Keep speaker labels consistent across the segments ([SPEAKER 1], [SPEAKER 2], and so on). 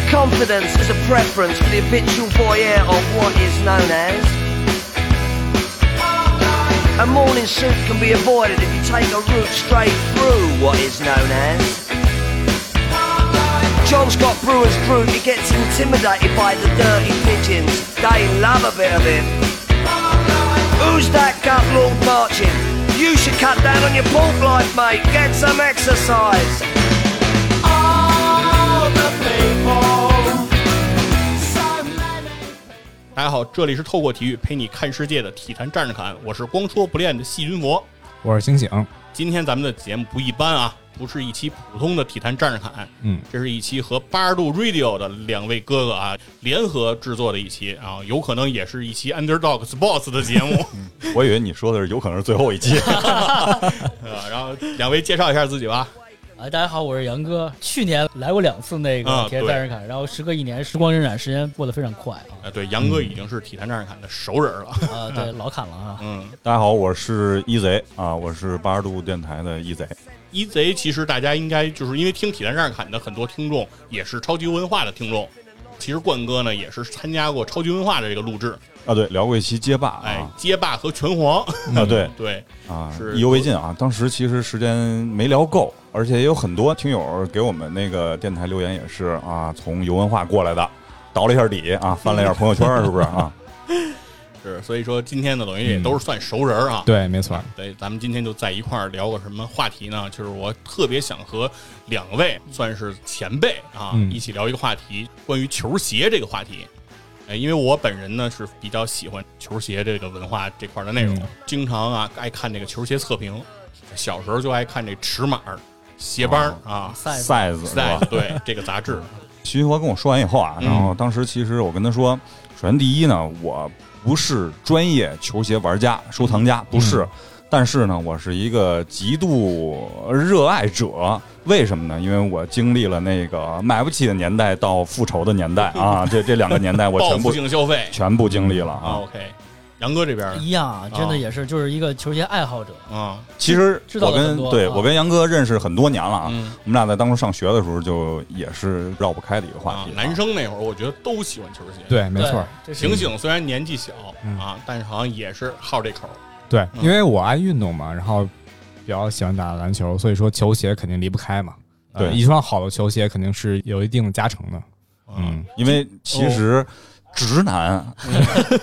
[SPEAKER 1] Decadence is a preference for the habitual voyeur of what is known as. A morning suit can be avoided if you take a route straight through what is known as. John Scott Brewer's group, he gets intimidated by the dirty pigeons. They love a bit of it. Who's that gut lord marching? You should cut down on your pork life, mate. Get some exercise.
[SPEAKER 2] All the people. Some men and
[SPEAKER 3] 大家好，这里是透过体育陪你看世界的体坛站着侃，我是光说不练的细菌佛。
[SPEAKER 4] 我是星星，
[SPEAKER 3] 今天咱们的节目不一般啊，不是一期普通的体坛站着侃，
[SPEAKER 4] 嗯，
[SPEAKER 3] 这是一期和八十度 Radio 的两位哥哥啊联合制作的一期啊，有可能也是一期 Underdog Sports 的节目
[SPEAKER 5] 我以为你说的是有可能是最后一期，
[SPEAKER 3] 啊。然后两位介绍一下自己吧。
[SPEAKER 6] 啊，大家好，我是杨哥。去年来过两次那
[SPEAKER 3] 啊
[SPEAKER 6] 个铁人
[SPEAKER 3] 对
[SPEAKER 6] 战士卡，然后时隔一年，时光荏苒，时间过得非常快啊！
[SPEAKER 3] 啊，对，杨哥已经是体坛站着侃的熟人了。
[SPEAKER 6] 啊，对，老砍了啊！
[SPEAKER 3] 嗯，
[SPEAKER 5] 大家好，我是一贼啊，我是八十度电台的 E 一贼。
[SPEAKER 3] 一贼其实大家应该就是因为听体坛站着侃的很多听众也是超级文化的听众。其实冠哥呢也是参加过超级文化的这个录制，
[SPEAKER 5] 啊，对，聊过一期街霸
[SPEAKER 3] 哎
[SPEAKER 5] 啊，，
[SPEAKER 3] 街霸和拳皇，
[SPEAKER 5] 啊对
[SPEAKER 3] 对，
[SPEAKER 5] 啊，
[SPEAKER 3] 是
[SPEAKER 5] 意犹未尽啊。当时其实时间没聊够，而且也有很多听友给我们那个电台留言，也是啊，从游文化过来的，倒了一下底啊，翻了一下朋友圈，是不是啊？
[SPEAKER 3] 是，所以说今天呢，等于也都是算熟人啊。
[SPEAKER 4] 对，没错，
[SPEAKER 3] 对，咱们今天就在一块儿聊个什么话题呢？就是我特别想和两位算是前辈啊、
[SPEAKER 4] 嗯
[SPEAKER 3] 一起聊一个话题，关于球鞋这个话题。哎，因为我本人呢是比较喜欢球鞋这个文化这块儿的内容，
[SPEAKER 4] 嗯
[SPEAKER 3] 经常啊爱看这个球鞋测评，小时候就爱看这尺码儿、鞋帮儿、啊。
[SPEAKER 6] 赛子
[SPEAKER 5] size 哦是
[SPEAKER 3] 在
[SPEAKER 5] 吧？
[SPEAKER 3] 对这个杂志，
[SPEAKER 5] 徐云华跟我说完以后啊，
[SPEAKER 3] 嗯
[SPEAKER 5] 然后当时其实我跟他说，首先第一呢，我不是专业球鞋玩家、收藏
[SPEAKER 3] 嗯
[SPEAKER 5] 家，不是，但是呢，我是一个极度热爱者。为什么呢？因为我经历了那个买不起的年代到复仇的 年代啊，这这两个年代 我
[SPEAKER 3] 报
[SPEAKER 5] 全
[SPEAKER 3] 复
[SPEAKER 5] 部
[SPEAKER 3] 性消费
[SPEAKER 5] 全部经历了
[SPEAKER 3] 啊。
[SPEAKER 5] 啊。
[SPEAKER 3] OK，杨哥这边儿呢
[SPEAKER 6] 一样啊，真
[SPEAKER 3] 啊
[SPEAKER 6] 的也是，就是一个球鞋爱好者。
[SPEAKER 3] 啊，
[SPEAKER 5] 其实
[SPEAKER 6] 知道
[SPEAKER 5] 我
[SPEAKER 6] 了
[SPEAKER 5] 跟
[SPEAKER 6] 很多
[SPEAKER 5] 对
[SPEAKER 6] 啊
[SPEAKER 5] 我跟杨哥认识很多年了啊，
[SPEAKER 3] 嗯
[SPEAKER 5] 我们俩在当初上学的时候就也是绕不开的一个话
[SPEAKER 3] 啊
[SPEAKER 5] 题啊。，
[SPEAKER 3] 男生那会儿我觉得都喜欢球鞋，
[SPEAKER 4] 对，没错，
[SPEAKER 6] 对，这是
[SPEAKER 3] 醒醒，虽然年纪小、
[SPEAKER 4] 嗯
[SPEAKER 3] 啊，但是好像也是好这口儿。
[SPEAKER 4] 对，
[SPEAKER 3] 嗯
[SPEAKER 4] 因为我爱运动嘛，然后比较喜欢打篮球，所以说球鞋肯定离不开嘛。呃
[SPEAKER 5] 对
[SPEAKER 4] 一双好的球鞋肯定是有一定的加成的。
[SPEAKER 3] 啊
[SPEAKER 4] 嗯，
[SPEAKER 5] 因为
[SPEAKER 3] 哦
[SPEAKER 5] 其实直 男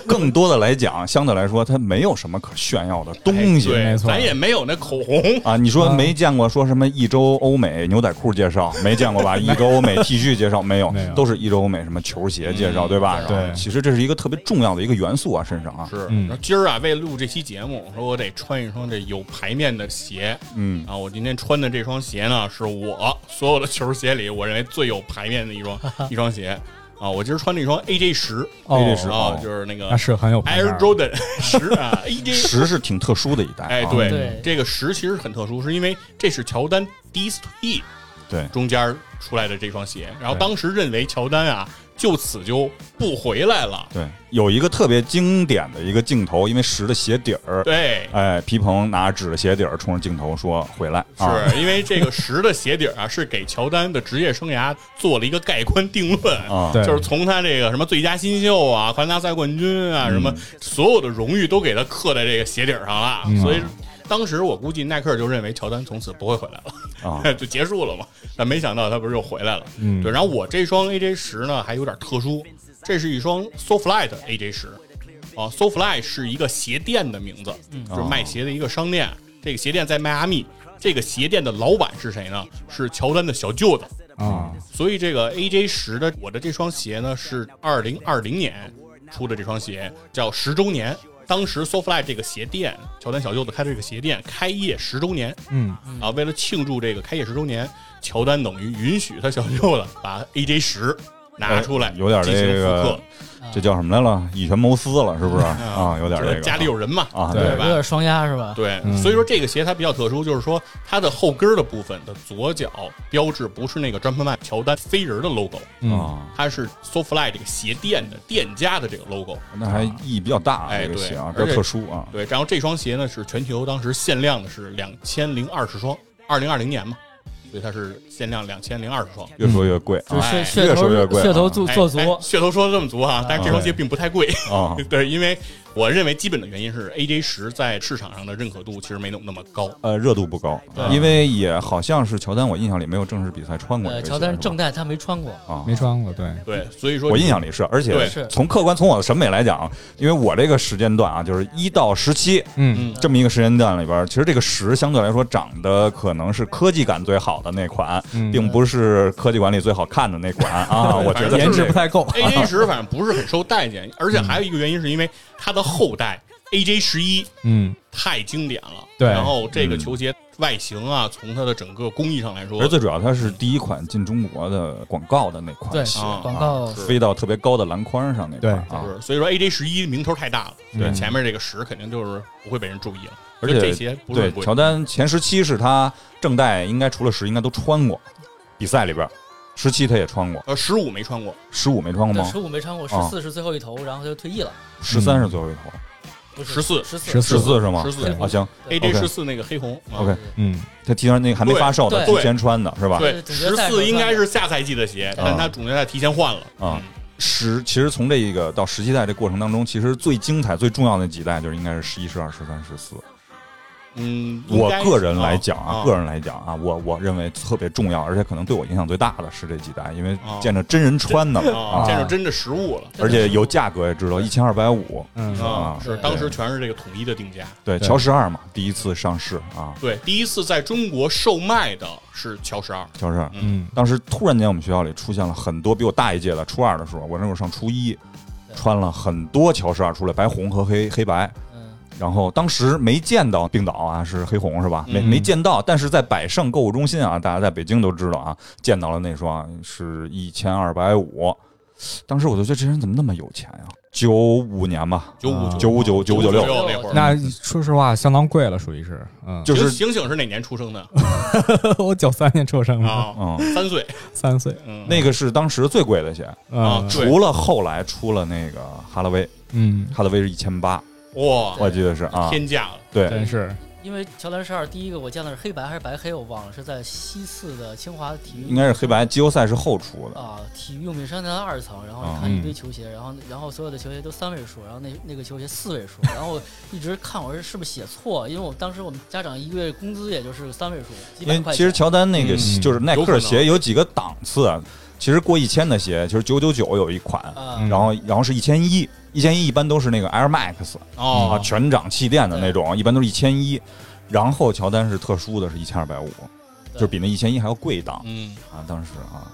[SPEAKER 5] 更多的来讲，相对来说他没有什么可炫耀的东
[SPEAKER 3] 哎
[SPEAKER 5] 西。
[SPEAKER 3] 对嗯
[SPEAKER 4] 没错
[SPEAKER 3] 咱也没有那口红，
[SPEAKER 5] 啊，你说没见过说什么一周欧美牛仔裤介绍，没见过吧？一周欧美 T 恤介绍没有
[SPEAKER 4] 没有，
[SPEAKER 5] 都是一周欧美什么球鞋介绍，
[SPEAKER 3] 嗯
[SPEAKER 5] 对吧？
[SPEAKER 3] 对
[SPEAKER 5] 然后其实这是一个特别重要的一个元素啊，身上啊，
[SPEAKER 3] 是。
[SPEAKER 4] 嗯
[SPEAKER 3] 然后今儿啊，为了录这期节目，我说我得穿一双这有牌面的鞋。
[SPEAKER 5] 嗯，
[SPEAKER 3] 啊，我今天穿的这双鞋呢，是我所有的球鞋里我认为最有牌面的一 双一双鞋。啊，我今儿穿了一双 AJ 十，
[SPEAKER 4] 哦
[SPEAKER 5] AJ 10
[SPEAKER 3] 啊
[SPEAKER 5] 哦，
[SPEAKER 3] 就是那个
[SPEAKER 4] 那是很有牌面
[SPEAKER 3] Air
[SPEAKER 4] 儿
[SPEAKER 3] Jordan 十啊，AJ
[SPEAKER 5] 十是挺特殊的一代啊，
[SPEAKER 3] 哎，对，
[SPEAKER 6] 对
[SPEAKER 3] 这个十其实很特殊，是因为这是乔丹第一次退役，
[SPEAKER 5] 对
[SPEAKER 3] 中间出来的这双鞋，然后
[SPEAKER 4] 对
[SPEAKER 3] 当时认为乔丹啊就此就不回来了，
[SPEAKER 5] 对，有一个特别经典的一个镜头，因为十的鞋底儿，
[SPEAKER 3] 对，
[SPEAKER 5] 哎，皮蓬拿指着鞋底儿冲着镜头说：“回来啊！”
[SPEAKER 3] 是因为这个十的鞋底儿啊是给乔丹的职业生涯做了一个盖棺定论。
[SPEAKER 5] 啊，
[SPEAKER 4] 对，
[SPEAKER 3] 就是从他这个什么最佳新秀啊、环大赛冠军啊，什么所有的荣誉都给他刻在这个鞋底儿上了，
[SPEAKER 4] 嗯
[SPEAKER 3] 所以当时我估计耐克就认为乔丹从此不会回来了。
[SPEAKER 5] 啊，
[SPEAKER 3] 就结束了嘛。但没想到他不是又回来了。
[SPEAKER 4] 嗯
[SPEAKER 3] 对。然后我这双 AJ 十呢还有点特殊，这是一双 SoFly 的 AJ 十啊，SoFly 是一个鞋店的名字，就是卖鞋的一个商店。这个鞋店在迈阿密，这个鞋店的老板是谁呢？是乔丹的小舅子。
[SPEAKER 4] 啊，
[SPEAKER 3] 所以这个 AJ 十的我的这双鞋呢是二零二零年出的这双鞋，叫十周年。当时 SoFly 这个鞋店，乔丹小舅子开的这个鞋店开业十周年，
[SPEAKER 4] 嗯，
[SPEAKER 3] 啊，为了庆祝这个开业十周年，乔丹等于允许他小舅子把 AJ 十拿出来，
[SPEAKER 5] 哎有点
[SPEAKER 3] 进行
[SPEAKER 5] 这
[SPEAKER 3] 复刻
[SPEAKER 5] 个，这叫什么来了？以权谋私了，是不是啊？有点
[SPEAKER 3] 嗯就
[SPEAKER 5] 这
[SPEAKER 3] 是
[SPEAKER 5] 个
[SPEAKER 3] 家里有人嘛，
[SPEAKER 5] 啊，
[SPEAKER 4] 对
[SPEAKER 3] 对
[SPEAKER 6] 有点
[SPEAKER 3] 吧？
[SPEAKER 6] 双压是吧？
[SPEAKER 3] 对，
[SPEAKER 4] 嗯
[SPEAKER 3] 所以说这个鞋它比较特殊，就是说它的后跟儿的部分的左脚标志不是那个 Jumpman 乔丹飞人的 logo，
[SPEAKER 4] 嗯，
[SPEAKER 5] 啊，
[SPEAKER 3] 它是 SoFly 这个鞋店的店家的这个 logo。
[SPEAKER 5] 那还意义比较大啊，
[SPEAKER 3] 哎
[SPEAKER 5] 这个鞋啊，比
[SPEAKER 3] 对
[SPEAKER 5] 较特殊啊。
[SPEAKER 3] 对，然后这双鞋呢是全球当时限量的是两千零二十双，二零二零年嘛，所以它是限量两千零二十双。
[SPEAKER 5] 越说越贵
[SPEAKER 6] 就
[SPEAKER 5] 啊
[SPEAKER 6] 是
[SPEAKER 3] 哎
[SPEAKER 6] 噱
[SPEAKER 5] 越
[SPEAKER 6] 噱头
[SPEAKER 5] 说越贵
[SPEAKER 6] 噱头
[SPEAKER 5] 啊
[SPEAKER 6] 做
[SPEAKER 3] 哎
[SPEAKER 6] 做
[SPEAKER 3] 哎
[SPEAKER 6] 足，啊
[SPEAKER 3] 噱头说的这么足哈，但是这双鞋并不太贵。
[SPEAKER 5] 啊！
[SPEAKER 3] 对，因为我认为基本的原因是 AJ 十在市场上的认可度其实没有那么高。
[SPEAKER 5] 呃，热度不高，
[SPEAKER 3] 对
[SPEAKER 5] 因为也好像是乔丹，我印象里没有正式比赛穿过这
[SPEAKER 6] 呃，
[SPEAKER 5] 个鞋。
[SPEAKER 6] 乔丹
[SPEAKER 5] 是吧
[SPEAKER 6] 正代他没穿过，
[SPEAKER 5] 啊，
[SPEAKER 4] 没穿过，对，
[SPEAKER 3] 对，所以说
[SPEAKER 5] 我印象里是，而且
[SPEAKER 3] 对
[SPEAKER 6] 是
[SPEAKER 5] 从客观从我的审美来讲，因为我这个时间段啊，就是一到十七
[SPEAKER 4] 嗯，
[SPEAKER 3] 嗯，
[SPEAKER 5] 这么一个时间段里边，其实这个十相对来说长得可能是科技感最好的那款，
[SPEAKER 4] 嗯
[SPEAKER 5] 并不是科技馆里最好看的那款 啊。我觉得
[SPEAKER 3] 颜值
[SPEAKER 5] 不太够
[SPEAKER 3] AJ 十反正不是很受待见，而且还有一个原因是因为它的后代 AJ 十一
[SPEAKER 4] 嗯，
[SPEAKER 3] 太经典了。
[SPEAKER 4] 对
[SPEAKER 3] 然后这个球鞋外形啊，从它的整个工艺上来说
[SPEAKER 5] 嗯而，最主要它是第一款进中国的广告的那款
[SPEAKER 6] 对，
[SPEAKER 5] 鞋
[SPEAKER 3] 啊
[SPEAKER 6] 广告
[SPEAKER 5] 飞到特别高的篮筐上那
[SPEAKER 4] 对
[SPEAKER 5] 款啊，
[SPEAKER 3] 就是所以说 AJ 十一名头太大了，
[SPEAKER 4] 对
[SPEAKER 3] 前面这个十肯定就是不会被人注意了。
[SPEAKER 5] 而且
[SPEAKER 3] 就这些不是
[SPEAKER 5] 对
[SPEAKER 3] 很，贵
[SPEAKER 5] 乔丹前十七是他正代，应该除了十应该都穿过，比赛里边十七他也穿过，
[SPEAKER 3] 呃，十五没穿过，
[SPEAKER 5] 十五没穿过
[SPEAKER 6] 对
[SPEAKER 5] 吗
[SPEAKER 6] 十？五没穿过，十
[SPEAKER 5] 啊
[SPEAKER 6] 四是最后一头，然后他就退役了，
[SPEAKER 5] 十三是最后一头，
[SPEAKER 6] 不是
[SPEAKER 3] 14
[SPEAKER 6] 嗯十四
[SPEAKER 4] 14
[SPEAKER 5] 十四是吗？
[SPEAKER 3] 14
[SPEAKER 5] 对啊，行
[SPEAKER 6] 对
[SPEAKER 3] AJ
[SPEAKER 5] OK
[SPEAKER 3] 十四那个黑红啊
[SPEAKER 5] ，OK，
[SPEAKER 4] 嗯，
[SPEAKER 5] 他提前那个还没发售呢，
[SPEAKER 6] 对
[SPEAKER 5] 提前穿的是吧？
[SPEAKER 3] 对，
[SPEAKER 6] 总决
[SPEAKER 3] 十
[SPEAKER 6] 赛时候
[SPEAKER 3] 四应该
[SPEAKER 6] 穿的
[SPEAKER 3] 是下赛季的鞋，但他总决赛提前换了
[SPEAKER 5] 啊
[SPEAKER 3] 嗯
[SPEAKER 5] 十其实从这一个到十七代这过程当中，其实最精彩、最重要的几代就是应该是十一、十二、十三、十四。
[SPEAKER 3] 嗯，应
[SPEAKER 5] 我
[SPEAKER 3] 该
[SPEAKER 5] 个人来讲
[SPEAKER 3] 啊
[SPEAKER 5] 啊，，个人来讲啊，我我认为特别重要，而且可能对我影响最大的是这几代，因为
[SPEAKER 3] 啊
[SPEAKER 5] 见着真人穿的了
[SPEAKER 3] 啊，
[SPEAKER 5] 啊，
[SPEAKER 3] 这是真的实物了。
[SPEAKER 5] 而且有价格也知道，一千二百五。
[SPEAKER 4] 嗯
[SPEAKER 3] 啊
[SPEAKER 5] 啊，
[SPEAKER 3] 是
[SPEAKER 6] 对
[SPEAKER 3] 当时全是这个统一的定价。
[SPEAKER 5] 对，
[SPEAKER 4] 对
[SPEAKER 5] 乔十二嘛，第一次上市啊，
[SPEAKER 3] 对，第一次在中国售卖的是乔十二，
[SPEAKER 5] 乔十二。
[SPEAKER 4] 嗯
[SPEAKER 5] 当时突然间，我们学校里出现了很多比我大一届的，初二的时候，我那会儿上初一，穿了很多乔十二出来，白红和黑黑白。
[SPEAKER 6] 嗯，
[SPEAKER 5] 然后当时没见到冰岛啊，是黑红是吧？没
[SPEAKER 3] 嗯
[SPEAKER 5] 没见到，但是在百盛购物中心啊，大家在北京都知道啊，见到了那双是一千二百五。当时我就觉得这人怎么那么有钱呀、九五年吧，
[SPEAKER 3] 九五
[SPEAKER 4] 啊
[SPEAKER 5] 九五九九五九六，
[SPEAKER 3] 那会儿。
[SPEAKER 4] 那说实话，相当贵了，属于是，嗯，
[SPEAKER 5] 就是
[SPEAKER 3] 醒醒是哪年出生的
[SPEAKER 4] 我九三年出生的，
[SPEAKER 3] 啊？
[SPEAKER 5] 嗯，
[SPEAKER 3] 三岁，
[SPEAKER 4] 三岁，
[SPEAKER 3] 嗯，
[SPEAKER 5] 那个是当时最贵的鞋，
[SPEAKER 3] 啊
[SPEAKER 4] 嗯
[SPEAKER 3] 对
[SPEAKER 5] 除了后来出了那个哈拉威，
[SPEAKER 4] 嗯，
[SPEAKER 5] 哈拉威是一千八，
[SPEAKER 3] 哇，
[SPEAKER 5] 我记得是啊，
[SPEAKER 3] 天价了，
[SPEAKER 5] 对
[SPEAKER 4] 真是，
[SPEAKER 6] 因为乔丹十二第一个我见的是黑白还是白黑，我忘了，是在西四的清华体育
[SPEAKER 5] 应该是黑白季后赛是后出的，
[SPEAKER 6] 啊，体育用品商店的二层，然后
[SPEAKER 3] 啊
[SPEAKER 6] 你看
[SPEAKER 3] 嗯
[SPEAKER 6] 一堆球鞋，然后然后所有的球鞋都三位数，然后那那个球鞋四位数，然后一直看我是是不是写错，因为我当时我们家长一个月工资也就是三位数，几
[SPEAKER 5] 因
[SPEAKER 6] 百
[SPEAKER 5] 为
[SPEAKER 6] 块
[SPEAKER 5] 其实
[SPEAKER 6] 钱。
[SPEAKER 5] 乔丹那个
[SPEAKER 4] 嗯
[SPEAKER 5] 就是耐
[SPEAKER 3] 有可
[SPEAKER 5] 克
[SPEAKER 3] 能
[SPEAKER 5] 鞋有几个档次啊，其实过一千的鞋，其实九九九有一款，
[SPEAKER 6] 啊，
[SPEAKER 4] 嗯
[SPEAKER 5] 然后然后是一千一，一千一一般都是那个 Air Max 啊
[SPEAKER 3] 哦，
[SPEAKER 5] 全掌气垫的那种，一般都是一千一，然后乔丹是特殊的，是一千二百五，
[SPEAKER 6] 对
[SPEAKER 5] 就是比那一千一还要贵一档
[SPEAKER 3] 嗯，
[SPEAKER 5] 啊，当时啊。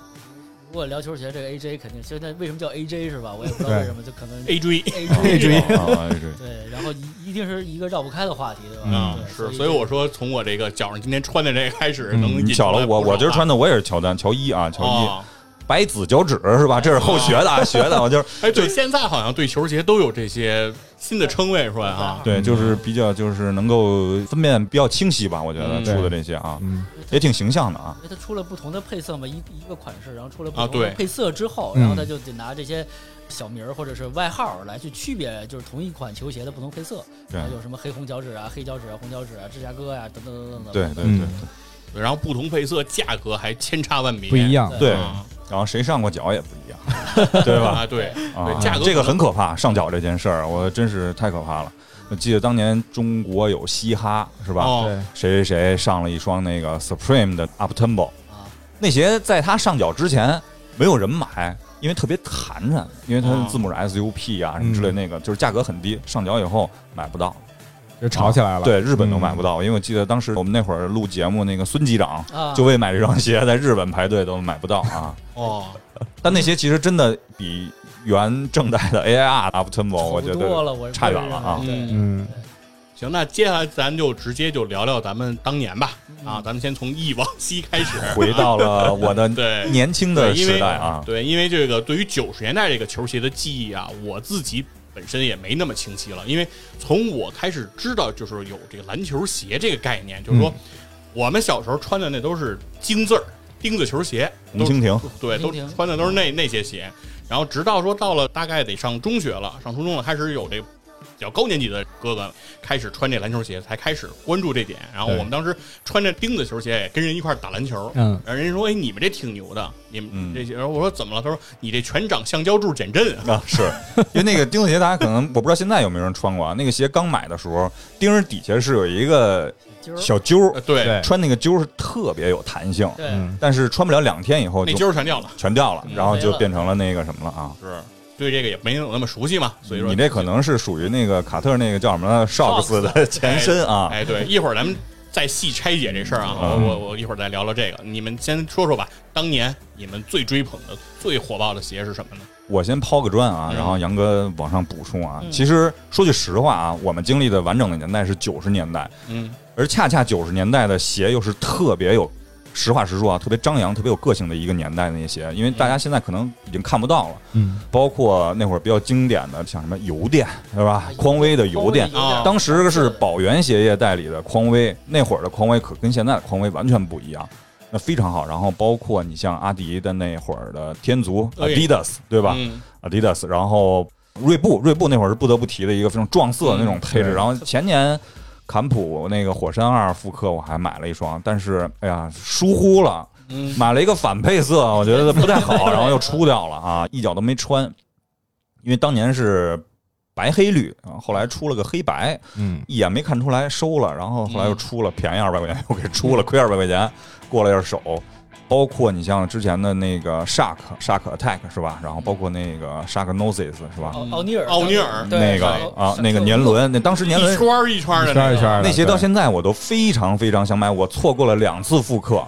[SPEAKER 6] 如果聊球鞋，这个 AJ 肯定现在为什么叫 AJ 是吧？我也不知道为什么，就可能
[SPEAKER 3] A 追
[SPEAKER 6] AJ
[SPEAKER 3] 哎
[SPEAKER 5] 啊，对
[SPEAKER 6] 对，然后一一定是一个绕不开的话题，对吧？
[SPEAKER 3] 啊，
[SPEAKER 6] 对
[SPEAKER 3] 是，所以我说从我这个脚上今天穿的这个开始，
[SPEAKER 4] 嗯
[SPEAKER 3] 能
[SPEAKER 5] 你
[SPEAKER 3] 引
[SPEAKER 5] 巧
[SPEAKER 3] 出来
[SPEAKER 5] 了，我
[SPEAKER 3] 不少
[SPEAKER 5] 我今儿
[SPEAKER 3] 吧
[SPEAKER 5] 穿的我也是乔丹，乔伊啊，乔伊，
[SPEAKER 3] 哦
[SPEAKER 5] 白子脚趾是吧？这是后学 的啊，学的，我就是
[SPEAKER 3] 哎，对，现在好像对球鞋都有这些新的称谓出来啊。
[SPEAKER 4] 嗯
[SPEAKER 5] 对，就是比较就是能够分辨比较清晰吧，我觉得
[SPEAKER 3] 嗯
[SPEAKER 5] 出的这些啊，
[SPEAKER 4] 嗯
[SPEAKER 5] 也挺形象的啊。
[SPEAKER 6] 因为它出了不同的配色嘛，一一个款式，然后出了不
[SPEAKER 3] 啊
[SPEAKER 6] 同
[SPEAKER 3] 对
[SPEAKER 6] 的配色之后，
[SPEAKER 4] 嗯
[SPEAKER 6] 然后他就得拿这些小名儿或者是外号儿来去区别，就是同一款球鞋的不同配色，
[SPEAKER 5] 对
[SPEAKER 6] 然后有什么黑红脚趾啊、黑脚趾啊、红脚趾啊、芝加哥呀、等等等等等。
[SPEAKER 5] 对对对
[SPEAKER 4] 嗯
[SPEAKER 5] 对
[SPEAKER 3] 对然后不同配色价格还千差万别，
[SPEAKER 4] 不一样，
[SPEAKER 5] 对
[SPEAKER 3] 啊，
[SPEAKER 5] 然后谁上过脚也不一样， 对吧？
[SPEAKER 3] 啊，对，
[SPEAKER 5] 啊
[SPEAKER 3] 对，价格
[SPEAKER 5] 这个
[SPEAKER 3] 可能
[SPEAKER 5] 很可怕，上脚这件事儿，我真是太可怕了。我记得当年中国有嘻哈是吧？
[SPEAKER 3] 哦，
[SPEAKER 4] 对，
[SPEAKER 5] 谁谁谁上了一双那个 Supreme 的 Up Tempo，
[SPEAKER 6] 啊，
[SPEAKER 5] 那鞋在他上脚之前没有人买，因为特别寒碜，因为它
[SPEAKER 3] 哦
[SPEAKER 5] 的字母是 SUP 啊什么之类
[SPEAKER 4] 嗯
[SPEAKER 5] 那个，就是价格很低，上脚以后买不到，
[SPEAKER 4] 就吵起来了，
[SPEAKER 5] 对，日本都买不
[SPEAKER 4] 到，
[SPEAKER 5] 到，因为我记得当时我们那会儿录节目，那个孙机长
[SPEAKER 6] 啊
[SPEAKER 5] 就为买这双鞋在日本排队都买不到啊。
[SPEAKER 3] 哦，
[SPEAKER 5] 但那鞋其实真的比原正代的 AIR Up Tempo，我觉
[SPEAKER 6] 丑多
[SPEAKER 5] 得
[SPEAKER 6] 了，我
[SPEAKER 5] 差远了啊
[SPEAKER 6] 对
[SPEAKER 3] 嗯
[SPEAKER 4] 嗯
[SPEAKER 3] 行，那接下来咱就直接就聊聊咱们当年吧，
[SPEAKER 5] 嗯
[SPEAKER 3] 啊，咱们先从忆往昔开始，
[SPEAKER 5] 回到了我的
[SPEAKER 3] 对
[SPEAKER 5] 年轻的
[SPEAKER 3] 对因为
[SPEAKER 5] 时代啊。
[SPEAKER 3] 对，因为这个对于九十年代这个球鞋的记忆啊，我自己本身也没那么清晰了，因为从我开始知道就是有这个篮球鞋这个概念，就是
[SPEAKER 5] 嗯
[SPEAKER 3] 说我们小时候穿的那都是金字儿钉子球鞋，
[SPEAKER 5] 红
[SPEAKER 3] 都
[SPEAKER 5] 蜻蜓
[SPEAKER 3] 对，
[SPEAKER 6] 红
[SPEAKER 3] 都
[SPEAKER 6] 蜻蜓
[SPEAKER 3] 穿的都是那那些鞋。然后直到说到了大概得上中学了，上初中了，开始有这比较高年级的哥哥开始穿这篮球鞋，才开始关注这点。然后
[SPEAKER 4] 对
[SPEAKER 3] 我们当时穿着钉子球鞋，也跟人一块儿打篮球。
[SPEAKER 4] 嗯
[SPEAKER 3] 然后人家说：“哎，你们这挺牛的，你
[SPEAKER 5] 嗯
[SPEAKER 3] 们这些。然后我说：“怎么了？”他说：“你这全掌橡胶柱减震。”
[SPEAKER 5] 啊，是 因为那个钉子鞋，大家可能我不知道现在有没有人穿过啊。那个鞋刚买的时候，钉儿底下是有一个
[SPEAKER 6] 揪
[SPEAKER 5] 小揪儿
[SPEAKER 3] 呃，对，
[SPEAKER 4] 对
[SPEAKER 5] 穿那个揪儿是特别有弹性，
[SPEAKER 6] 对，
[SPEAKER 4] 嗯
[SPEAKER 5] 但是穿不了两天以后
[SPEAKER 3] 那
[SPEAKER 5] 就
[SPEAKER 3] 揪儿全掉了。
[SPEAKER 5] 全掉了，
[SPEAKER 6] 嗯
[SPEAKER 5] 然后就
[SPEAKER 6] 没了
[SPEAKER 5] 变成了那个什么了啊。
[SPEAKER 3] 是 对这个也没有那么熟悉嘛，所以说
[SPEAKER 5] 你这可能是属于那个卡特那个叫什么呢 Shox 的前身啊。
[SPEAKER 3] 哎，对，一会儿咱们再细拆解这事儿啊，我
[SPEAKER 5] 嗯
[SPEAKER 3] 我我一会儿再聊聊这个。你们先说说吧，当年你们最追捧的、最火爆的鞋是什么呢？
[SPEAKER 5] 我先抛个砖啊，
[SPEAKER 3] 嗯
[SPEAKER 5] 然后杨哥往上补充啊。
[SPEAKER 6] 嗯
[SPEAKER 5] 其实说句实话啊，我们经历的完整的年代是九十年代，
[SPEAKER 3] 嗯，
[SPEAKER 5] 而恰恰九十年代的鞋又是特别有，实话实说啊，特别张扬、特别有个性的一个年代的那些鞋，因为
[SPEAKER 3] 嗯
[SPEAKER 5] 大家现在可能已经看不到了。
[SPEAKER 4] 嗯，
[SPEAKER 5] 包括那会儿比较经典的，像什么邮电，对
[SPEAKER 3] 哎
[SPEAKER 5] 吧？匡威的邮电，
[SPEAKER 3] 啊
[SPEAKER 5] 当时是宝源鞋业代理的匡威，那会儿的匡威可跟现在的匡威完全不一样，那非常好。然后包括你像阿迪的那会儿的天足
[SPEAKER 3] 哦对
[SPEAKER 5] Adidas，对吧
[SPEAKER 3] 嗯
[SPEAKER 5] ？Adidas，然后锐步，锐步那会儿是不得不提的一个非常撞色的那种配置。
[SPEAKER 4] 嗯
[SPEAKER 5] 然后前年坎普那个火山二复刻我还买了一双，但是哎呀疏忽了，
[SPEAKER 3] 嗯，
[SPEAKER 5] 买了一个反配色，我觉得不 太好，然后又出掉了啊，一脚都没穿，因为当年是白黑绿啊，后来出了个黑白，
[SPEAKER 4] 嗯，
[SPEAKER 5] 一眼没看出来收了，然后后来又
[SPEAKER 3] 嗯
[SPEAKER 5] 出了，便宜二百块钱 又给出了，亏二百块钱，过了一下手。包括你像之前的那个 Shark Shark Attack 是吧？然后包括那个 Shark Noses 是吧？
[SPEAKER 6] 奥奥尼尔，
[SPEAKER 3] 奥尼尔
[SPEAKER 6] 哦对
[SPEAKER 5] 那个
[SPEAKER 6] 闪
[SPEAKER 5] 啊
[SPEAKER 6] 闪，
[SPEAKER 5] 那个
[SPEAKER 6] 烁
[SPEAKER 5] 年轮，那当时年
[SPEAKER 3] 一
[SPEAKER 5] 轮
[SPEAKER 3] 圈儿一圈儿的
[SPEAKER 4] 一圈
[SPEAKER 3] 那
[SPEAKER 4] 儿
[SPEAKER 3] 个
[SPEAKER 4] 一圈儿的，
[SPEAKER 5] 那鞋到
[SPEAKER 4] 对
[SPEAKER 5] 现在我都非常非常想买，我错过了两次复刻。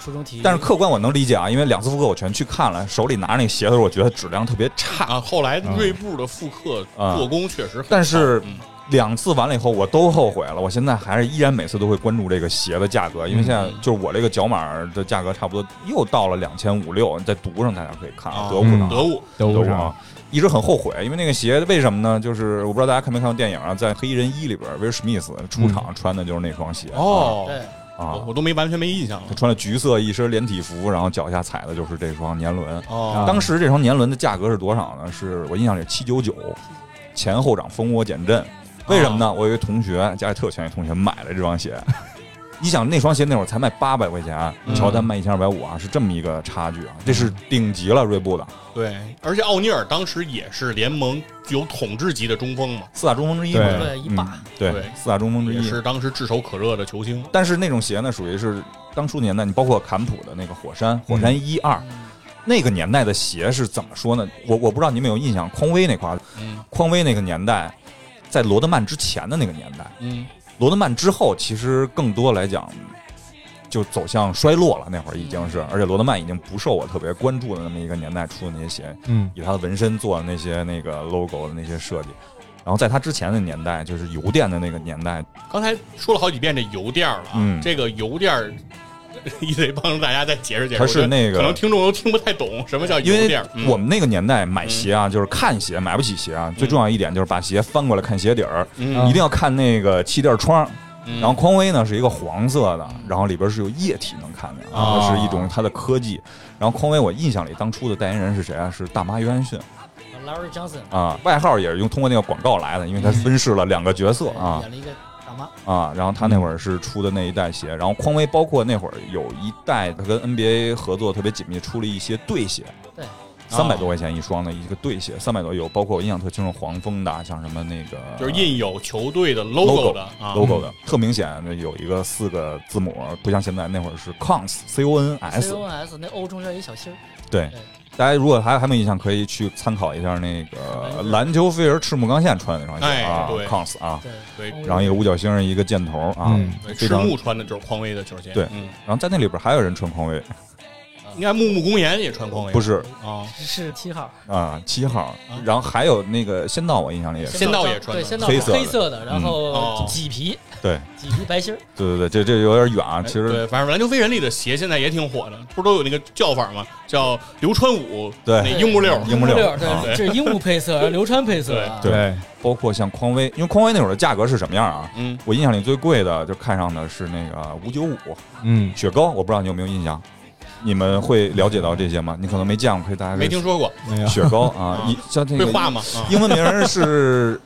[SPEAKER 6] 初中体育，
[SPEAKER 5] 但是客观我能理解啊，因为两次复刻我全去看了，手里拿着那个鞋的时候，我觉得质量特别差。
[SPEAKER 3] 啊。后来锐步的复刻
[SPEAKER 5] 啊
[SPEAKER 3] 做工确实很好，
[SPEAKER 5] 但是
[SPEAKER 3] 嗯
[SPEAKER 5] 两次完了以后，我都后悔了。我现在还是依然每次都会关注这个鞋的价格，因为现在就是我这个脚码的价格差不多又到了两千五六，在读上大家可以看啊，
[SPEAKER 3] 啊
[SPEAKER 5] 得物上啊
[SPEAKER 3] 得物
[SPEAKER 4] 都
[SPEAKER 5] 都
[SPEAKER 4] 不
[SPEAKER 5] 啊，一直很后悔，因为那个鞋为什么呢？就是我不知道大家看没看过电影啊，在《黑衣人一》里边，威尔史密斯出场穿的就是那双鞋
[SPEAKER 3] 哦，
[SPEAKER 6] 对，
[SPEAKER 5] 啊
[SPEAKER 3] 我，我都没完全没印象了
[SPEAKER 5] 他。穿了橘色一身连体服，然后脚下踩的就是这双年轮。
[SPEAKER 3] 哦，
[SPEAKER 5] 当时这双年轮的价格是多少呢？是我印象里七九九，前后掌蜂窝减震。为什么
[SPEAKER 3] 啊
[SPEAKER 5] 呢？我有一个同学，家里特有钱一同学买了这双鞋。 你想那双鞋那会儿才卖八百块钱，
[SPEAKER 3] 嗯
[SPEAKER 5] 乔丹卖一千二百五啊，是这么一个差距啊，这是顶级了，锐步的
[SPEAKER 3] 对，而且奥尼尔当时也是联盟有统治级的中锋嘛，
[SPEAKER 5] 四大中锋之一嘛
[SPEAKER 4] 对，
[SPEAKER 6] 对一霸
[SPEAKER 5] 嗯对
[SPEAKER 3] 对，
[SPEAKER 5] 四大中锋之
[SPEAKER 3] 也
[SPEAKER 5] 一。
[SPEAKER 3] 是当时炙手可热的球星。
[SPEAKER 5] 但是那种鞋呢，属于是当初年代，你包括坎普的那个火山，
[SPEAKER 3] 嗯
[SPEAKER 5] 火山一二、
[SPEAKER 6] 嗯
[SPEAKER 5] 那个年代的鞋是怎么说呢？我我不知道你们有印象，匡威那块儿，
[SPEAKER 3] 嗯
[SPEAKER 5] 匡威那个年代，在罗德曼之前的那个年代，
[SPEAKER 3] 嗯，
[SPEAKER 5] 罗德曼之后，其实更多来讲就走向衰落了。那会儿已经是，而且罗德曼已经不受我特别关注的那么一个年代出的那些鞋，
[SPEAKER 4] 嗯
[SPEAKER 5] 以他的纹身做的那些那个 logo 的那些设计。然后在他之前的年代，就是邮电的那个年代，
[SPEAKER 3] 刚才说了好几遍这油垫儿了啊，
[SPEAKER 5] 嗯
[SPEAKER 3] 这个油垫儿， 你得帮大家再解释解释。
[SPEAKER 5] 它是
[SPEAKER 3] 我觉得
[SPEAKER 5] 那个
[SPEAKER 3] 可能听众都听不太懂什么叫油
[SPEAKER 5] 因为
[SPEAKER 3] 垫儿。嗯
[SPEAKER 5] 我们那个年代买鞋啊，就是看鞋，买不起鞋啊。最重要一点就是把鞋翻过来看鞋底儿，
[SPEAKER 3] 嗯
[SPEAKER 5] 一定要看那个气垫窗。
[SPEAKER 3] 嗯
[SPEAKER 5] 然后匡威呢是一个黄色的，然后里边是有液体能看见，
[SPEAKER 4] 啊
[SPEAKER 5] 啊，是一种它的科技。然后匡威我印象里当初的代言人是谁啊？是大妈约翰逊
[SPEAKER 6] Larry Johnson
[SPEAKER 5] 啊，外号也是用通过那个广告来的，因为他分饰了两个角色
[SPEAKER 6] 对
[SPEAKER 5] 啊
[SPEAKER 6] 演了一个大妈，
[SPEAKER 5] 啊。然后他那会儿是出的那一代鞋，然后匡威包括那会儿有一代他跟 NBA 合作特别紧密，出了一些对鞋。
[SPEAKER 6] 对，
[SPEAKER 5] 三百多块钱一双的一个对鞋，三百多有，包括我印象特清楚黄蜂的啊，像什么那个
[SPEAKER 3] 就是印有球队的
[SPEAKER 5] logo
[SPEAKER 3] logo 的啊
[SPEAKER 5] logo 的，特明显有一个四个字母，不像现在那会儿是 cons c o n s
[SPEAKER 6] C。O S 那 O 中间一小心儿，
[SPEAKER 5] 对，大家如果还还没有印象，可以去参考一下那个篮球飞人赤木刚宪穿的那双鞋
[SPEAKER 3] 哎
[SPEAKER 5] 啊
[SPEAKER 3] 对
[SPEAKER 5] ，cons 啊，
[SPEAKER 6] 对，
[SPEAKER 3] 对
[SPEAKER 5] 然后一个五角星，一个箭头啊，
[SPEAKER 4] 嗯
[SPEAKER 3] 对
[SPEAKER 5] 非
[SPEAKER 3] 赤
[SPEAKER 5] 常。
[SPEAKER 3] 木穿的就是匡威的球鞋。
[SPEAKER 5] 对
[SPEAKER 3] 嗯，
[SPEAKER 5] 然后在那里边还有人穿匡威，
[SPEAKER 3] 应该木木公园也穿匡威，
[SPEAKER 5] 不是
[SPEAKER 3] 啊？
[SPEAKER 6] 是七号，
[SPEAKER 5] 啊，七号，然后还有那个仙道，我印象里也是，
[SPEAKER 3] 仙道也
[SPEAKER 6] 张
[SPEAKER 3] 穿
[SPEAKER 6] 对，
[SPEAKER 3] 的
[SPEAKER 6] 仙道
[SPEAKER 5] 黑
[SPEAKER 6] 黑
[SPEAKER 5] 色的
[SPEAKER 6] 色的，然
[SPEAKER 3] 哦
[SPEAKER 6] 后麂皮
[SPEAKER 5] 对
[SPEAKER 6] 麂皮白心儿，
[SPEAKER 5] 对对对，这这有点远啊，
[SPEAKER 3] 哎
[SPEAKER 5] 其实
[SPEAKER 3] 对，反正篮球飞人里的鞋现在也挺火的，不是都有那个叫法吗？叫流川舞，
[SPEAKER 5] 对
[SPEAKER 3] 那樱木哎六，
[SPEAKER 5] 樱木
[SPEAKER 6] 木
[SPEAKER 5] 六
[SPEAKER 6] 六，
[SPEAKER 5] 啊
[SPEAKER 6] 对，这是樱木 配色，流川配色啊，
[SPEAKER 5] 对包括像匡威，因为匡威那会儿的价格是什么样啊？
[SPEAKER 3] 嗯，
[SPEAKER 5] 我印象里最贵的就看上的是那个五九五
[SPEAKER 4] 嗯，
[SPEAKER 5] 雪糕，我不知道你有没有印象，你们会了解到这些吗？你可能没见过，可以大家可以
[SPEAKER 3] 没
[SPEAKER 5] 啊
[SPEAKER 3] 听说过，
[SPEAKER 4] 没有
[SPEAKER 5] 雪糕啊，一像这
[SPEAKER 3] 会
[SPEAKER 5] 个
[SPEAKER 3] 画吗？啊
[SPEAKER 5] 英文名儿是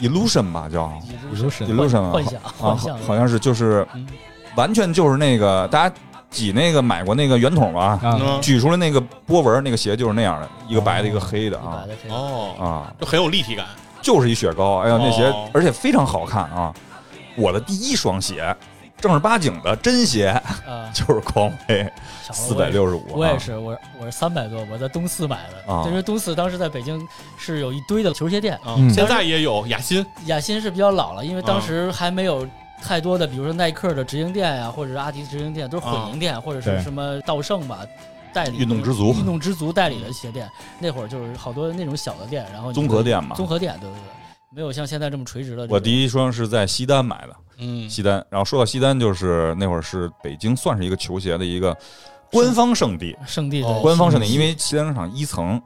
[SPEAKER 5] illusion 吧，叫
[SPEAKER 4] ，illusion
[SPEAKER 5] illusion 啊
[SPEAKER 6] 幻想，
[SPEAKER 5] 啊，
[SPEAKER 6] 幻
[SPEAKER 5] 好
[SPEAKER 6] 想，
[SPEAKER 5] 好像是就是
[SPEAKER 3] 嗯
[SPEAKER 5] 完全就是那个大家挤那个买过那个圆筒吧，
[SPEAKER 4] 啊，
[SPEAKER 3] 嗯
[SPEAKER 5] 举出来那个波纹，那个鞋就是那样的，一个白的，一个黑的
[SPEAKER 6] 一
[SPEAKER 5] 啊
[SPEAKER 6] 百的可以。
[SPEAKER 3] 哦，
[SPEAKER 5] 啊，
[SPEAKER 3] 就很有立体感。
[SPEAKER 5] 就是一雪糕。哎呀，那鞋
[SPEAKER 3] 哦
[SPEAKER 5] 而且非常好看啊！我的第一双鞋，正儿八经的真鞋
[SPEAKER 6] 啊，
[SPEAKER 5] 就是匡威
[SPEAKER 6] 少了
[SPEAKER 5] 四百。六十五，
[SPEAKER 6] 我也是，我我是三百多，我在东四买的。
[SPEAKER 5] 啊
[SPEAKER 6] 因为东四当时在北京是有一堆的球鞋店，
[SPEAKER 3] 啊
[SPEAKER 4] 嗯，
[SPEAKER 3] 现在也有雅欣，
[SPEAKER 6] 雅欣是比较老了，因为
[SPEAKER 5] 嗯
[SPEAKER 6] 当时还没有太多的，比如说耐克的直营店呀、或者是阿迪直营店，都是混营店，或者
[SPEAKER 4] 对
[SPEAKER 6] 是什么道盛吧代理
[SPEAKER 5] 嗯运动之足
[SPEAKER 6] 运动之足代理的鞋店。那会儿就是好多那种小的店，然后你
[SPEAKER 5] 啊综合店嘛。
[SPEAKER 6] 综合店，对对对，没有像现在这么垂直的这种。
[SPEAKER 5] 我第一双是在西单买的，
[SPEAKER 3] 嗯，
[SPEAKER 5] 西单。然后说到西单，就是那会儿是北京算是一个球鞋的一个
[SPEAKER 6] 哦
[SPEAKER 5] 官方圣地，
[SPEAKER 6] 圣地
[SPEAKER 3] 哦
[SPEAKER 6] 的
[SPEAKER 5] 官方圣地，
[SPEAKER 6] 信息
[SPEAKER 5] 因为西单商场一层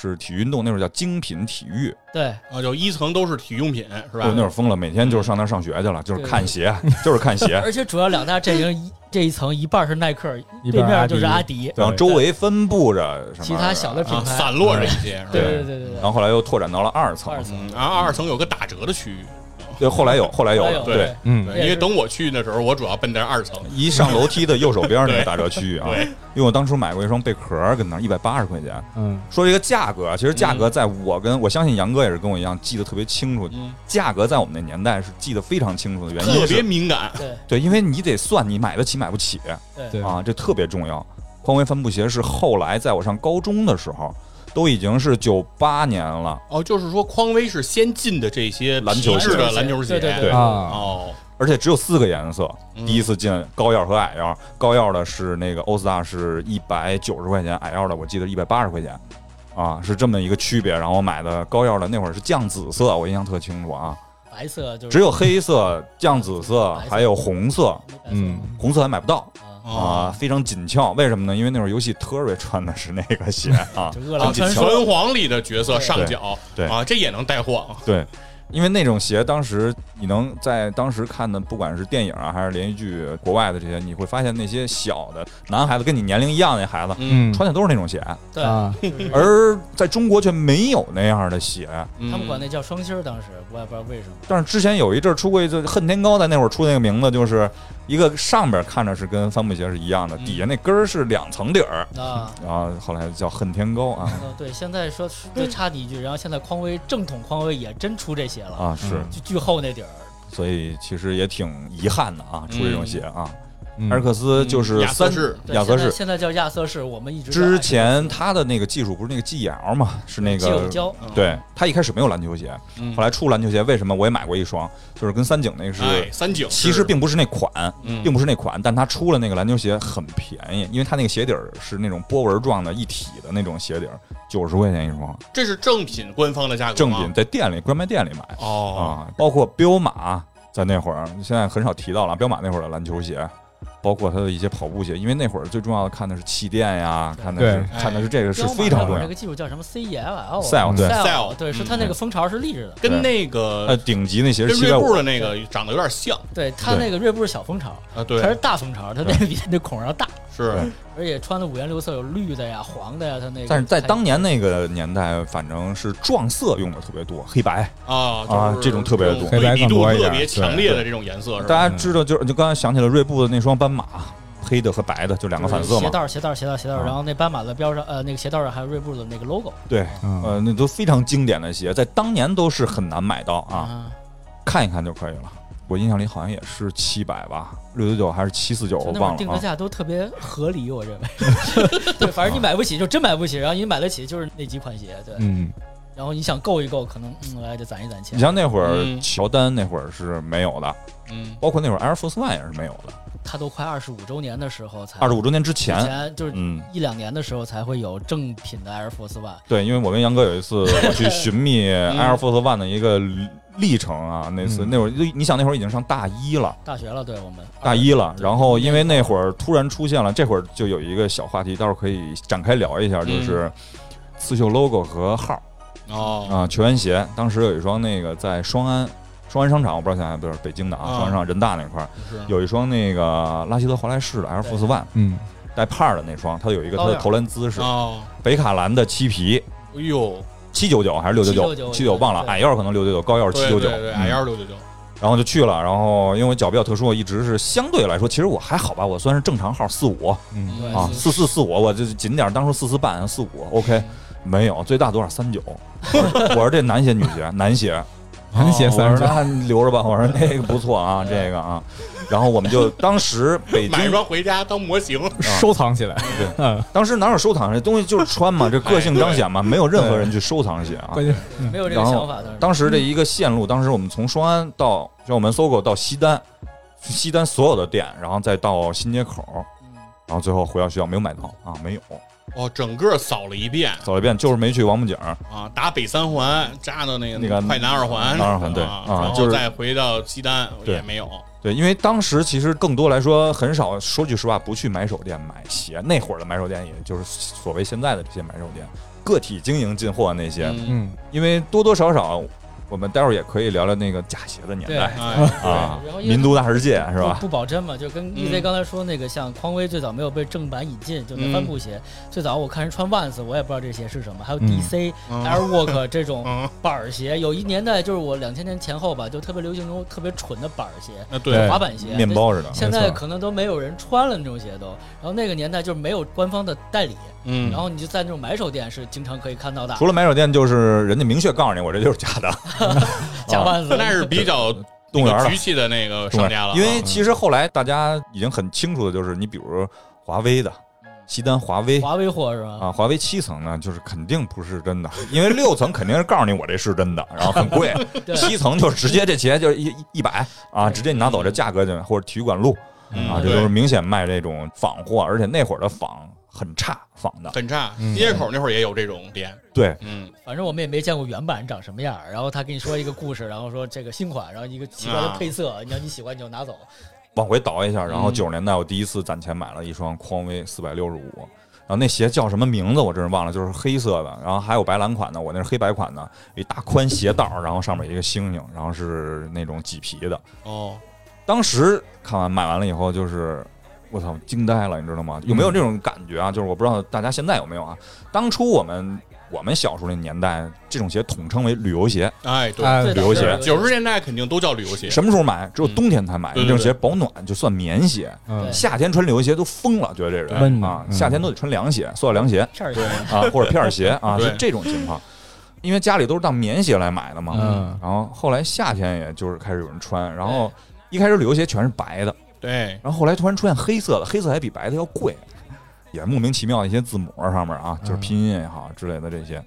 [SPEAKER 5] 是体育运动，那会儿叫精品体育，
[SPEAKER 6] 对
[SPEAKER 3] 啊，就一层都是体育用品，是
[SPEAKER 5] 我
[SPEAKER 3] 吧？
[SPEAKER 5] 那会儿疯了，每天就是上那儿上学去了，就是看 鞋，就是看鞋。
[SPEAKER 6] 而且主要两大阵营，一这一层一半是耐克，
[SPEAKER 4] 一
[SPEAKER 6] 对
[SPEAKER 4] 半
[SPEAKER 6] 面就是
[SPEAKER 4] 阿
[SPEAKER 6] 阿
[SPEAKER 4] 迪
[SPEAKER 6] 迪，
[SPEAKER 5] 然后周围分布着什么
[SPEAKER 6] 其他小的品
[SPEAKER 3] 啊，
[SPEAKER 6] 牌。
[SPEAKER 3] 散落着一些，是
[SPEAKER 6] 对
[SPEAKER 3] 吧？
[SPEAKER 6] 对对对
[SPEAKER 5] 然
[SPEAKER 6] 对
[SPEAKER 5] 后后来又拓展到了二层
[SPEAKER 6] 二，层
[SPEAKER 3] 嗯，然后二层有个打折的区域，
[SPEAKER 5] 对，后来有，后来有
[SPEAKER 6] 还
[SPEAKER 5] 了，
[SPEAKER 6] 有
[SPEAKER 5] 对，
[SPEAKER 4] 嗯
[SPEAKER 3] 对，
[SPEAKER 6] 也
[SPEAKER 3] 因为
[SPEAKER 6] 是
[SPEAKER 3] 等我去的时候，我主要奔在二层，
[SPEAKER 5] 一上楼梯的右手边那个
[SPEAKER 3] 对
[SPEAKER 5] 打折区域啊，
[SPEAKER 3] 对
[SPEAKER 5] 因为我当初买过一双贝壳儿，跟那儿一百八十块钱。
[SPEAKER 4] 嗯，
[SPEAKER 5] 说这个价格啊，其实价格
[SPEAKER 3] 嗯
[SPEAKER 5] 在我跟我相信杨哥也是跟我一样记得特别清楚，
[SPEAKER 3] 嗯
[SPEAKER 5] 价格在我们那年代是记得非常清楚的原因
[SPEAKER 3] 特别
[SPEAKER 5] 是，
[SPEAKER 3] 敏感，
[SPEAKER 6] 对
[SPEAKER 5] 对，因为你得算你买得起买不起
[SPEAKER 6] 对
[SPEAKER 4] 对
[SPEAKER 5] 啊，这特别重要。匡威帆布鞋是后来在我上高中的时候，都已经是九八年了，
[SPEAKER 3] 哦，就是说匡威是先进的这些
[SPEAKER 5] 篮球
[SPEAKER 3] 皮质的
[SPEAKER 6] 鞋
[SPEAKER 3] 篮球鞋，
[SPEAKER 6] 对对
[SPEAKER 5] 对
[SPEAKER 4] 啊，
[SPEAKER 3] 哦，
[SPEAKER 5] 而且只有四个颜色。
[SPEAKER 3] 嗯
[SPEAKER 5] 第一次进高腰和矮腰，高腰的是那个欧斯大是一百九十块钱，矮腰的我记得一百八十块钱，啊，是这么一个区别。然后我买的高腰的那会儿是酱紫色，我印象特清楚啊，
[SPEAKER 6] 白色就是
[SPEAKER 5] 只有黑色、酱紫色
[SPEAKER 6] 白色
[SPEAKER 5] 还有红色，
[SPEAKER 6] 白色
[SPEAKER 4] 嗯
[SPEAKER 5] 红色还买不到
[SPEAKER 6] 啊，
[SPEAKER 5] 啊，
[SPEAKER 3] 哦，
[SPEAKER 5] 非常紧俏。为什么呢？因为那会儿游戏 Terry 穿的是那个鞋啊
[SPEAKER 6] 就，饿
[SPEAKER 5] 啊
[SPEAKER 6] 狼
[SPEAKER 5] 紧
[SPEAKER 6] 传
[SPEAKER 5] 俏
[SPEAKER 6] 说。
[SPEAKER 3] 拳皇里的角色上脚，
[SPEAKER 5] 对对
[SPEAKER 3] 啊，这也能带货，
[SPEAKER 5] 对。因为那种鞋，当时你能在当时看的，不管是电影啊，还是连续剧，国外的这些，你会发现那些小的男孩子跟你年龄一样的孩子，
[SPEAKER 4] 嗯，
[SPEAKER 5] 穿的都是那种鞋，
[SPEAKER 6] 对，
[SPEAKER 4] 啊，
[SPEAKER 6] 就是
[SPEAKER 5] 而在中国却没有那样的鞋。
[SPEAKER 3] 嗯
[SPEAKER 6] 他们管那叫双星儿，当时我也不知道为什么。
[SPEAKER 5] 但是之前有一阵儿出过一阵，恨天高在那会儿出那个名字，就是一个上边看着是跟帆布鞋是一样的，
[SPEAKER 3] 嗯
[SPEAKER 5] 底下那根儿是两层底儿，
[SPEAKER 6] 啊，
[SPEAKER 5] 然后后来叫恨天高 啊
[SPEAKER 6] 呃，对，现在说再插你一句，然后现在匡威正统匡威也真出这些了，
[SPEAKER 5] 啊
[SPEAKER 3] 嗯
[SPEAKER 5] 是，
[SPEAKER 6] 就巨厚那底儿，
[SPEAKER 5] 所以其实也挺遗憾的啊，出这种鞋啊。埃尔
[SPEAKER 4] 嗯
[SPEAKER 5] 克斯就是
[SPEAKER 3] 嗯亚瑟
[SPEAKER 5] 三
[SPEAKER 3] 士
[SPEAKER 6] 对
[SPEAKER 5] 亚瑟
[SPEAKER 6] 现在
[SPEAKER 5] 士，
[SPEAKER 6] 现在叫亚瑟士，我们一直
[SPEAKER 5] 之
[SPEAKER 6] 在
[SPEAKER 5] 前他的那个技术不是那个 G L 嘛，是那
[SPEAKER 6] 肌肉
[SPEAKER 5] 个
[SPEAKER 6] 胶，
[SPEAKER 5] 对他一开始没有篮球鞋，
[SPEAKER 3] 嗯
[SPEAKER 5] 后来出篮球鞋，为什么我也买过一双，就是跟三井那个是
[SPEAKER 3] 哎，三井
[SPEAKER 5] 其实并不是那款，
[SPEAKER 3] 嗯
[SPEAKER 5] 并不是那款，但它出了那个篮球鞋很便宜，因为它那个鞋底儿是那种波纹状的一体的那种鞋底儿，九十块钱一双，
[SPEAKER 3] 这是正品官方的价格吗，啊
[SPEAKER 5] 正品在店里专卖店里买
[SPEAKER 3] 哦，
[SPEAKER 5] 啊，包括彪马在那会儿，现在很少提到了，彪马那会儿的篮球鞋。包括它的一些跑步鞋，因为那会儿最重要的看的是气垫呀，看的是
[SPEAKER 3] 对哎
[SPEAKER 5] 看的是这个是
[SPEAKER 6] 彪马
[SPEAKER 5] 非常重
[SPEAKER 6] 那
[SPEAKER 5] 要
[SPEAKER 6] 个。技术叫什么 C E L L
[SPEAKER 5] Cell，对
[SPEAKER 3] Cell，
[SPEAKER 6] 对，是
[SPEAKER 3] 嗯
[SPEAKER 6] 他那个风潮是立着的，
[SPEAKER 3] 跟
[SPEAKER 5] 对
[SPEAKER 3] 那
[SPEAKER 5] 呃，
[SPEAKER 3] 个
[SPEAKER 5] 顶级那鞋
[SPEAKER 3] 跟
[SPEAKER 5] 是七
[SPEAKER 3] 锐
[SPEAKER 5] 百
[SPEAKER 3] 步
[SPEAKER 5] 五，
[SPEAKER 3] 的那个长得有点像
[SPEAKER 6] 对他那个锐步是小风潮，
[SPEAKER 3] 啊，
[SPEAKER 6] 它是
[SPEAKER 4] 哎
[SPEAKER 3] 对，
[SPEAKER 6] 大风潮，它那个比那孔要大，
[SPEAKER 3] 是
[SPEAKER 6] 而且穿的五颜六色，有绿的呀、黄的呀，它那个。
[SPEAKER 5] 但是在当年那个年代，反正是撞色用的特别多，黑白。
[SPEAKER 3] 啊
[SPEAKER 5] 啊
[SPEAKER 3] 就是
[SPEAKER 5] 这种特别多
[SPEAKER 3] 对比度特别
[SPEAKER 4] 黑白更多一点
[SPEAKER 3] 强烈的这种颜
[SPEAKER 6] 嗯
[SPEAKER 3] 色，是吧？
[SPEAKER 5] 大家知道，就是就刚才想起了锐步的那双斑马，黑的和白的，就两个反色
[SPEAKER 6] 鞋
[SPEAKER 5] 嘛。
[SPEAKER 6] 带儿、鞋带儿、鞋带儿、鞋带儿，
[SPEAKER 5] 啊
[SPEAKER 6] 然后那斑马的标上，呃，那个鞋带儿上还有锐步的那个 logo
[SPEAKER 5] 对，
[SPEAKER 4] 嗯，
[SPEAKER 5] 呃，那都非常经典的鞋，在当年都是很难买到啊，
[SPEAKER 6] 啊，
[SPEAKER 5] 看一看就可以了。我印象里好像也是七百吧，六九九还是七四九，
[SPEAKER 6] 就
[SPEAKER 5] 我
[SPEAKER 6] 那会儿
[SPEAKER 5] 忘
[SPEAKER 6] 定
[SPEAKER 5] 了
[SPEAKER 6] 的
[SPEAKER 5] 啊。
[SPEAKER 6] 价都特别合理，我认为。 对，反正你买不起就真买不起，然后你买得起就是那几款鞋，对。
[SPEAKER 4] 嗯，
[SPEAKER 6] 然后你想够一够，可能嗯，我还得攒一攒
[SPEAKER 5] 你
[SPEAKER 6] 钱。
[SPEAKER 5] 像那会儿
[SPEAKER 3] 嗯
[SPEAKER 5] 乔丹那会儿是没有的，
[SPEAKER 3] 嗯，
[SPEAKER 5] 包括那会儿 Air Force One 也是没有的。
[SPEAKER 6] 他都快二十五周年的时候才，
[SPEAKER 5] 二十五周年之
[SPEAKER 6] 啊之
[SPEAKER 5] 前，
[SPEAKER 6] 前就是
[SPEAKER 5] 嗯，
[SPEAKER 6] 一两年的时候才会有正品的 Air Force One。
[SPEAKER 5] 对，因为我跟杨哥有一 次我去寻觅 Air Force One 的一个历程啊，那次
[SPEAKER 4] 嗯
[SPEAKER 5] 那会儿你想那会儿已经上大一了。
[SPEAKER 6] 大学了，对我们
[SPEAKER 5] 大一了，
[SPEAKER 6] 啊对
[SPEAKER 5] 然后因为那会儿突然出现了，这会儿就有一个小话题，到时候可以展开聊一下，
[SPEAKER 6] 嗯
[SPEAKER 5] 就是刺绣 logo 和号儿
[SPEAKER 3] 哦
[SPEAKER 5] 啊，球员鞋。当时有一双那个在双安双安商场，我不知道现在还不是北京的啊，
[SPEAKER 3] 啊嗯
[SPEAKER 5] 双安商场人大那块儿
[SPEAKER 3] 是
[SPEAKER 5] 有一双那个拉希德华莱士的 Air Force One
[SPEAKER 4] 嗯，
[SPEAKER 5] 带帕儿的那双，它有一个它
[SPEAKER 3] 啊
[SPEAKER 5] 的
[SPEAKER 6] 高点儿
[SPEAKER 5] 投篮姿势，
[SPEAKER 3] 哦，
[SPEAKER 5] 北卡蓝的漆皮
[SPEAKER 3] 哎呦，
[SPEAKER 5] 七九九还是六九
[SPEAKER 6] 799
[SPEAKER 5] 七九忘了，
[SPEAKER 6] 对
[SPEAKER 5] 矮腰可能六九九，高腰是七
[SPEAKER 3] 对
[SPEAKER 5] 九九嗯
[SPEAKER 3] 对，对，矮腰六九九，
[SPEAKER 5] 然后就去了，然后因为脚比较特殊，我一直是相对来说，其实我还好吧，我算是正常号四五
[SPEAKER 4] 嗯
[SPEAKER 6] 对
[SPEAKER 5] 啊，四四四五，我就紧点儿，当初四四半四五，OK，没有最大多少三九， 我说这男鞋女鞋男鞋，
[SPEAKER 4] 男鞋
[SPEAKER 5] 啊我
[SPEAKER 4] 三十
[SPEAKER 5] 说
[SPEAKER 4] 九，
[SPEAKER 5] 那留着吧，我说那个不错啊，这个啊，然后我们就当时北
[SPEAKER 3] 买一
[SPEAKER 5] 京
[SPEAKER 3] 双回家当模型。
[SPEAKER 5] 啊
[SPEAKER 4] 收藏起来。
[SPEAKER 5] 对
[SPEAKER 4] 嗯，
[SPEAKER 5] 当时哪有收藏这东西就是穿嘛，这个性彰显嘛，没有任何人去收藏鞋啊，
[SPEAKER 4] 关键
[SPEAKER 6] 没有这个
[SPEAKER 5] 然
[SPEAKER 6] 想
[SPEAKER 5] 后
[SPEAKER 6] 法，当时
[SPEAKER 5] 当时这一个线路，当时我们从双安到就我们搜狗到西单，去西单所有的店，然后再到新街口，然后最后回到学校没有买到啊，没有
[SPEAKER 3] 哦，整个扫了一遍
[SPEAKER 5] 走一遍，就是没去王府井，
[SPEAKER 3] 啊，打北三环扎到那个
[SPEAKER 5] 那个
[SPEAKER 3] 快南二环，
[SPEAKER 5] 南二环对
[SPEAKER 3] 啊，
[SPEAKER 5] 啊
[SPEAKER 3] 然
[SPEAKER 5] 就
[SPEAKER 3] 后
[SPEAKER 5] 是
[SPEAKER 3] 再回到西单
[SPEAKER 5] 对
[SPEAKER 3] 也没有。
[SPEAKER 5] 对，因为当时其实更多来说很少，说句实话，不去买手店买鞋，那会儿的买手店也就是所谓现在的这些买手店，个体经营进货那些，
[SPEAKER 3] 嗯，
[SPEAKER 4] 嗯，
[SPEAKER 5] 因为多多少少。我们待会儿也可以聊聊那个假鞋的年代
[SPEAKER 3] 哎，
[SPEAKER 5] 啊
[SPEAKER 6] 然后，因为
[SPEAKER 5] 民族大世界是吧
[SPEAKER 6] 不？不保真嘛，就跟
[SPEAKER 3] 嗯
[SPEAKER 6] EZ 刚才说那个，像匡威最早没有被正版引进，就那帆布鞋，最早我看人穿 Vans，我也不知道这鞋是什么，还有
[SPEAKER 5] 嗯
[SPEAKER 6] DC、
[SPEAKER 3] 嗯
[SPEAKER 6] Airwalk 这种
[SPEAKER 3] 嗯，
[SPEAKER 6] 板儿鞋，有一年代就是我两千年前后吧，就特别流行那种特别蠢的板儿鞋，
[SPEAKER 3] 那对
[SPEAKER 6] 滑板鞋，
[SPEAKER 5] 面包似的
[SPEAKER 6] 那。现
[SPEAKER 5] 没
[SPEAKER 6] 在
[SPEAKER 5] 错
[SPEAKER 6] 可能都没有人穿了那种鞋都，然后那个年代就是没有官方的代理，
[SPEAKER 3] 嗯
[SPEAKER 6] 然后你就在那种买手店是经常可以看到的，
[SPEAKER 5] 除了买手店，就是人家明确告诉你，我这就是假的，
[SPEAKER 6] 假万斯，
[SPEAKER 3] 那是比较
[SPEAKER 5] 动物园
[SPEAKER 3] 那个
[SPEAKER 5] 了
[SPEAKER 3] 局，气的那个商家了啊，
[SPEAKER 5] 因为其实后来大家已经很清楚的就是，你比如华为的西单华为
[SPEAKER 6] 嗯华为货是吧？
[SPEAKER 5] 啊，华为七层呢，就是肯定不是真的， 因为六层肯定是告诉你我这是真的， 然后很 贵，
[SPEAKER 6] 对
[SPEAKER 5] 七层就直接这鞋就是一一百啊，直接你拿走这价格就或者体育馆路
[SPEAKER 3] 嗯
[SPEAKER 5] 啊，这
[SPEAKER 3] 对
[SPEAKER 5] 都是明显卖这种仿货，而且那会儿的仿很差仿的，
[SPEAKER 3] 很差。
[SPEAKER 5] 嗯
[SPEAKER 3] 新街口那会儿也有这种店，
[SPEAKER 5] 对，
[SPEAKER 3] 嗯，
[SPEAKER 6] 反正我们也没见过原版长什么样儿，然后他跟你说一个故事，然后说这个新款，然后一个奇怪的配色，你要你喜欢你就拿走。
[SPEAKER 5] 往回倒一下，然后
[SPEAKER 3] 嗯
[SPEAKER 5] 九十年代我第一次攒钱买了一双匡威四百六十五，然后那鞋叫什么名字我真是忘了，就是黑色的，然后还有白蓝款的，我那是黑白款的，一大宽鞋带儿，然后上面有一个星星，然后是那种麂皮的。
[SPEAKER 3] 哦，
[SPEAKER 5] 当时看完买完了以后，就是我操惊呆了，你知道吗？有没有这种感觉啊？就是我不知道大家现在有没有啊？当初我们我们小时候那年代，这种鞋统称为旅游鞋，
[SPEAKER 3] 哎，对，
[SPEAKER 4] 哎
[SPEAKER 6] 最
[SPEAKER 5] 啊旅
[SPEAKER 6] 早
[SPEAKER 5] 游鞋
[SPEAKER 6] 就是
[SPEAKER 3] 九十年代肯定都叫旅游鞋，
[SPEAKER 5] 什么时候买？只有
[SPEAKER 3] 嗯
[SPEAKER 5] 冬天才买，
[SPEAKER 3] 对对
[SPEAKER 5] 这种
[SPEAKER 3] 对
[SPEAKER 5] 鞋保暖，就算棉鞋。
[SPEAKER 4] 嗯
[SPEAKER 6] 对
[SPEAKER 5] 夏天穿旅游鞋都疯了，觉得这人
[SPEAKER 4] 闷
[SPEAKER 5] 啊，
[SPEAKER 4] 嗯
[SPEAKER 5] 夏天都得穿凉鞋，塑料凉鞋
[SPEAKER 6] 片儿
[SPEAKER 3] 对
[SPEAKER 6] 鞋，
[SPEAKER 5] 啊，或者片儿鞋啊，
[SPEAKER 3] 对
[SPEAKER 5] 是这种情况。因为家里都是当棉鞋来买的嘛，
[SPEAKER 4] 嗯
[SPEAKER 5] 然后后来夏天也就是开始有人穿，然后一开始旅游鞋全是白的，
[SPEAKER 3] 对，
[SPEAKER 5] 然后后来突然出现黑色的，黑色还比白的要贵，也莫名其妙的一些字母上面啊，
[SPEAKER 3] 嗯
[SPEAKER 5] 就是拼音也好之类的这些。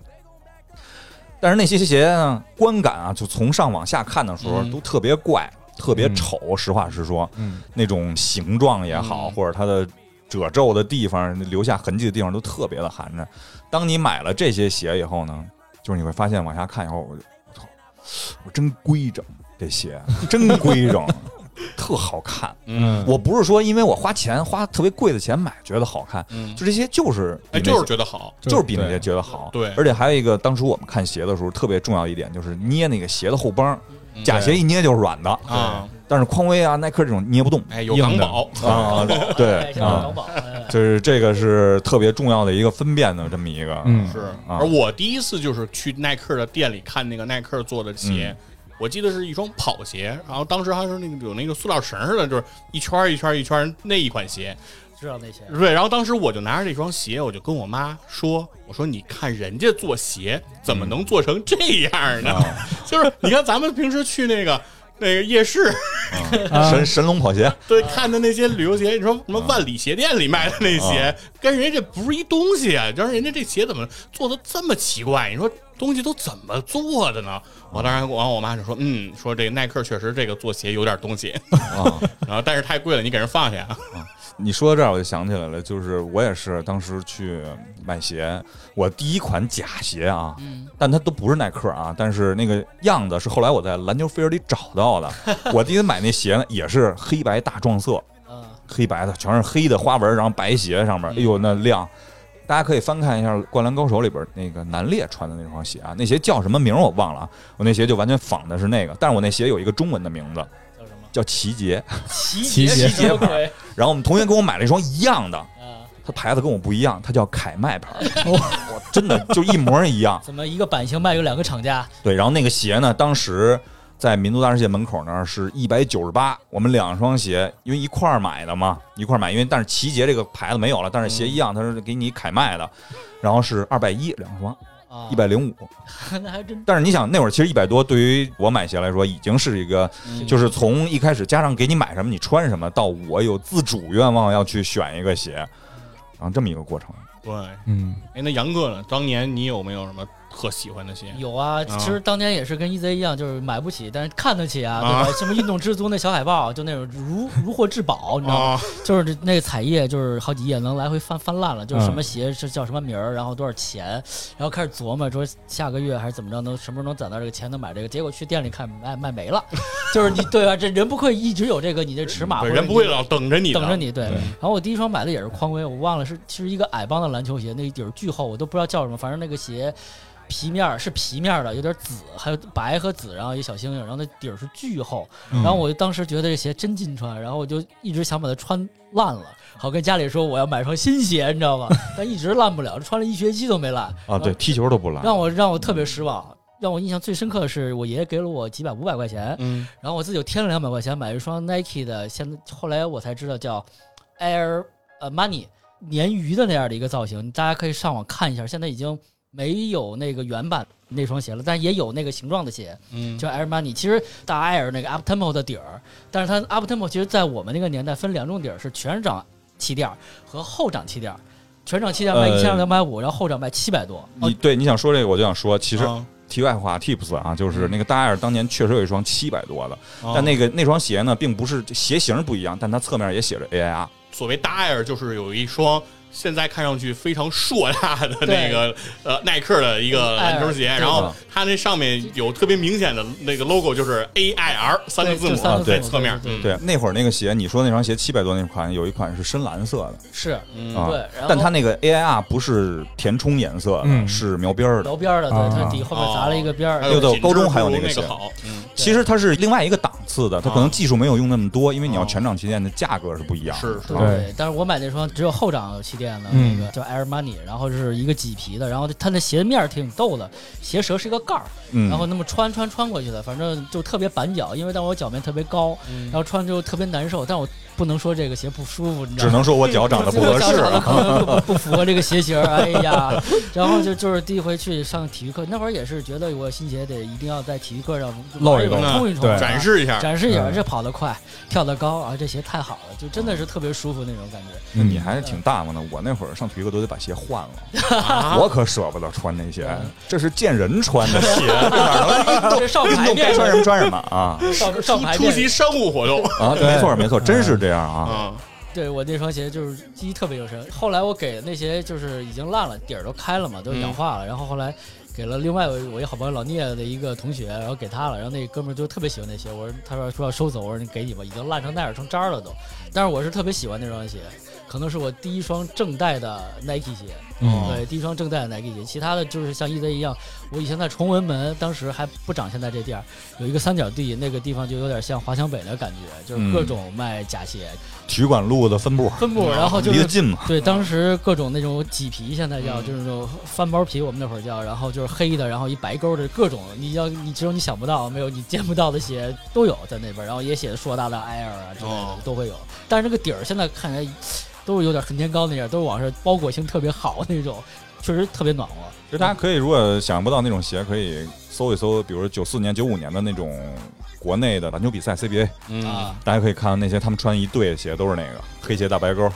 [SPEAKER 5] 但是那些鞋呢，观感啊，就从上往下看的时候
[SPEAKER 3] 嗯
[SPEAKER 5] 都特别怪，特别
[SPEAKER 4] 嗯
[SPEAKER 5] 丑。实话实说，
[SPEAKER 4] 嗯
[SPEAKER 5] 那种形状也好，
[SPEAKER 3] 嗯
[SPEAKER 5] 或者它的褶皱的地方、留下痕迹的地方都特别的寒碜。当你买了这些鞋以后呢，就是你会发现往下看以后，我就我操，我真规整，这鞋真规 整，特好看。
[SPEAKER 3] 嗯
[SPEAKER 5] 我不是说因为我花钱花特别贵的钱买觉得好看，
[SPEAKER 3] 嗯，
[SPEAKER 5] 就这些就是比
[SPEAKER 3] 哎，
[SPEAKER 5] 那些
[SPEAKER 3] 就是觉得好，
[SPEAKER 5] 就是比那
[SPEAKER 4] 对
[SPEAKER 5] 些觉得好。
[SPEAKER 3] 对
[SPEAKER 5] 而且还有一个，当初我们看鞋的时候特别重要一点就是捏那个鞋的后帮，
[SPEAKER 3] 嗯
[SPEAKER 5] 假鞋一捏就是软的，
[SPEAKER 3] 啊，
[SPEAKER 5] 但是匡威啊、耐克这种捏不动。
[SPEAKER 3] 哎，有港宝，
[SPEAKER 5] 啊，对
[SPEAKER 6] 哎像
[SPEAKER 5] 啊
[SPEAKER 6] 淘，宝，哎
[SPEAKER 5] 就是这个是特别重要的一个分辨的这么一个，
[SPEAKER 4] 嗯，
[SPEAKER 3] 是。
[SPEAKER 5] 啊
[SPEAKER 3] 而我第一次就是去耐克的店里看那个耐克做的鞋，我记得是一双跑鞋，然后当时还是那个有那个塑料绳似的，就是一圈儿一圈儿一圈儿那一款鞋。
[SPEAKER 6] 知道那些。
[SPEAKER 3] 对，然后当时我就拿着这双鞋，我就跟我妈说：“我说你看人家做鞋怎么能做成这样呢？ 就是你看咱们平时去那个那个夜市，啊
[SPEAKER 5] 神神龙跑鞋，
[SPEAKER 3] 对，看的那些旅游鞋，你说什么万里鞋店里卖的那
[SPEAKER 5] 啊
[SPEAKER 3] 鞋，跟人家这不是一东西啊！就是人家这鞋怎么做的这么奇怪？你说东西都怎么做的呢？我当然，我我妈就说，嗯，说这耐克确实这个做鞋有点东西，
[SPEAKER 5] 啊
[SPEAKER 3] 然后但是太贵了，你给人放 下。
[SPEAKER 5] 你说到这儿我就想起来了，就是我也是当时去买鞋，我第一款假鞋啊，但它都不是耐克啊，但是那个样子是后来我在篮球飞儿里找到的。我第一次买那鞋呢，也是黑白大撞色，
[SPEAKER 6] 嗯，
[SPEAKER 5] 黑白的，全是黑的花纹，然后白鞋上面，哎呦那亮！大家可以翻看一下《灌篮高手》里边那个南烈穿的那双鞋啊，那鞋叫什么名儿我忘了啊，我那鞋就完全仿的是那个，但是我那鞋有一个中文的名字
[SPEAKER 6] 叫什么？
[SPEAKER 5] 叫齐杰，
[SPEAKER 6] 奇
[SPEAKER 4] 奇
[SPEAKER 6] 杰
[SPEAKER 4] 杰
[SPEAKER 6] 奇杰鬼
[SPEAKER 5] 然后我们同学给我买了一双一样的，
[SPEAKER 6] 啊！
[SPEAKER 5] 他它牌子跟我不一样，它叫凯迈牌儿，我真的就一模一样。
[SPEAKER 6] 怎么一个版型卖给两个厂家？
[SPEAKER 5] 对，然后那个鞋呢，当时在民族大世界门口那儿是一百九十八，我们两双鞋，因为一块儿买的嘛，一块儿买，因为但是齐杰这个牌子没有了，但是鞋一样，它是给你凯迈的，然后是二百一两双，
[SPEAKER 6] 啊，
[SPEAKER 5] 一百零五。
[SPEAKER 6] 那还真
[SPEAKER 5] 但是你想，那会儿其实一百多，对于我买鞋来说，已经是一个，就是从一开始加上给你买什么，你穿什么，到我有自主愿望要去选一个鞋，然后这么一个过程。
[SPEAKER 3] 对，
[SPEAKER 4] 嗯，
[SPEAKER 3] 哎，那杨哥呢？当年你有没有什么特喜欢的鞋？
[SPEAKER 6] 有啊，其实当年也是跟 EZ 一样，就是买不起，但是看得起啊，对吧？ 什么运动之足那小海报，就那种如如获至宝，你知道吗？
[SPEAKER 3] 啊，
[SPEAKER 6] 就是这那个彩页，就是好几页能来回翻翻烂了，就
[SPEAKER 4] 嗯
[SPEAKER 6] 是什么鞋是叫什么名儿，然后多少钱，然后开始琢磨说下个月还是怎么着能什么时候能攒到这个钱能买这个，结果去店里看卖卖没了， 就是你对吧？这人不会一直有这个你这尺码，
[SPEAKER 3] 对
[SPEAKER 6] 或者
[SPEAKER 3] 人不会老等着你的，
[SPEAKER 6] 等着你对。然后我第一双买的也是匡威，我忘了是是一个矮帮的篮球鞋，那底儿巨厚，我都不知道叫什么，反正那个鞋。皮面儿是皮面儿的，有点紫，还有白和紫，然后一个小星星，然后那底儿是巨厚，然后我就当时觉得这鞋真金穿，然后我就一直想把它穿烂了，好跟家里说我要买双新鞋，你知道吗？ 但一直烂不了，穿了一学期都没烂
[SPEAKER 5] 啊，对，，踢球都不烂，
[SPEAKER 6] 让我让我特别失望。让我印象最深刻的是，我爷爷给了我几百五百块钱，
[SPEAKER 3] 嗯，
[SPEAKER 6] 然后我自己又添了两百块钱买一双 Nike 的，现在后来我才知道叫 Air 呃 Money 鲶鱼的那样的一个造型，大家可以上网看一下，现在已经没有那个原版那双鞋了，但也有那个形状的鞋，
[SPEAKER 3] 嗯
[SPEAKER 6] 叫 Air Money。其实大 Air 那个 Up Tempo 的底儿，但是它 Up Tempo 其实在我们那个年代分两种底儿，是全掌气垫儿和后掌气垫儿。全掌气垫儿卖
[SPEAKER 5] 呃
[SPEAKER 6] 一千两百五，然后后掌卖七百多。
[SPEAKER 3] 哦
[SPEAKER 5] 你对你想说这个，我就想说，其实
[SPEAKER 3] 啊
[SPEAKER 5] 题外话 tips 啊，就是
[SPEAKER 3] 嗯
[SPEAKER 5] 那个大艾尔当年确实有一双七百多的，
[SPEAKER 3] 啊
[SPEAKER 5] 但那个那双鞋呢，并不是鞋型不一样，但它侧面也写着 AIR。
[SPEAKER 3] 所谓大 Air 就是有一双现在看上去非常硕大的那个呃耐克的一个篮球鞋，
[SPEAKER 6] 嗯 Air，对
[SPEAKER 3] 然后它那上面有特别明显的那个 logo，就是 A I R 三个字母
[SPEAKER 6] 就三个字母
[SPEAKER 3] 在
[SPEAKER 6] 对
[SPEAKER 3] 侧面，
[SPEAKER 6] 对
[SPEAKER 3] 嗯，
[SPEAKER 5] 对，那会儿那个鞋，你说那双鞋七百多那款，有一款是深蓝色的
[SPEAKER 6] 是
[SPEAKER 3] 嗯
[SPEAKER 5] 啊，
[SPEAKER 6] 对然后
[SPEAKER 5] 但它那个 AIR 不是填充颜色的，
[SPEAKER 4] 嗯
[SPEAKER 5] 是描边儿的。
[SPEAKER 6] 楼边儿的，对，
[SPEAKER 4] 啊
[SPEAKER 6] 它底后面砸了一个边儿
[SPEAKER 3] 还。
[SPEAKER 5] 有
[SPEAKER 3] 品质
[SPEAKER 5] 高中还有
[SPEAKER 3] 不如
[SPEAKER 5] 那
[SPEAKER 3] 那
[SPEAKER 5] 个鞋
[SPEAKER 3] 好，嗯，
[SPEAKER 5] 其实它是另外一个档次的，它可
[SPEAKER 3] 啊
[SPEAKER 5] 能技术没有用那么多，因为你要
[SPEAKER 3] 啊
[SPEAKER 5] 全掌旗舰的价格是不一样的。啊
[SPEAKER 3] 是是
[SPEAKER 6] 对，
[SPEAKER 4] 对
[SPEAKER 6] 但是我买那双只有后掌气垫的那
[SPEAKER 4] 嗯
[SPEAKER 6] 个叫 Air Money，然后是一个麂皮的，然后它的鞋面儿挺逗的，鞋舌是一个盖儿，
[SPEAKER 5] 嗯，
[SPEAKER 6] 然后那么穿穿穿过去的，反正就特别板脚，因为当时我脚面特别高，
[SPEAKER 5] 嗯
[SPEAKER 6] 然后穿就特别难受，但我不能说这个鞋不舒服，你知
[SPEAKER 5] 只
[SPEAKER 6] 道吗？
[SPEAKER 5] 能说我脚长得不合适
[SPEAKER 6] 脚长得
[SPEAKER 5] 啊。
[SPEAKER 6] 可能不不符合这个鞋型儿，哎呀，然后就就是第一回去上体育课，那会儿也是觉得我新鞋得一定要在体育课上
[SPEAKER 4] 露
[SPEAKER 6] 玩
[SPEAKER 4] 一
[SPEAKER 6] 一
[SPEAKER 4] 个
[SPEAKER 6] 玩冲一冲，
[SPEAKER 4] 对
[SPEAKER 3] 展示一下，
[SPEAKER 6] 展示一下，
[SPEAKER 4] 嗯
[SPEAKER 6] 这跑得快，跳得高啊，这鞋太好了，就真的是特别舒服那种感觉。
[SPEAKER 5] 那你还是挺大方的，我那会儿上体育课都得把鞋换了，
[SPEAKER 3] 啊
[SPEAKER 5] 我可舍不得穿那鞋，这是见人穿的鞋，哪 能
[SPEAKER 6] 这上
[SPEAKER 5] 运
[SPEAKER 6] 牌
[SPEAKER 5] 动该
[SPEAKER 6] 面
[SPEAKER 5] 穿什么穿什么啊
[SPEAKER 6] 上上牌
[SPEAKER 3] 出
[SPEAKER 6] 面
[SPEAKER 3] 席商务活动
[SPEAKER 5] 啊！没错没错，真是这样
[SPEAKER 6] 嗯
[SPEAKER 5] 啊。
[SPEAKER 3] 啊，
[SPEAKER 6] 对我那双鞋就是记忆特别有深。后来我给那鞋就是已经烂了，底儿都开了嘛，都氧化了。然后后来给了另外我一好朋友老聂的一个同学，然后给他了。然后那哥们儿就特别喜欢那鞋，我说他说说要收走，我说你给你吧，已经烂成那样成渣儿了都。但是我是特别喜欢那双鞋，可能是我第一双正代的 Nike 鞋。
[SPEAKER 4] 嗯
[SPEAKER 6] 对，第一双正代的 Nike 鞋，其他的就是像 EZ 一样，我以前在崇文门，当时还不长现在这地儿，有一个三角地，那个地方就有点像华强北的感觉，就是各
[SPEAKER 5] 嗯
[SPEAKER 6] 种卖假鞋，
[SPEAKER 5] 体育馆路的分布
[SPEAKER 6] 分布，然后哦就
[SPEAKER 5] 离得
[SPEAKER 6] 是
[SPEAKER 5] 近嘛，
[SPEAKER 6] 对当时各种那种麂皮，现在
[SPEAKER 3] 嗯
[SPEAKER 6] 叫就是那种翻包皮，我们那会儿叫，然后就是黑的，然后一白勾的各种，你要你只有你想不到，没有你见不到的鞋都有在那边，然后也写的硕大的 Air 啊之类的
[SPEAKER 3] 哦
[SPEAKER 6] 都会有，但是那个底儿现在看起来都是有点恨天高那样，都是往上包裹性特别好那种，确实特别暖和。
[SPEAKER 5] 其实大家可以，如果想象不到那种鞋，可以搜一搜，比如九四年、九五年的那种国内的篮球比赛 CBA，
[SPEAKER 3] 嗯
[SPEAKER 6] 啊，
[SPEAKER 5] 大家可以看看那些他们穿一对的鞋都是那个黑鞋大白勾，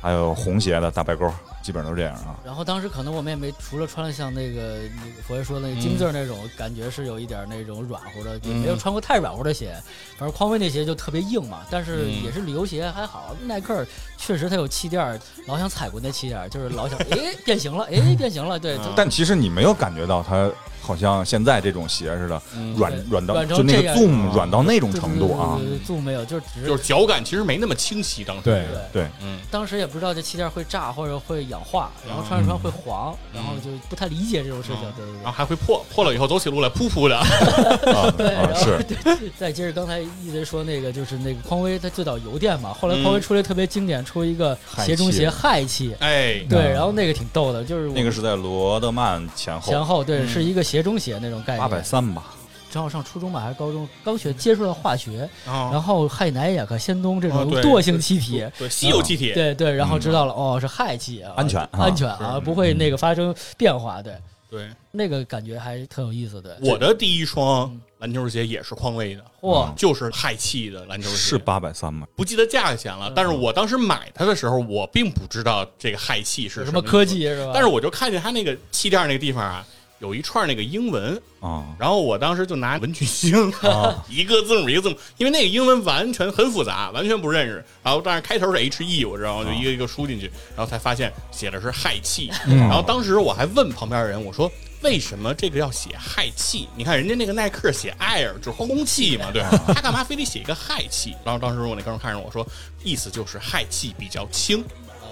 [SPEAKER 5] 还有红鞋的大白勾，基本上都是这样啊。
[SPEAKER 6] 然后当时可能我们也没，除了穿了像那个你佛爷说的那个金字儿那种、感觉是有一点那种软乎的，也没有穿过太软乎的鞋。反正匡威那鞋就特别硬嘛，但是也是旅游鞋还好。耐克儿确实它有气垫儿，老想踩过那气垫儿，就是老想哎变形了，哎变形了，对，就
[SPEAKER 5] 但其实你没有感觉到它好像现在这种鞋似的，软
[SPEAKER 6] 嗯对
[SPEAKER 5] 软到
[SPEAKER 6] 软成
[SPEAKER 5] 就那
[SPEAKER 6] 这
[SPEAKER 5] 个
[SPEAKER 6] 样啊
[SPEAKER 5] zoom 软到那种程度啊。
[SPEAKER 6] ，Zoom 没有，就是只是
[SPEAKER 3] 就是脚感其实没那么清晰。当时
[SPEAKER 4] 对
[SPEAKER 6] 对
[SPEAKER 5] 对，
[SPEAKER 3] 嗯，
[SPEAKER 6] 当时也不知道这气垫会炸或者会氧化，然后穿着穿会黄，然后就不太理解这种事情。对对
[SPEAKER 3] 然后还会破，破了以后走起路来噗噗的。
[SPEAKER 5] 啊
[SPEAKER 6] 对，
[SPEAKER 5] 啊
[SPEAKER 6] 然后
[SPEAKER 5] 是
[SPEAKER 6] 对，再接着刚才一直说那个，就是那个匡威，它最早油电嘛，后来匡威出了一个特别经典，出一个鞋中鞋氦气，
[SPEAKER 3] 哎，
[SPEAKER 6] 对，
[SPEAKER 4] 嗯
[SPEAKER 6] 然后那个挺逗的，就是我
[SPEAKER 5] 那个是在罗德曼前后
[SPEAKER 6] 前后对，是一个鞋中鞋那种概
[SPEAKER 5] 八百
[SPEAKER 6] 念。
[SPEAKER 5] 三吧，
[SPEAKER 6] 正好上初中吧还是高中，刚学接触到化学，
[SPEAKER 3] 然
[SPEAKER 6] 然后氦氖氩氪氙氡这种
[SPEAKER 3] 哦哦对
[SPEAKER 6] 惰性气体，
[SPEAKER 3] 啊对稀有气体，
[SPEAKER 6] 对对，然后知道了哦是氦气啊，
[SPEAKER 5] 安全啊
[SPEAKER 6] 安全啊，不会那个发生变化，对。
[SPEAKER 3] 对
[SPEAKER 6] 那个感觉还挺有意思的。
[SPEAKER 3] 我的第一双篮球鞋也是匡威的，嗯
[SPEAKER 6] 哇，
[SPEAKER 3] 就是氦气的篮球鞋，
[SPEAKER 5] 是八百三吗？
[SPEAKER 3] 不记得价钱
[SPEAKER 6] 嗯
[SPEAKER 3] 了，但是我当时买它的时候，我并不知道这个氦气是
[SPEAKER 6] 有什
[SPEAKER 3] 么
[SPEAKER 6] 么科技是吧？
[SPEAKER 3] 但是我就看见它那个气垫那个地方啊，有一串那个英文，
[SPEAKER 5] 啊
[SPEAKER 3] 然后我当时就拿文曲星，
[SPEAKER 5] 啊
[SPEAKER 3] 一个字母一个字母，因为那个英文完全很复杂，完全不认识。然后但是开头是 H E，我知道，我就一个一个输进去，然后才发现写的是氦气。然后当时我还问旁边的人，我说。为什么这个要写氦气？你看人家那个耐克写 air 就是空气嘛，对吧？他干嘛非得写一个氦气？然后当时我那哥们看着我说，意思就是氦气比较轻。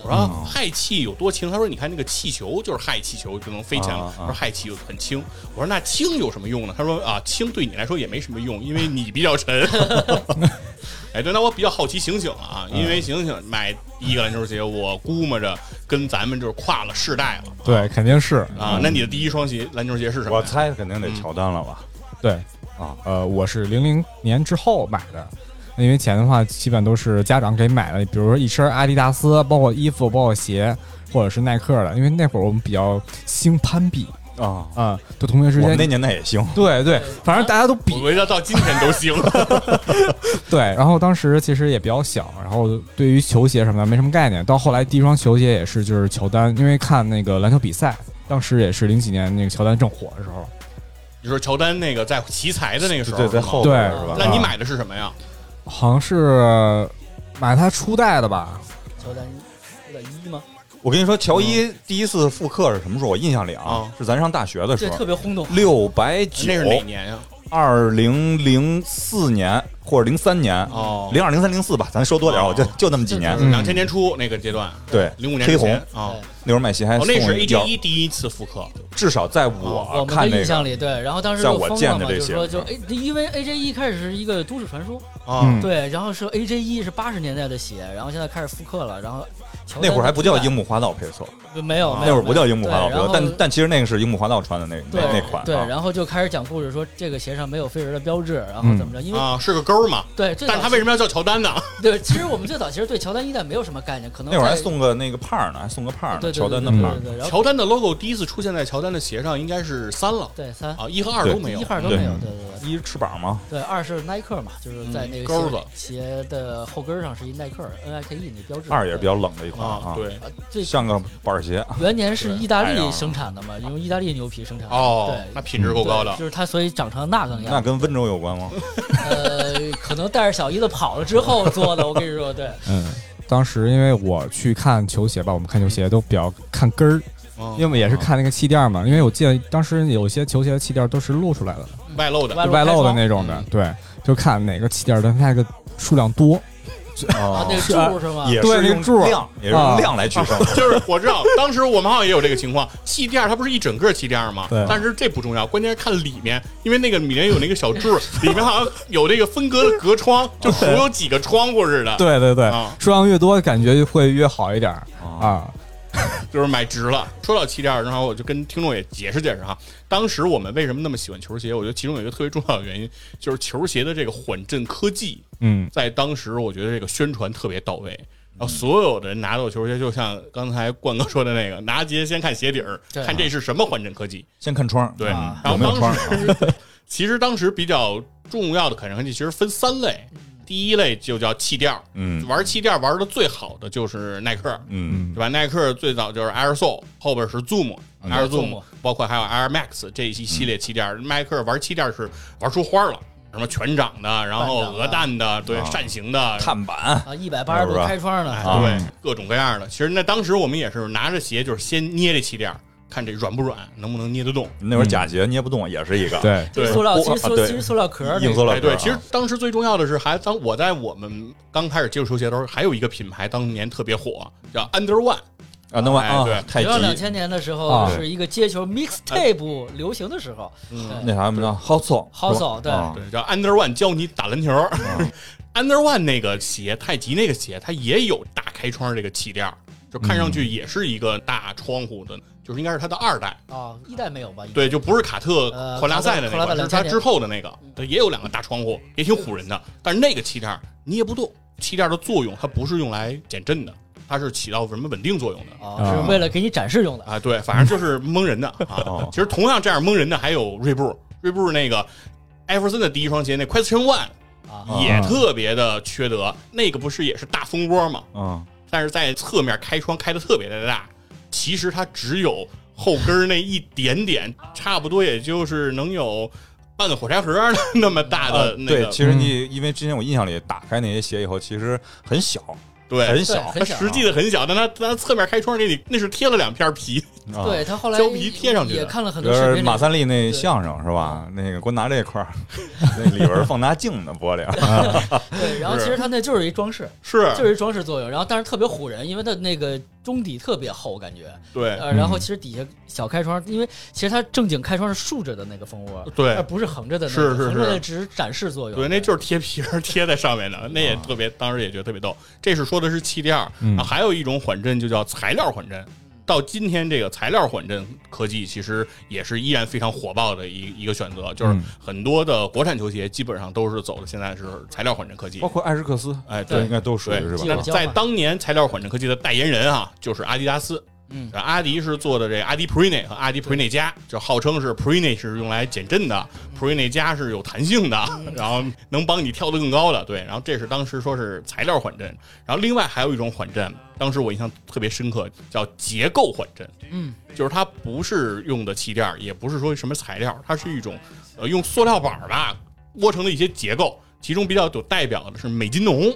[SPEAKER 3] 我说
[SPEAKER 5] 嗯
[SPEAKER 3] 啊氦气有多轻？他说你看那个气球就是氦气球就能飞起来了
[SPEAKER 5] 啊。啊
[SPEAKER 3] 我说氦气就很轻。我说那轻有什么用呢？他说啊，轻对你来说也没什么用，因为你比较 沉。哎，对，那我比较好奇醒醒啊，因为醒醒买第一个篮球鞋，我估摸着跟咱们就是跨了世代了
[SPEAKER 4] 对，肯定是
[SPEAKER 3] 啊。那你的第一双鞋篮球鞋是什么呀？
[SPEAKER 5] 嗯我猜肯定
[SPEAKER 6] 嗯
[SPEAKER 5] 得乔丹了吧？
[SPEAKER 4] 对
[SPEAKER 5] 啊，
[SPEAKER 4] 呃，我是零零年之后买的，因为钱的话基本都是家长给买的，比如说一身阿迪达斯，包括衣服，包括鞋，或者是耐克的，因为那会儿我们比较兴攀比
[SPEAKER 5] 啊，
[SPEAKER 4] 啊，就同学之
[SPEAKER 5] 我们那
[SPEAKER 4] 间。
[SPEAKER 5] 年代也行。
[SPEAKER 4] 对对，反正大家都比
[SPEAKER 3] 我以为到到今天都 行。
[SPEAKER 4] 对，然后当时其实也比较小，然后对于球鞋什么的没什么概念。到后来第一双球鞋也是就是乔丹，因为看那个篮球比赛，当时也是零几年那个乔丹正火的时候。
[SPEAKER 3] 你说乔丹那个在奇才的那个时候，
[SPEAKER 5] 对，在
[SPEAKER 3] 是吗
[SPEAKER 5] 后啊
[SPEAKER 4] 对
[SPEAKER 5] 边是吧？
[SPEAKER 3] 那你买的是什么呀？
[SPEAKER 4] 好像是买他初代的吧？
[SPEAKER 6] 乔丹有点一吗？
[SPEAKER 5] 我跟你说，乔伊第一次复刻是什么时候？我印象里啊
[SPEAKER 3] 啊，
[SPEAKER 5] 是咱上大学的时
[SPEAKER 6] 这特
[SPEAKER 5] 候，
[SPEAKER 6] 别轰动。
[SPEAKER 5] 六百九
[SPEAKER 3] 那，是哪年呀？
[SPEAKER 5] 二零零四年或者零三年，
[SPEAKER 3] 哦
[SPEAKER 5] 零二零三零四吧，咱说多点儿，
[SPEAKER 3] 哦
[SPEAKER 5] 我就就那么几年
[SPEAKER 6] 就。
[SPEAKER 4] 嗯
[SPEAKER 3] 两千年初那个阶段，
[SPEAKER 5] 对，
[SPEAKER 3] 零五年
[SPEAKER 5] 黑
[SPEAKER 3] 之
[SPEAKER 5] 红
[SPEAKER 3] 前啊。
[SPEAKER 5] 那会儿买鞋还
[SPEAKER 3] 哦，
[SPEAKER 5] 送
[SPEAKER 3] 那是
[SPEAKER 5] 一件
[SPEAKER 3] AJ 一第一次复刻，
[SPEAKER 5] 至少在
[SPEAKER 6] 啊哦我
[SPEAKER 5] 我
[SPEAKER 6] 们的
[SPEAKER 5] 看那
[SPEAKER 6] 印
[SPEAKER 5] 个
[SPEAKER 6] 象里，对，然后当时
[SPEAKER 5] 在
[SPEAKER 6] 就
[SPEAKER 5] 我
[SPEAKER 6] 疯
[SPEAKER 5] 见
[SPEAKER 6] 了
[SPEAKER 5] 的
[SPEAKER 6] 嘛，
[SPEAKER 5] 这
[SPEAKER 6] 就
[SPEAKER 5] 些嗯
[SPEAKER 6] 说就 A，因为 AJ 一开始是一个都市传说，
[SPEAKER 4] 嗯
[SPEAKER 3] 啊，
[SPEAKER 6] 对，然后是 AJ 一是八十年代的鞋，然后现在开始复刻了，然后乔丹
[SPEAKER 5] 那会儿还不叫樱
[SPEAKER 6] 木，
[SPEAKER 5] 木花道配色，
[SPEAKER 6] 没有，没有
[SPEAKER 5] 那会儿不叫樱木花道
[SPEAKER 6] 哦对
[SPEAKER 5] 配
[SPEAKER 6] 然
[SPEAKER 5] 色
[SPEAKER 6] 后，
[SPEAKER 5] 但但其实那个是樱木花道穿的那
[SPEAKER 6] 对
[SPEAKER 5] 那那款
[SPEAKER 6] 对，
[SPEAKER 5] 啊。
[SPEAKER 6] 然后就开始讲故事，说这个鞋上没有飞人的标志，然
[SPEAKER 5] 嗯
[SPEAKER 6] 后怎么着？因为
[SPEAKER 3] 啊，是个勾儿嘛。
[SPEAKER 6] 对，最
[SPEAKER 3] 但
[SPEAKER 6] 早
[SPEAKER 3] 是他为什么要叫乔丹呢？
[SPEAKER 6] 对，其实我们最早其实对乔丹一代没有什么概念，可能
[SPEAKER 5] 那会儿还
[SPEAKER 6] 在
[SPEAKER 5] 送个那个帕儿呢，还送个帕儿呢，
[SPEAKER 6] 对对
[SPEAKER 5] 乔丹的
[SPEAKER 6] 对
[SPEAKER 5] 帕
[SPEAKER 6] 对
[SPEAKER 5] 儿
[SPEAKER 6] 对，对然后
[SPEAKER 3] 乔丹的 logo 第一次出现在乔丹的鞋上，应该是三了
[SPEAKER 6] 对三
[SPEAKER 3] 啊，一和二都没有
[SPEAKER 6] 一。号都
[SPEAKER 5] 对
[SPEAKER 6] 没有，对对对。
[SPEAKER 5] 一翅膀吗？
[SPEAKER 6] 对，二是耐克嘛，就是在那个
[SPEAKER 3] 钩子
[SPEAKER 6] 鞋鞋的后跟上是一耐克 N I K E 那标志。
[SPEAKER 5] 二也是比
[SPEAKER 6] 标。
[SPEAKER 5] 较冷的一款
[SPEAKER 3] 啊，
[SPEAKER 5] 啊，
[SPEAKER 3] 对，
[SPEAKER 6] 最
[SPEAKER 5] 像个板儿鞋。
[SPEAKER 6] 元年是意大
[SPEAKER 5] 哎呀
[SPEAKER 6] 利生产的嘛，用意大利牛皮生产的。
[SPEAKER 3] 哦，那
[SPEAKER 6] 对，
[SPEAKER 3] 品质够高的
[SPEAKER 6] 对。就是它，所以长成那个
[SPEAKER 5] 那
[SPEAKER 6] 样。
[SPEAKER 5] 跟温州有关吗？
[SPEAKER 6] 呃，可能带着小姨子跑了之后做的，我跟你说，对，
[SPEAKER 4] 嗯，当时因为我去看球鞋吧，我们看球鞋都比较看跟儿，
[SPEAKER 3] 嗯
[SPEAKER 4] 因为也是看那个气垫嘛。因为我记得当时有些球鞋的气垫都是露出来的，
[SPEAKER 3] 外露的
[SPEAKER 6] 外
[SPEAKER 4] 外露的那
[SPEAKER 6] 开窗
[SPEAKER 4] 种的。对，就看哪个气垫的那个数量多。
[SPEAKER 6] 啊
[SPEAKER 5] 啊，
[SPEAKER 6] 那
[SPEAKER 4] 是啊
[SPEAKER 6] 个柱是吗？
[SPEAKER 5] 也
[SPEAKER 4] 对
[SPEAKER 5] 是
[SPEAKER 4] 那
[SPEAKER 5] 用
[SPEAKER 4] 柱儿
[SPEAKER 5] 量，也是用
[SPEAKER 4] 啊
[SPEAKER 5] 量来取胜。
[SPEAKER 3] 就是我知道，当时我们好像也有这个情况，气垫儿它不是一整个气垫儿吗？
[SPEAKER 4] 对
[SPEAKER 3] 但是这不重要，关键是看里面，因为那个里面有那个小柱儿，里面好像有这个分隔的隔窗， 就数有几个窗户似的。，
[SPEAKER 4] 对对对
[SPEAKER 3] 啊，
[SPEAKER 4] 数量越多，感觉会越好一点儿啊。
[SPEAKER 3] 就是买值了。说到气垫儿，然后我就跟听众也解释解释哈，当时我们为什么那么喜欢球鞋？我觉得其中有一个特别重要的原因，就是球鞋的这个缓震科技，
[SPEAKER 4] 嗯，
[SPEAKER 3] 在当时我觉得这个宣传特别到位。然后所有的人拿到球鞋，就像刚才冠哥说的那个，拿鞋先看鞋底儿，
[SPEAKER 6] 对
[SPEAKER 3] 看这是什么缓震科技。
[SPEAKER 5] 先看窗，
[SPEAKER 3] 对，
[SPEAKER 6] 啊
[SPEAKER 5] 嗯
[SPEAKER 3] 然
[SPEAKER 5] 有没有
[SPEAKER 3] 后
[SPEAKER 5] 窗
[SPEAKER 3] 当
[SPEAKER 5] 儿啊
[SPEAKER 3] 时、 其实当时比较重要的砍成器其实分三类，
[SPEAKER 6] 嗯
[SPEAKER 3] 第一类就叫气垫儿，
[SPEAKER 5] 嗯
[SPEAKER 3] 玩气垫儿玩的最好的就是耐克，
[SPEAKER 5] 嗯啊
[SPEAKER 3] 对吧？耐克最早就是 Air Zoom，后边是 Zoom，Air Zoom，
[SPEAKER 6] Zoom
[SPEAKER 3] 包括还有 Air Max 这一系
[SPEAKER 5] 嗯
[SPEAKER 3] 列气垫儿，耐克玩气垫儿是玩出花儿了。什么全掌的，然后
[SPEAKER 6] 半掌的
[SPEAKER 3] 鹅蛋的，对，扇形的，
[SPEAKER 5] 啊碳板，
[SPEAKER 6] 啊，一百八十度
[SPEAKER 5] 是吧
[SPEAKER 6] 开窗呢，
[SPEAKER 3] 哎，
[SPEAKER 5] 啊
[SPEAKER 3] 对，各种各样的。其实那当时我们也是拿着鞋，就是先捏这气垫儿，看这软不软，能不能捏得动。
[SPEAKER 5] 那会儿假鞋捏不动，也是一个
[SPEAKER 4] 对，
[SPEAKER 3] 对
[SPEAKER 6] 塑料，其
[SPEAKER 5] 我
[SPEAKER 6] 实塑
[SPEAKER 5] 对
[SPEAKER 6] 其实塑料壳儿那
[SPEAKER 5] 硬
[SPEAKER 6] 个
[SPEAKER 5] 塑料
[SPEAKER 3] 哎，
[SPEAKER 5] 壳儿
[SPEAKER 3] 对，
[SPEAKER 5] 啊。
[SPEAKER 3] 其实当时最重要的是，还当我在我们刚开始接触球鞋的时候，还有一个品牌当年特别火，叫 Under One。
[SPEAKER 5] 啊，能玩
[SPEAKER 3] 哎
[SPEAKER 5] 啊
[SPEAKER 3] 对，
[SPEAKER 5] 太
[SPEAKER 6] 主要两
[SPEAKER 5] 极
[SPEAKER 6] 千年的时候
[SPEAKER 4] 啊
[SPEAKER 6] 是一个接球 mixtape 流行的时候，对
[SPEAKER 5] 那啥什么叫 h o s o
[SPEAKER 6] Hot Sole，对
[SPEAKER 5] 啊
[SPEAKER 3] 对，叫 Under One 教你打篮球。Under One 那个鞋，太极那个鞋，它也有大开窗这个气垫儿，就看上去也是一个大窗户的，就是应该是它的二代。
[SPEAKER 6] 啊，一代没有吧？
[SPEAKER 3] 对，就不是卡特
[SPEAKER 6] 呃
[SPEAKER 3] 扩拉塞的那
[SPEAKER 6] 卡
[SPEAKER 3] 个，
[SPEAKER 6] 特
[SPEAKER 3] 是
[SPEAKER 6] 卡
[SPEAKER 3] 它
[SPEAKER 6] 特
[SPEAKER 3] 之后的那个，对，也有两个大窗户，也挺唬人的。但是那个气垫儿捏不动，气垫儿的作用它不是用来减震的，它是起到什么稳定作用的。
[SPEAKER 6] 啊，是为了给你展示用的。
[SPEAKER 3] 啊，对，反正就是蒙人的啊
[SPEAKER 5] 哦。
[SPEAKER 3] 其实同样这样蒙人的还有锐步，锐步那个艾弗森的第一双鞋那 Question One
[SPEAKER 6] 啊
[SPEAKER 5] 哦
[SPEAKER 3] 也特别的缺德，那个不是也是大蜂窝嘛，
[SPEAKER 5] 嗯，
[SPEAKER 3] 但是在侧面开窗开的特别的大，其实它只有后跟儿那一点点，差不多也就是能有半个火柴盒儿那么大的那
[SPEAKER 5] 啊呃对，
[SPEAKER 3] 个，
[SPEAKER 5] 其实你因为之前我印象里打开那些鞋以后，其实很小，
[SPEAKER 3] 对
[SPEAKER 5] 很小
[SPEAKER 3] 它
[SPEAKER 6] 对
[SPEAKER 3] 实际的很小，但它它侧面开窗给你，那是贴了两片皮，
[SPEAKER 5] 啊
[SPEAKER 6] 对他后来
[SPEAKER 3] 胶皮贴上去的
[SPEAKER 6] 也看了很
[SPEAKER 5] 就
[SPEAKER 6] 多视
[SPEAKER 5] 是
[SPEAKER 6] 频，
[SPEAKER 5] 马三立那相声是吧？那个给我拿这块儿， 那里边儿放大镜的玻璃啊，
[SPEAKER 6] 对，然后其实它那就是一装饰，
[SPEAKER 3] 是，
[SPEAKER 6] 就是一装饰作用，然后但是特别唬人，因为它那个中底特别厚，感觉，
[SPEAKER 3] 对
[SPEAKER 6] 呃，然后其实底下小开窗，因为其实它正经开窗是竖着的那个蜂窝，
[SPEAKER 3] 对
[SPEAKER 6] 而不是横着的那
[SPEAKER 3] 是是
[SPEAKER 6] 个，
[SPEAKER 3] 是
[SPEAKER 6] 横着的只是展示作用，
[SPEAKER 3] 对，那就是贴皮儿贴在上面的，那也特别，当时也觉得特别逗。这是说的是气垫儿，
[SPEAKER 4] 嗯
[SPEAKER 3] 然后还有一种缓震就叫材料缓震。到今天，这个材料缓震科技其实也是依然非常火爆的一一个选择，就是很多的国产球鞋基本上都是走的现在是材料缓震科技
[SPEAKER 5] 包。括艾什克斯，
[SPEAKER 3] 哎，
[SPEAKER 5] 这
[SPEAKER 3] 对
[SPEAKER 5] 应，该都属于
[SPEAKER 3] 对
[SPEAKER 5] 是
[SPEAKER 6] 基
[SPEAKER 5] 吧
[SPEAKER 6] 本？
[SPEAKER 3] 那在当年材料缓震科技的代言人啊，就是阿迪达斯。
[SPEAKER 6] 嗯
[SPEAKER 3] 然后阿迪是做的这个阿迪 Prene 和阿迪 Prene 加，就号称是 Prene 是用来减震的，Prene
[SPEAKER 6] 嗯
[SPEAKER 3] 加是有弹性的，然后能帮你跳得更高的。对，然后这是当时说是材料缓震，然后另外还有一种缓震，当时我印象特别深刻，叫结构缓震。
[SPEAKER 6] 嗯，
[SPEAKER 3] 就是它不是用的气垫儿，也不是说什么材料，它是一种呃用塑料板儿吧窝成的一些结构，其中比较有代表的是美津浓。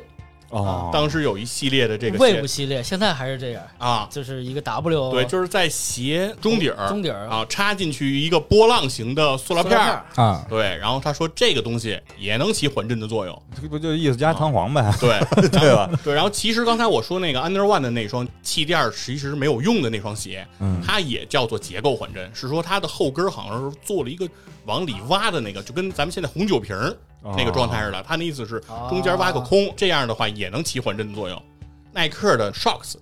[SPEAKER 5] 哦，
[SPEAKER 3] 当时有一系列的这个
[SPEAKER 6] ，Wave
[SPEAKER 3] 鞋
[SPEAKER 6] 系列现在还是这样，
[SPEAKER 3] 啊，
[SPEAKER 6] 就是一个 W，
[SPEAKER 3] 对，就是在鞋中底儿
[SPEAKER 6] 哦中底儿
[SPEAKER 3] 啊插进去一个波浪形的塑料片
[SPEAKER 6] 塑料片
[SPEAKER 3] 儿
[SPEAKER 6] 儿，
[SPEAKER 4] 啊，
[SPEAKER 3] 对，然后他说这个东西也能起缓震的作用，
[SPEAKER 5] 这不就意思加弹簧呗，
[SPEAKER 3] 对
[SPEAKER 5] 对吧？
[SPEAKER 3] 对，然后其实刚才我说那个 Under One 的那双气垫儿其实是没有用的那双鞋，
[SPEAKER 5] 嗯
[SPEAKER 3] 它也叫做结构缓震，是说它的后跟儿好像是做了一个往里挖的那个，就跟咱们现在红酒瓶儿
[SPEAKER 5] 哦
[SPEAKER 3] 那个状态似的，它那意思是中间挖个空，这样的话也能起缓震的作用。耐克的 Shocks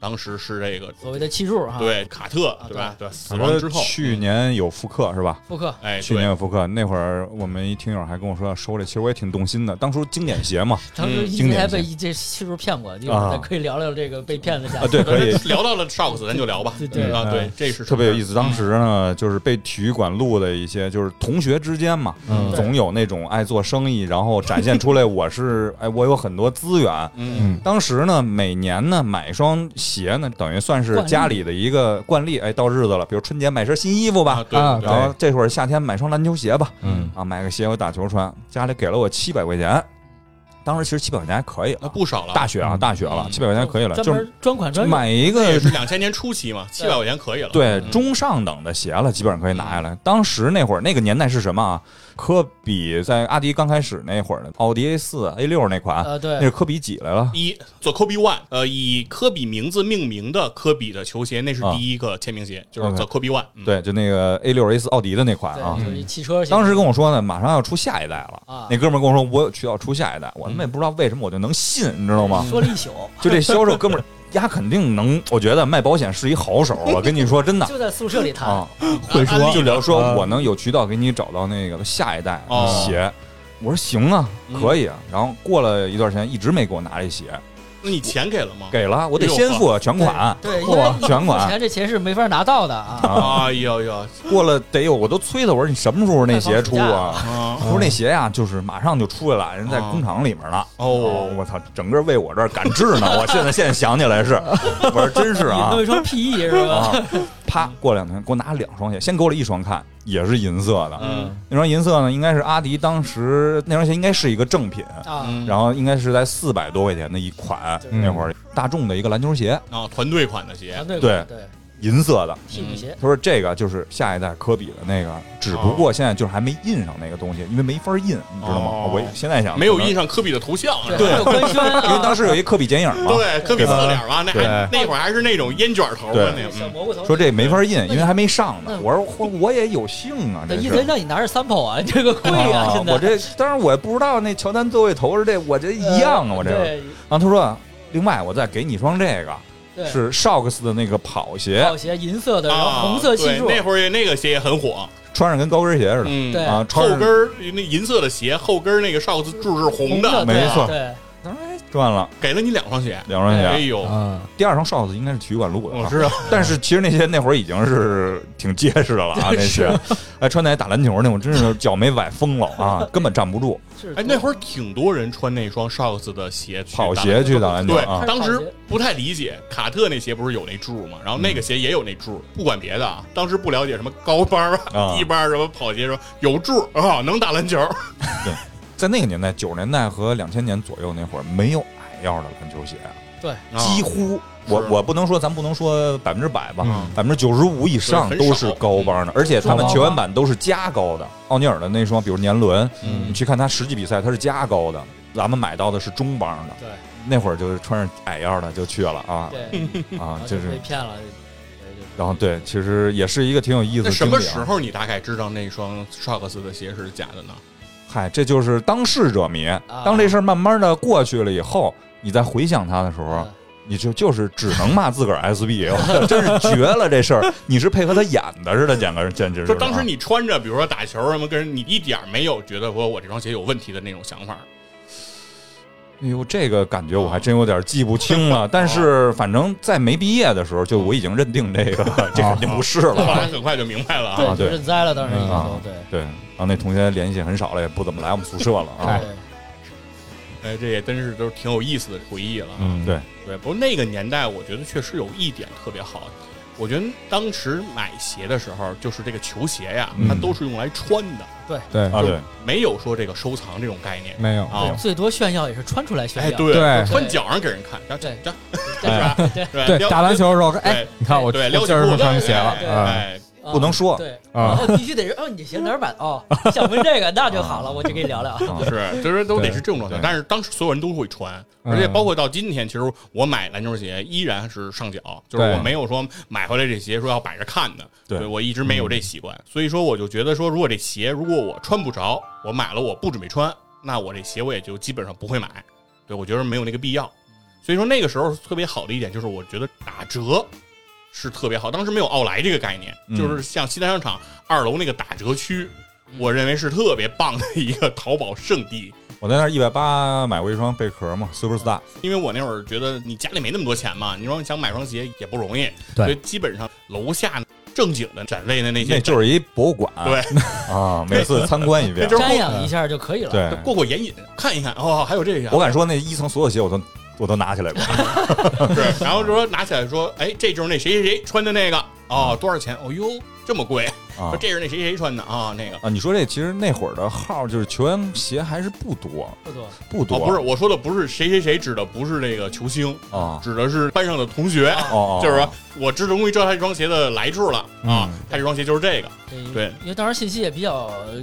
[SPEAKER 3] 当时是这个
[SPEAKER 6] 所谓的气柱哈，，
[SPEAKER 3] 对，卡特对吧？对，死亡之后，
[SPEAKER 5] 去年有复刻是吧？
[SPEAKER 6] 复刻
[SPEAKER 3] 哎，
[SPEAKER 5] 去年
[SPEAKER 3] 对
[SPEAKER 5] 有复刻，那会儿我们一听友还跟我说要收这，其实我也挺动心的。当初经典鞋嘛，
[SPEAKER 6] 当时一
[SPEAKER 5] 经
[SPEAKER 6] 直
[SPEAKER 5] 典
[SPEAKER 6] 还
[SPEAKER 5] 性
[SPEAKER 6] 被一这气柱骗过，一会儿再可以聊聊这个被骗的价
[SPEAKER 5] 啊，对，可以，
[SPEAKER 3] 聊到了 Shocks，咱就聊吧。
[SPEAKER 6] 对对
[SPEAKER 3] 啊，对
[SPEAKER 5] 嗯，
[SPEAKER 3] 这是
[SPEAKER 5] 特别有意
[SPEAKER 3] 思。
[SPEAKER 5] 思。当时
[SPEAKER 3] 嗯
[SPEAKER 5] 呢，就是被体育馆录的一些，就是同学之间嘛，总有那种爱做生意，然后展现出来 我是哎，我有很多资源。
[SPEAKER 3] 嗯，
[SPEAKER 5] 当时呢，每年呢买一双鞋呢，等于算是
[SPEAKER 6] 惯例
[SPEAKER 5] 家里的一个惯例。哎，到日子了，比如春节买身新衣服吧
[SPEAKER 3] 啊，，对
[SPEAKER 4] 啊
[SPEAKER 3] 对
[SPEAKER 5] 然
[SPEAKER 3] 对
[SPEAKER 5] 后这会儿夏天买双篮球鞋吧，
[SPEAKER 4] 嗯
[SPEAKER 5] 啊，买个鞋我打球穿。家里给了我七百块钱，当时其实七百块钱还可以
[SPEAKER 3] 那
[SPEAKER 5] 了，
[SPEAKER 3] 不少了，
[SPEAKER 5] 大学啊，
[SPEAKER 4] 嗯
[SPEAKER 5] 大学了，七百块钱可以了，
[SPEAKER 6] 嗯专
[SPEAKER 5] 就是
[SPEAKER 6] 门专款专用，
[SPEAKER 5] 买一
[SPEAKER 3] 那
[SPEAKER 5] 个
[SPEAKER 3] 也是两千年初期嘛，七百块钱可以了。
[SPEAKER 5] 对
[SPEAKER 3] 嗯
[SPEAKER 5] 中上等的鞋了，基本上可以拿下来。当时那会儿那个年代是什么啊？科比在阿迪刚开始那会儿的奥迪 A 四 A 六那款，
[SPEAKER 6] 呃，
[SPEAKER 5] 那
[SPEAKER 6] 对
[SPEAKER 5] 是，科比几来了？
[SPEAKER 3] 一做 Kobe One，呃，以科比名字命名的科比的球鞋，那是
[SPEAKER 5] 啊
[SPEAKER 3] 第一个签名鞋，就是
[SPEAKER 5] OK
[SPEAKER 3] The Kobe One。嗯，
[SPEAKER 5] 对，就那个 A 六 A 四奥迪的那款啊
[SPEAKER 6] 对，。就是一汽车型，
[SPEAKER 5] 当时跟我说呢，马上要出下一代了。
[SPEAKER 6] 啊嗯
[SPEAKER 5] 那哥们儿跟我说，我有渠道出下一代，我他妈也不知道为什么我就能信，你知道吗？
[SPEAKER 6] 说了一宿，
[SPEAKER 5] 就这销售哥们儿， 丫肯定能，我觉得卖保险是一好 手，我跟你说真的
[SPEAKER 6] 就在宿舍里谈
[SPEAKER 5] 啊，。
[SPEAKER 3] 嗯
[SPEAKER 4] 会
[SPEAKER 3] 安利
[SPEAKER 4] 说
[SPEAKER 5] 就聊
[SPEAKER 4] 啊
[SPEAKER 5] 说我能有渠道给你找到那个下一代
[SPEAKER 3] 嗯哦
[SPEAKER 5] 鞋。我说行啊
[SPEAKER 3] 嗯，
[SPEAKER 5] 可以啊。然后过了一段时间，一直没给我拿这鞋，
[SPEAKER 3] 那你钱给了吗？
[SPEAKER 5] 给了我得
[SPEAKER 3] 哎呦
[SPEAKER 5] 先付全款，
[SPEAKER 6] 对，因为
[SPEAKER 5] 嚯，全
[SPEAKER 6] 目
[SPEAKER 5] 款。
[SPEAKER 6] 前这钱是没法拿到的啊。
[SPEAKER 3] 哎呦呦，
[SPEAKER 5] 过了得有，我都催他，我说你什么时候那鞋出
[SPEAKER 6] 快放
[SPEAKER 5] 啊？
[SPEAKER 3] 啊
[SPEAKER 5] 我说那鞋呀，就是马上就出来了，人在
[SPEAKER 3] 哦
[SPEAKER 5] 工厂里面呢。哦，
[SPEAKER 3] 哦，
[SPEAKER 5] 我操，整个为我这儿赶制呢。 我现在现在想起来是，我说真是啊
[SPEAKER 6] 那么，说 PE 是吧？
[SPEAKER 5] 啊，啪，过两天给我拿两双鞋，先给我了一双看，也是银色的。
[SPEAKER 3] 嗯
[SPEAKER 5] 那双银色呢，应该是阿迪当时那双鞋应该是一个正品，
[SPEAKER 6] 啊，
[SPEAKER 3] 嗯，
[SPEAKER 5] 然后应该是在四百多块钱的一款，
[SPEAKER 6] 就是
[SPEAKER 5] 那会儿大众的一个篮球鞋。
[SPEAKER 3] 啊，团队款的鞋
[SPEAKER 6] 团，队
[SPEAKER 5] 对
[SPEAKER 6] 对，
[SPEAKER 5] 银色的。
[SPEAKER 6] 替补鞋。
[SPEAKER 5] 他说这个就是下一代科比的那个，只不过现在就是还没印上那个东西，因为没法印，你知道吗
[SPEAKER 3] 哦？
[SPEAKER 5] 我现在想
[SPEAKER 3] 没有
[SPEAKER 5] 可能
[SPEAKER 3] 印上科比的头像，是吧
[SPEAKER 6] 对，还有官宣啊，
[SPEAKER 5] 嗯因为当时有一科比剪影嘛。
[SPEAKER 3] 对，科比侧脸嘛，那还
[SPEAKER 5] 啊对
[SPEAKER 3] 那会儿还是那种烟卷头的那
[SPEAKER 6] 对小
[SPEAKER 3] 种，
[SPEAKER 6] 蘑菇头
[SPEAKER 5] 嗯说这没法印，因为还没上
[SPEAKER 6] 那
[SPEAKER 5] 呢。我说我我也有幸啊，
[SPEAKER 6] 嗯那
[SPEAKER 5] 这
[SPEAKER 6] 意
[SPEAKER 5] 是
[SPEAKER 6] 思让你拿着 sample 啊，这个贵啊，
[SPEAKER 5] 啊
[SPEAKER 6] 现在
[SPEAKER 5] 我这当然我也不知道那乔丹座位头是这，我这一样啊，我这个。
[SPEAKER 6] 嗯对
[SPEAKER 5] 然后他说，另外我再给你一双这个
[SPEAKER 6] 对
[SPEAKER 5] 是 Shox 的那个跑鞋，
[SPEAKER 6] 跑鞋银色的，然
[SPEAKER 3] 啊，
[SPEAKER 6] 后红色系
[SPEAKER 3] 对
[SPEAKER 6] 数，
[SPEAKER 3] 那会儿也那个鞋也很火，
[SPEAKER 5] 穿上跟高跟鞋似的
[SPEAKER 3] 嗯，
[SPEAKER 6] 对
[SPEAKER 5] 啊，
[SPEAKER 3] 后
[SPEAKER 5] 穿上
[SPEAKER 3] 跟儿那银色的鞋，后跟儿那个哨子柱是红
[SPEAKER 6] 红
[SPEAKER 3] 的，
[SPEAKER 6] 对
[SPEAKER 5] 没错
[SPEAKER 6] 对，
[SPEAKER 5] 当然哎赚了
[SPEAKER 3] 给了你两双鞋，
[SPEAKER 5] 两双
[SPEAKER 3] 哎
[SPEAKER 5] 鞋。
[SPEAKER 3] 呦，
[SPEAKER 4] 嗯，
[SPEAKER 5] 第二双 Shox 应该是体育馆录的
[SPEAKER 3] 我
[SPEAKER 5] 啊，
[SPEAKER 3] 知道，
[SPEAKER 5] 但是其实那些那会儿已经是挺结实的 了啊，那鞋，哎，穿起来打篮球那种，真是脚没崴疯了 啊，根本站不住，
[SPEAKER 6] 是
[SPEAKER 3] 哎，那会儿挺多人穿那双 Shox 的鞋去
[SPEAKER 5] 跑
[SPEAKER 3] 打
[SPEAKER 5] 鞋去打篮球
[SPEAKER 3] 对
[SPEAKER 5] 啊，，
[SPEAKER 3] 当时不太理解，卡特那鞋不是有那柱吗？然后那个鞋也有那柱，不管别的啊，当时不了解什么高帮儿
[SPEAKER 5] 啊
[SPEAKER 3] 低帮儿什么跑鞋，说有柱 啊，能打篮球。
[SPEAKER 5] 在那个年代，九十年代和两千年左右那会儿，没有矮腰的篮球鞋，啊
[SPEAKER 6] 对
[SPEAKER 3] 啊
[SPEAKER 5] 几乎我
[SPEAKER 3] 是
[SPEAKER 5] 我不能说，咱不能说百分之百吧
[SPEAKER 4] 嗯，
[SPEAKER 5] 百分之九十五以上
[SPEAKER 3] 对很
[SPEAKER 5] 都
[SPEAKER 3] 少嗯
[SPEAKER 5] 是高帮的，而且他
[SPEAKER 4] 中
[SPEAKER 5] 们
[SPEAKER 4] 高帮
[SPEAKER 5] 球员版都是加高的。奥尼尔的那双，比如年轮，
[SPEAKER 4] 嗯
[SPEAKER 5] 你去看他实际比赛，他是加高的，咱们买到的是中帮的。
[SPEAKER 6] 对
[SPEAKER 5] 那会儿就是穿上矮腰的就去了啊
[SPEAKER 6] 对，
[SPEAKER 5] 啊
[SPEAKER 6] 然，后
[SPEAKER 5] 就啊
[SPEAKER 6] 就是被骗了，对就是
[SPEAKER 5] 然后对，其实也是一个挺有意思
[SPEAKER 3] 那
[SPEAKER 5] 的
[SPEAKER 3] 什
[SPEAKER 5] 经
[SPEAKER 3] 么
[SPEAKER 5] 历
[SPEAKER 3] 时
[SPEAKER 5] 啊。
[SPEAKER 3] 候你大概知道那双 Shox 的鞋是假的呢？
[SPEAKER 5] 嗨，这就是当事者迷。
[SPEAKER 3] 啊
[SPEAKER 5] 当这事儿慢慢的过去了以后，你再回想他的时候，
[SPEAKER 3] 嗯
[SPEAKER 5] 你就就是只能骂自个儿 SB，我 真是绝了这事儿。你是配合他演的似的，简直简直
[SPEAKER 3] 就是当时
[SPEAKER 5] 啊
[SPEAKER 3] 你穿着，比如说打球什么，跟人你一点儿没有觉得说我这双鞋有问题的那种想法。
[SPEAKER 5] 哎呦，这个感觉我还真有点记不 清了。但
[SPEAKER 3] 哦
[SPEAKER 5] 是反正在没毕业的时候，就我已经认定这 个这肯定不是
[SPEAKER 3] 后
[SPEAKER 5] 了。
[SPEAKER 3] 来很快就明白了啊，
[SPEAKER 5] 啊
[SPEAKER 6] 对，
[SPEAKER 5] 对
[SPEAKER 6] 就认栽了，当时已经
[SPEAKER 5] 啊
[SPEAKER 6] 都对。
[SPEAKER 5] 对，然后那同学联系很少了，也不怎么来我们宿舍了啊。
[SPEAKER 6] 对
[SPEAKER 3] 哎，这也真是都是挺有意思的回忆了啊。
[SPEAKER 4] 嗯
[SPEAKER 5] 对，
[SPEAKER 3] 对，不过那个年代，我觉得确实有一点特别好。我觉得当时买鞋的时候，就是这个球鞋呀，
[SPEAKER 4] 嗯
[SPEAKER 3] 它都是用来穿的，
[SPEAKER 4] 对，
[SPEAKER 3] 嗯
[SPEAKER 5] 啊对，
[SPEAKER 3] 没有说这个收藏这种概念
[SPEAKER 4] 没有，
[SPEAKER 3] 啊。
[SPEAKER 6] 最多炫耀也是穿出来炫
[SPEAKER 3] 哎，
[SPEAKER 6] 耀。
[SPEAKER 3] 对，
[SPEAKER 4] 对
[SPEAKER 3] 穿脚上给人看，这
[SPEAKER 6] 对
[SPEAKER 3] 这
[SPEAKER 6] 对对对
[SPEAKER 3] 对
[SPEAKER 4] 对
[SPEAKER 3] 撩，
[SPEAKER 4] 打篮球的时候，哎
[SPEAKER 3] 对，
[SPEAKER 4] 你看我
[SPEAKER 3] 对
[SPEAKER 4] 我
[SPEAKER 3] 撩
[SPEAKER 4] 今
[SPEAKER 3] 起
[SPEAKER 4] 儿
[SPEAKER 3] 裤
[SPEAKER 4] 不
[SPEAKER 3] 子，
[SPEAKER 4] 穿鞋了
[SPEAKER 6] 对
[SPEAKER 4] 啊，
[SPEAKER 3] 哎，
[SPEAKER 6] 啊
[SPEAKER 5] 不能说
[SPEAKER 6] 对，
[SPEAKER 4] 啊
[SPEAKER 6] 然后必须得是哦，你这鞋哪儿买的？ 哦，想问这个，那就好了，我就跟你聊聊。
[SPEAKER 5] 啊
[SPEAKER 3] 是，就是都得是这种状态
[SPEAKER 5] 对。
[SPEAKER 3] 但是当时所有人都会穿，
[SPEAKER 4] 嗯
[SPEAKER 3] 而且包括到今天，其实我买篮球鞋依然是上脚，就是
[SPEAKER 4] 对
[SPEAKER 3] 我没有说买回来这鞋说要摆着看的，
[SPEAKER 5] 对
[SPEAKER 3] 我一直没有这习惯。所以说，我就觉得说，如果这鞋如果我穿不着，我买了我不准备穿，那我这鞋我也就基本上不会买。对我觉得没有那个必要。所以说那个时候特别好的一点就是，我觉得打折。是特别好，当时没有奥莱这个概念，
[SPEAKER 5] 嗯
[SPEAKER 3] 就是像西单商场二楼那个打折区，我认为是特别棒的一个 淘宝圣地。
[SPEAKER 5] 我在那一百八买过一双贝壳嘛，Super Star。
[SPEAKER 3] 因为我那会儿觉得你家里没那么多钱嘛，你说你想买双鞋也不容易，
[SPEAKER 4] 对
[SPEAKER 3] 所以基本上楼下正经的展位的那些
[SPEAKER 5] 那
[SPEAKER 3] 展，
[SPEAKER 5] 就是一博物馆，
[SPEAKER 3] 对
[SPEAKER 5] 啊，每次参观一
[SPEAKER 3] 那，
[SPEAKER 5] 遍
[SPEAKER 3] 就是
[SPEAKER 6] 瞻仰一下就可以了。，
[SPEAKER 5] 对。
[SPEAKER 3] 过过眼瘾看一看，哦，还有这个
[SPEAKER 5] 我，敢说，那一层所有鞋我都我都拿起 来过，
[SPEAKER 3] 是，然后就说拿起来说，哎，这就是那谁谁谁穿的那个，哦，多少钱？哦哟，这么贵，
[SPEAKER 5] 嗯啊
[SPEAKER 3] 说这是那谁谁谁穿的啊，那个。
[SPEAKER 5] 啊！你说这其实那会儿的号就是球员鞋还是不多，
[SPEAKER 6] 不多。
[SPEAKER 5] 不多，
[SPEAKER 3] 哦，不是，我说的不是谁谁谁，指的不是那个球星，
[SPEAKER 5] 啊，
[SPEAKER 3] 指的是班上的同学，
[SPEAKER 5] 哦，
[SPEAKER 3] 就是说我知终于知道他这双鞋的来处了
[SPEAKER 5] 嗯
[SPEAKER 3] 啊，他这双鞋就是这个，对，
[SPEAKER 6] 因为当时信息也比较呃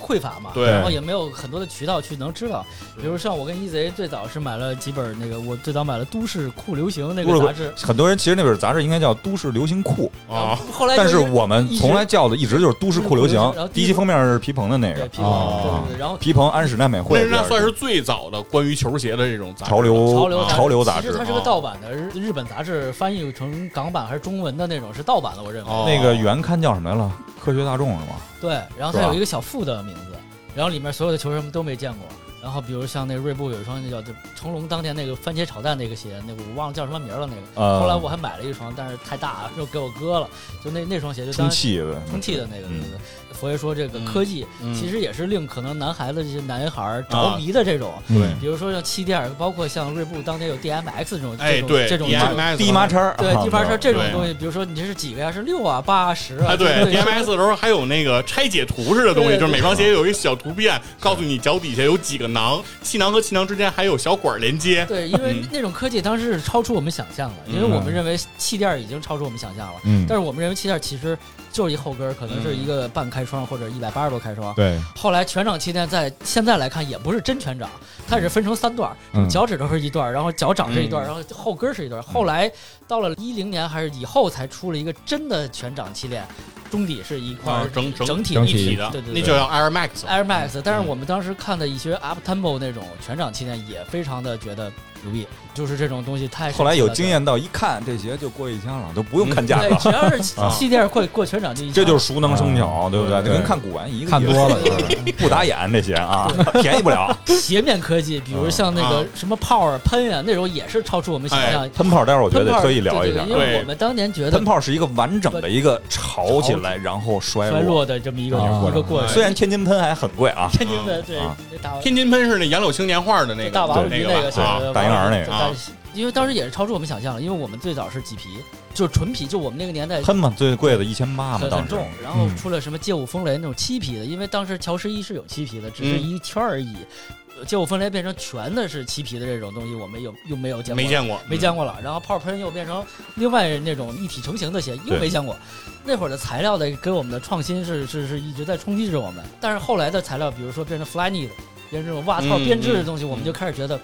[SPEAKER 6] 匮乏嘛，
[SPEAKER 3] 对
[SPEAKER 6] 然后也没有很多的渠道去能知道。比如像我跟一贼最早是买了几本那个，我最早买了《都市酷流行》那个杂志，
[SPEAKER 5] 很多人其实那本杂志应该叫《都市流行酷
[SPEAKER 3] 啊，
[SPEAKER 6] 后来》，就
[SPEAKER 5] 但是我们从来叫的一直就是《都市酷流行
[SPEAKER 6] 都市酷流行然后》，
[SPEAKER 5] 第一期封面是皮蓬的那
[SPEAKER 6] 对
[SPEAKER 5] 个，啊
[SPEAKER 6] 皮蓬，
[SPEAKER 4] 哦
[SPEAKER 6] 对对对，然后
[SPEAKER 5] 皮蓬安室奈美惠
[SPEAKER 3] 那，
[SPEAKER 5] 这
[SPEAKER 3] 那
[SPEAKER 5] 是
[SPEAKER 3] 算是最早的关于球鞋的这种杂志
[SPEAKER 5] 潮流
[SPEAKER 6] 潮流
[SPEAKER 5] 潮流杂
[SPEAKER 6] 其
[SPEAKER 5] 志
[SPEAKER 6] 实它是
[SPEAKER 3] 啊
[SPEAKER 6] 个盗版的，日日本杂志翻译成港版还是中文的那种是盗版的，我认为。
[SPEAKER 3] 哦
[SPEAKER 5] 那个原刊叫什么来了？科学大众是吗？
[SPEAKER 6] 对，然后它
[SPEAKER 5] 是吧
[SPEAKER 6] 有一个小副的名字，然后里面所有的球什么都没见过。然后比如像那锐步有一双那叫成龙当年那个番茄炒蛋那个鞋，那个我忘了叫什么名儿了那个。
[SPEAKER 5] 呃，
[SPEAKER 6] 后来我还买了一双，但是太大了，又给我哥了。就那那双鞋就
[SPEAKER 5] 充
[SPEAKER 6] 当
[SPEAKER 5] 气的，
[SPEAKER 6] 充气的那个
[SPEAKER 5] 嗯
[SPEAKER 6] 名字。佛爷说这个
[SPEAKER 3] 嗯
[SPEAKER 6] 科技
[SPEAKER 3] 嗯
[SPEAKER 6] 其实也是令可能男孩子这些男孩儿
[SPEAKER 3] 啊嗯
[SPEAKER 6] 着迷的这种，
[SPEAKER 5] 对
[SPEAKER 6] 比如说像气垫儿，包括像锐步当年有 DMX 这种，
[SPEAKER 3] 哎
[SPEAKER 6] 这种
[SPEAKER 3] 对
[SPEAKER 6] 这种
[SPEAKER 3] DMX
[SPEAKER 6] 这种
[SPEAKER 5] 低麻叉儿，
[SPEAKER 6] 对
[SPEAKER 5] 啊
[SPEAKER 6] 地盘车这种
[SPEAKER 3] 对
[SPEAKER 6] 东西，比如说你这是几个呀？是六啊、八啊、十啊？
[SPEAKER 3] 啊，对
[SPEAKER 6] 对
[SPEAKER 3] ，DMS 的时候还有那个拆解图似的东西，
[SPEAKER 6] 对
[SPEAKER 3] 就是每双鞋有一小图片，告诉你脚底下有几个个囊，气囊和气囊之间还有小管儿连接。
[SPEAKER 6] 对，因为
[SPEAKER 3] 嗯
[SPEAKER 6] 那种科技当时是超出我们想象的，因为我们认为气垫已经超出我们想象了，
[SPEAKER 4] 嗯
[SPEAKER 6] 但是我们认为气垫其实就是一后跟儿，可能是
[SPEAKER 3] 嗯
[SPEAKER 6] 一个半开窗或者一百八十度开窗。
[SPEAKER 4] 对，
[SPEAKER 6] 后来全掌气垫在现在来看也不是真全掌，它也是分成三段儿，
[SPEAKER 4] 嗯
[SPEAKER 6] 脚趾头是一段儿，然后脚掌是一段
[SPEAKER 3] 嗯
[SPEAKER 6] 儿，然后后跟儿是一段儿。后来到了一零年还是以后才出了一个真的全掌气垫，中底是一块
[SPEAKER 3] 啊
[SPEAKER 6] 儿，
[SPEAKER 3] 整整
[SPEAKER 6] 整体
[SPEAKER 4] 整
[SPEAKER 3] 一体
[SPEAKER 4] 体
[SPEAKER 3] 的
[SPEAKER 6] 对对，对
[SPEAKER 3] 那就叫 Air Max 了。
[SPEAKER 6] Air Max，但是我们当时看的一些 Up Tempo 那种全掌气垫也非常的觉得牛逼，就是这种东西太神奇
[SPEAKER 5] 后
[SPEAKER 6] 了
[SPEAKER 5] 来有经，验到，一看这鞋就过一千了，都不用看价
[SPEAKER 6] 对，
[SPEAKER 5] 格，
[SPEAKER 6] 只要是气
[SPEAKER 5] 啊
[SPEAKER 6] 气垫过过全掌就一
[SPEAKER 5] 这就是
[SPEAKER 6] 是
[SPEAKER 5] 熟能生巧，对不对？
[SPEAKER 4] 对
[SPEAKER 5] 啊就跟看古玩一个意思
[SPEAKER 4] 看多了，
[SPEAKER 5] 不打眼这鞋啊，便宜不了。
[SPEAKER 6] 斜面科技，比如像那
[SPEAKER 3] 啊
[SPEAKER 6] 个什么泡儿喷啊那种也是超出我们想象。
[SPEAKER 5] 喷炮，待会儿我觉
[SPEAKER 6] 喷
[SPEAKER 5] 得
[SPEAKER 6] 泡儿
[SPEAKER 5] 可以聊一下啊。
[SPEAKER 6] 对对对因为
[SPEAKER 3] 对
[SPEAKER 6] 我们当年觉得
[SPEAKER 5] 喷炮是一个完整的一个炒起来然后摔
[SPEAKER 6] 衰
[SPEAKER 5] 落，
[SPEAKER 6] 落的这么一个
[SPEAKER 4] 啊
[SPEAKER 6] 一个过程。
[SPEAKER 5] 虽然天津喷还很贵啊，
[SPEAKER 6] 天津的对
[SPEAKER 5] 啊
[SPEAKER 6] 大
[SPEAKER 3] 天津喷是那养柳青年画的那个
[SPEAKER 6] 大王鱼
[SPEAKER 3] 那
[SPEAKER 6] 那
[SPEAKER 3] 个
[SPEAKER 6] 个
[SPEAKER 3] 吧啊，
[SPEAKER 6] 是
[SPEAKER 5] 大婴儿那个
[SPEAKER 3] 啊，
[SPEAKER 6] 因为当时也是超出我们想象了，因为我们最早是麂皮，就是纯皮，就我们那个年代
[SPEAKER 5] 喷嘛最贵的一千八嘛
[SPEAKER 6] 很，
[SPEAKER 5] 当
[SPEAKER 6] 很
[SPEAKER 5] 时
[SPEAKER 6] 重，然后
[SPEAKER 4] 嗯
[SPEAKER 6] 出了什么街舞风雷那种漆皮的，因为当时乔十一是有漆皮的，只是
[SPEAKER 3] 嗯
[SPEAKER 6] 一圈儿而已。呃街舞风雷变成全的是漆皮的这种东西，我们又又没有见过，
[SPEAKER 3] 没见过，
[SPEAKER 6] 没
[SPEAKER 5] 嗯
[SPEAKER 6] 见过了。然后泡喷又变成另外那种一体成型的鞋，又
[SPEAKER 5] 对
[SPEAKER 6] 没见过。那会儿的材料的给我们的创新是是是一直在冲击着我们，但是后来的材料，比如说变成 Flyknit，变成这种袜套
[SPEAKER 3] 嗯
[SPEAKER 6] 编织的
[SPEAKER 3] 嗯
[SPEAKER 6] 东西，我
[SPEAKER 3] 嗯
[SPEAKER 6] 们就开始觉得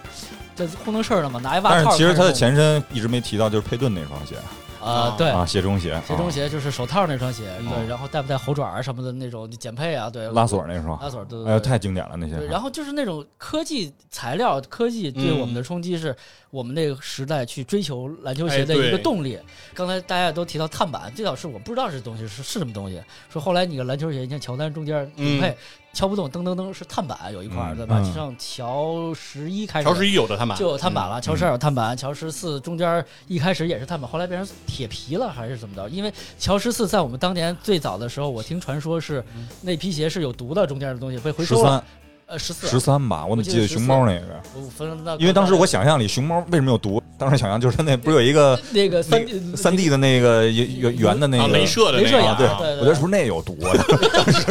[SPEAKER 6] 这糊弄事儿了嘛，拿一袜套
[SPEAKER 5] 但
[SPEAKER 6] 儿
[SPEAKER 5] 是
[SPEAKER 6] 开始弄。
[SPEAKER 5] 其实它的前身一直没提到，就是佩顿那双鞋
[SPEAKER 6] 啊，对，
[SPEAKER 5] 啊，鞋中鞋，
[SPEAKER 6] 鞋中鞋就是手套那双鞋，
[SPEAKER 5] 嗯
[SPEAKER 6] 对，然后带不带猴爪啊什么的那种减配啊，对，
[SPEAKER 5] 啊拉锁那双，
[SPEAKER 6] 拉锁，对对
[SPEAKER 5] 哎呦，
[SPEAKER 6] 对。
[SPEAKER 5] 太经典了那些
[SPEAKER 6] 对，。然后就是那种科技材料、科技对我们的冲击，是我们那个时代去追求篮球鞋的一
[SPEAKER 3] 哎
[SPEAKER 6] 个
[SPEAKER 3] 对
[SPEAKER 6] 动力。刚才大家都提到碳板，最早是我不知道是东西是是什么东西，说后来你个篮球鞋，你像乔丹中间顶配敲不动，噔噔噔是碳板有一块儿，
[SPEAKER 5] 嗯
[SPEAKER 6] 对吧？
[SPEAKER 4] 嗯
[SPEAKER 6] 就像乔十一开始，
[SPEAKER 3] 乔十一有的他买，啊
[SPEAKER 6] 就有碳板了，乔十
[SPEAKER 5] 嗯
[SPEAKER 6] 二有碳板，乔十四中间一开始也是碳板，后来变成铁皮了还是怎么着？因为乔十四在我们当年最早的时候，我听传说是那批鞋是有毒的，中间的东西被回
[SPEAKER 5] 嗯十
[SPEAKER 6] 收了。
[SPEAKER 5] 三
[SPEAKER 6] 呃，十四，
[SPEAKER 5] 十三吧，我怎么记得熊猫那个？
[SPEAKER 6] 我分到
[SPEAKER 5] 因为当时我想象里熊猫为什么有毒？当时想象就是那不是有一个
[SPEAKER 6] 那个三呃
[SPEAKER 5] 三 D 的那个圆圆圆的那
[SPEAKER 3] 啊，
[SPEAKER 5] 个
[SPEAKER 3] 镭射的
[SPEAKER 6] 镭
[SPEAKER 3] 那
[SPEAKER 6] 射
[SPEAKER 3] 个
[SPEAKER 6] 眼
[SPEAKER 3] 啊，
[SPEAKER 6] 儿，
[SPEAKER 5] 对
[SPEAKER 6] 对，
[SPEAKER 5] 我觉得是不是那有毒啊？当时，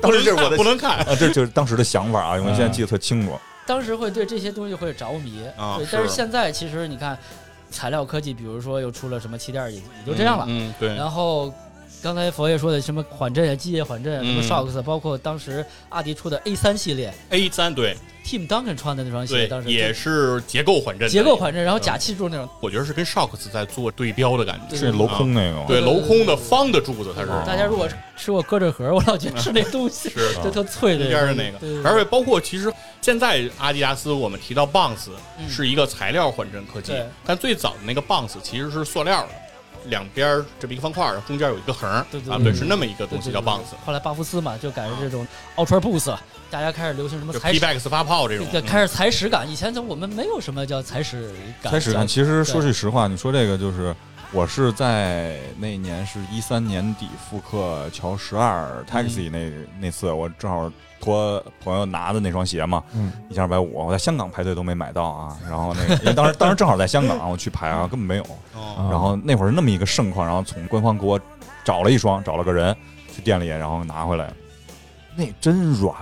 [SPEAKER 5] 当时这是我的
[SPEAKER 3] 不能看，
[SPEAKER 5] 啊，这就是当时的想法啊，因为
[SPEAKER 4] 嗯
[SPEAKER 5] 现在记得特清楚。
[SPEAKER 6] 当时会对这些东西会着迷
[SPEAKER 3] 啊
[SPEAKER 6] 对
[SPEAKER 3] 是，
[SPEAKER 6] 但是现在其实你看，材料科技，比如说又出了什么气垫儿，也也就这样了。
[SPEAKER 3] 嗯，嗯对，
[SPEAKER 6] 然后刚才佛爷说的什么缓震啊、机械缓震啊、什么
[SPEAKER 3] 嗯
[SPEAKER 6] shocks，包括当时阿迪出的 A 三系列
[SPEAKER 3] A 三对
[SPEAKER 6] ，Team Duncan 穿的那双鞋，
[SPEAKER 3] 对
[SPEAKER 6] 当时
[SPEAKER 3] 也是结构缓震的，
[SPEAKER 6] 结构缓震，然后假气柱那种，
[SPEAKER 3] 我觉得是跟 Shocks 在做对标的感觉，啊
[SPEAKER 5] 是镂空嗯那个吗？
[SPEAKER 3] 对
[SPEAKER 6] 对
[SPEAKER 3] 镂空的方的柱子，它是
[SPEAKER 5] 对
[SPEAKER 6] 大家如果吃过胳肢盒，我老觉得是那东西，
[SPEAKER 3] 是
[SPEAKER 6] 就特脆的
[SPEAKER 3] 中间的那个
[SPEAKER 6] 对对，对
[SPEAKER 3] 而且包括其实现在阿迪达斯我们提到 Bounce
[SPEAKER 6] 嗯
[SPEAKER 3] 是一个材料缓震科技
[SPEAKER 6] 对，
[SPEAKER 3] 但最早的那个 Bounce 其实是塑料的，两边儿这么一个方块儿，中间有一个横儿
[SPEAKER 6] 对对对
[SPEAKER 3] 啊，
[SPEAKER 6] 对
[SPEAKER 3] 对，
[SPEAKER 6] 对
[SPEAKER 3] 是那么一个
[SPEAKER 6] 对
[SPEAKER 3] 东
[SPEAKER 6] 对
[SPEAKER 3] 西
[SPEAKER 6] 对
[SPEAKER 3] 叫
[SPEAKER 6] 对
[SPEAKER 3] Bounce，
[SPEAKER 6] 后来巴夫斯嘛，就改成这种 Ultra Boost，大家开始流行什么
[SPEAKER 3] 就
[SPEAKER 6] 踩
[SPEAKER 3] P
[SPEAKER 6] 屎，
[SPEAKER 3] Max 发泡这种，
[SPEAKER 6] 对，开始踩屎感。以前就我们没有什么叫踩屎感，
[SPEAKER 5] 开始看，
[SPEAKER 6] 叫
[SPEAKER 5] 其实说句实话，你说这个就是，我是在那年是一三年底复刻乔十二 Taxi 那、那次，我正好托朋友拿的那双鞋嘛，
[SPEAKER 4] 嗯，
[SPEAKER 5] 一千二百五，我在香港排队都没买到啊。然后那个，因为当时当时正好在香港，我去排啊，根本没有。
[SPEAKER 3] 哦
[SPEAKER 5] 然后那会儿那么一个盛况，然后从官方给我找了一双，找了个人去店里，然后拿回来，那真软，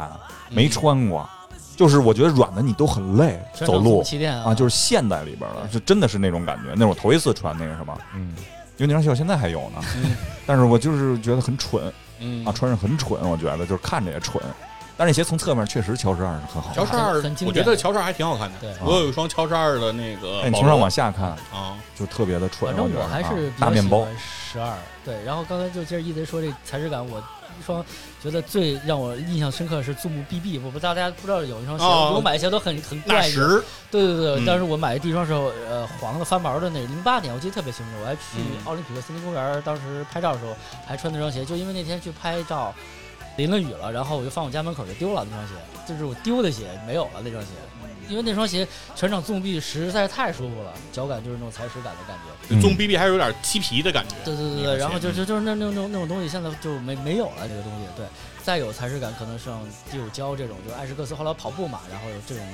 [SPEAKER 5] 没穿过，就是我觉得软的你都很累，
[SPEAKER 6] 全程
[SPEAKER 5] 走路
[SPEAKER 6] 从气垫
[SPEAKER 5] 啊，就是现代里边了，是真的是那种感觉。那是我头一次穿那个什么，
[SPEAKER 4] 嗯，
[SPEAKER 5] 因为那双鞋我现在还有呢
[SPEAKER 3] 嗯，
[SPEAKER 5] 但是我就是觉得很蠢
[SPEAKER 3] 嗯
[SPEAKER 5] 啊，，穿上很蠢，我觉得就是看着也蠢。但是那鞋从侧面确实乔十二是很好
[SPEAKER 3] 乔
[SPEAKER 5] 看，
[SPEAKER 3] 十二
[SPEAKER 6] 很很，经典
[SPEAKER 3] 我觉得乔十二还挺好看
[SPEAKER 6] 对
[SPEAKER 3] 的，我有一双乔十二的那个
[SPEAKER 5] 哎但你
[SPEAKER 3] 保
[SPEAKER 5] 从上
[SPEAKER 3] 罗
[SPEAKER 5] 往下看
[SPEAKER 3] 啊，
[SPEAKER 5] 就特别的蠢，
[SPEAKER 6] 反正
[SPEAKER 5] 觉
[SPEAKER 6] 我
[SPEAKER 5] 得
[SPEAKER 6] 还
[SPEAKER 5] 啊
[SPEAKER 6] 是比
[SPEAKER 5] 大
[SPEAKER 6] 较
[SPEAKER 5] 面
[SPEAKER 6] 喜
[SPEAKER 5] 包
[SPEAKER 6] 欢，十二。对，然后刚才就接着一贼说这踩屎感，我一双觉得最让我印象深刻是 Zoom BB，我不大家不知道有一双鞋，
[SPEAKER 3] 哦
[SPEAKER 6] 我买鞋都很很
[SPEAKER 3] 纳
[SPEAKER 6] 怪异。
[SPEAKER 3] 什
[SPEAKER 6] 对对对，
[SPEAKER 3] 嗯
[SPEAKER 6] 当时我买的第一双是呃黄的翻毛的那零八年，我记得特别清楚，我还去
[SPEAKER 3] 嗯
[SPEAKER 6] 奥林匹克森林公园，当时拍照的时候还穿那双鞋，就因为那天去拍照，淋了雨了，然后我就放我家门口就丢了那双鞋，就是我丢的鞋没有了那双鞋，因为那双鞋全场纵臂实在是太舒服了，脚感就是那种踩屎感的感觉。
[SPEAKER 5] 嗯
[SPEAKER 3] 棕 BB 还是有点漆皮的感觉，
[SPEAKER 6] 对对对
[SPEAKER 3] 那个
[SPEAKER 6] 对，
[SPEAKER 3] 鞋
[SPEAKER 6] 然后就就就是那那那种那种东西，现在就没没有了这个东西。对，再有踩屎感，可能像第五胶这种，就是艾什克斯后来跑步嘛，然后有这种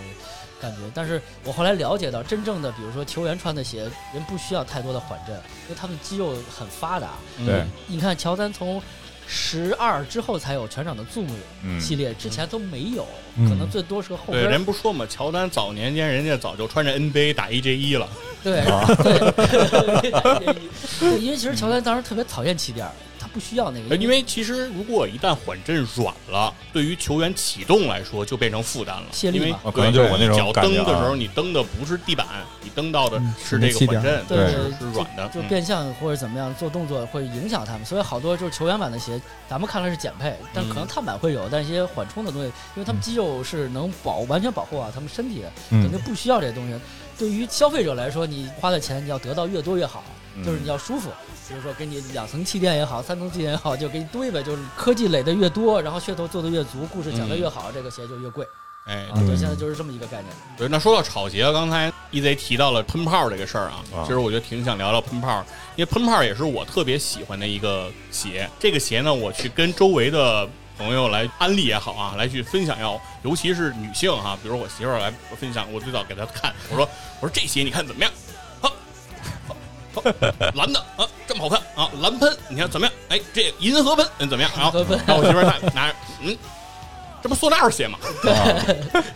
[SPEAKER 6] 感觉。但是我后来了解到，真正的比如说球员穿的鞋，人不需要太多的缓震，因为他们肌肉很发达。
[SPEAKER 4] 嗯
[SPEAKER 5] 对，
[SPEAKER 6] 你看乔丹从十二之后才有全场的 Zoom
[SPEAKER 5] 嗯
[SPEAKER 6] 系列，之前都没有，
[SPEAKER 4] 嗯
[SPEAKER 6] 可能最多是个后
[SPEAKER 3] 对，
[SPEAKER 6] 跟儿。
[SPEAKER 3] 人不说嘛，乔丹早年间人家早就穿着 NBA 打 AJ 一了，
[SPEAKER 6] 对
[SPEAKER 3] 啊
[SPEAKER 6] 对对，因为其实乔丹当时特别讨厌气垫儿，他不需要那个，
[SPEAKER 3] 呃因为其实如果一旦缓震软了，对于球员启动来说就变成负担了，
[SPEAKER 6] 泄力
[SPEAKER 3] 因
[SPEAKER 6] 嘛
[SPEAKER 3] 为
[SPEAKER 5] 啊可能就是我那种
[SPEAKER 3] 脚
[SPEAKER 5] 感
[SPEAKER 3] 蹬
[SPEAKER 5] 觉
[SPEAKER 3] 的
[SPEAKER 5] 啊
[SPEAKER 3] 时候，你蹬的不是地板，你蹬到的
[SPEAKER 4] 嗯
[SPEAKER 3] 是这
[SPEAKER 4] 是气
[SPEAKER 3] 个
[SPEAKER 4] 垫
[SPEAKER 3] 缓震，
[SPEAKER 6] 对
[SPEAKER 5] 对
[SPEAKER 3] 是软的，
[SPEAKER 6] 就
[SPEAKER 3] 嗯
[SPEAKER 6] 变相或者怎么样做动作会影响他们，所以好多就是球员版的鞋，咱们看来是减配，但可能碳板会有，但一些缓冲的东西，因为他们肌肉是能保完全保护好他们身体的，可能就不需要这些东西。对于消费者来说，你花的钱你要得到越多越好，
[SPEAKER 5] 嗯
[SPEAKER 6] 就是你要舒服。比如说给你两层气垫也好，三层气垫也好，就给你堆呗，就是科技垒的越多，然后噱头做的越足，故事讲的越好，这个鞋就越贵
[SPEAKER 3] 哎，
[SPEAKER 6] 啊。对，现在就是这么一个概念。
[SPEAKER 3] 对，那说到炒鞋，刚才 EZ 提到了喷泡这个事儿啊，
[SPEAKER 5] 啊
[SPEAKER 3] 其实我觉得挺想聊聊喷泡，因为喷泡也是我特别喜欢的一个鞋。这个鞋呢，我去跟周围的朋友来安利也好啊，来去分享要，尤其是女性哈、比如我媳妇儿来分享，我最早给她看，我说我说这鞋你看怎么样？啊，啊啊蓝的啊，这么好看啊，蓝喷，你看怎么样？哎，这银河喷嗯怎么样？然后
[SPEAKER 6] 银河喷
[SPEAKER 3] 然后我媳妇儿看拿着，嗯，这不塑料鞋吗？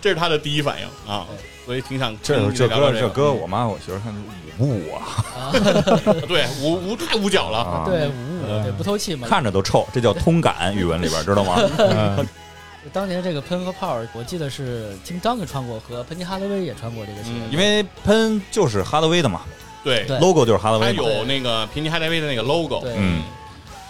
[SPEAKER 3] 这是她的第一反应啊。所以挺想
[SPEAKER 5] 这
[SPEAKER 3] 跟
[SPEAKER 5] 个
[SPEAKER 3] 你
[SPEAKER 5] 这
[SPEAKER 3] 聊聊
[SPEAKER 5] 歌
[SPEAKER 3] 这
[SPEAKER 5] 这
[SPEAKER 3] 个
[SPEAKER 6] 嗯
[SPEAKER 5] 歌，我妈我媳妇儿看就是五步啊，
[SPEAKER 3] 对无无太捂脚了。
[SPEAKER 5] 啊
[SPEAKER 6] 对，五五对不透气嘛，
[SPEAKER 5] 看着都臭，这叫通感，语文里边知道吗？
[SPEAKER 6] 当年这个喷和泡儿，我记得是 Tim Duncan 穿过和喷尼哈德威也穿过这个鞋，
[SPEAKER 3] 嗯
[SPEAKER 5] 因为喷就是哈德威的嘛
[SPEAKER 3] 对，
[SPEAKER 6] 对
[SPEAKER 5] ，logo 就是哈德
[SPEAKER 3] 它
[SPEAKER 5] 威嘛，
[SPEAKER 3] 有那个平尼海戴威的那个 logo，
[SPEAKER 6] 对
[SPEAKER 5] 嗯，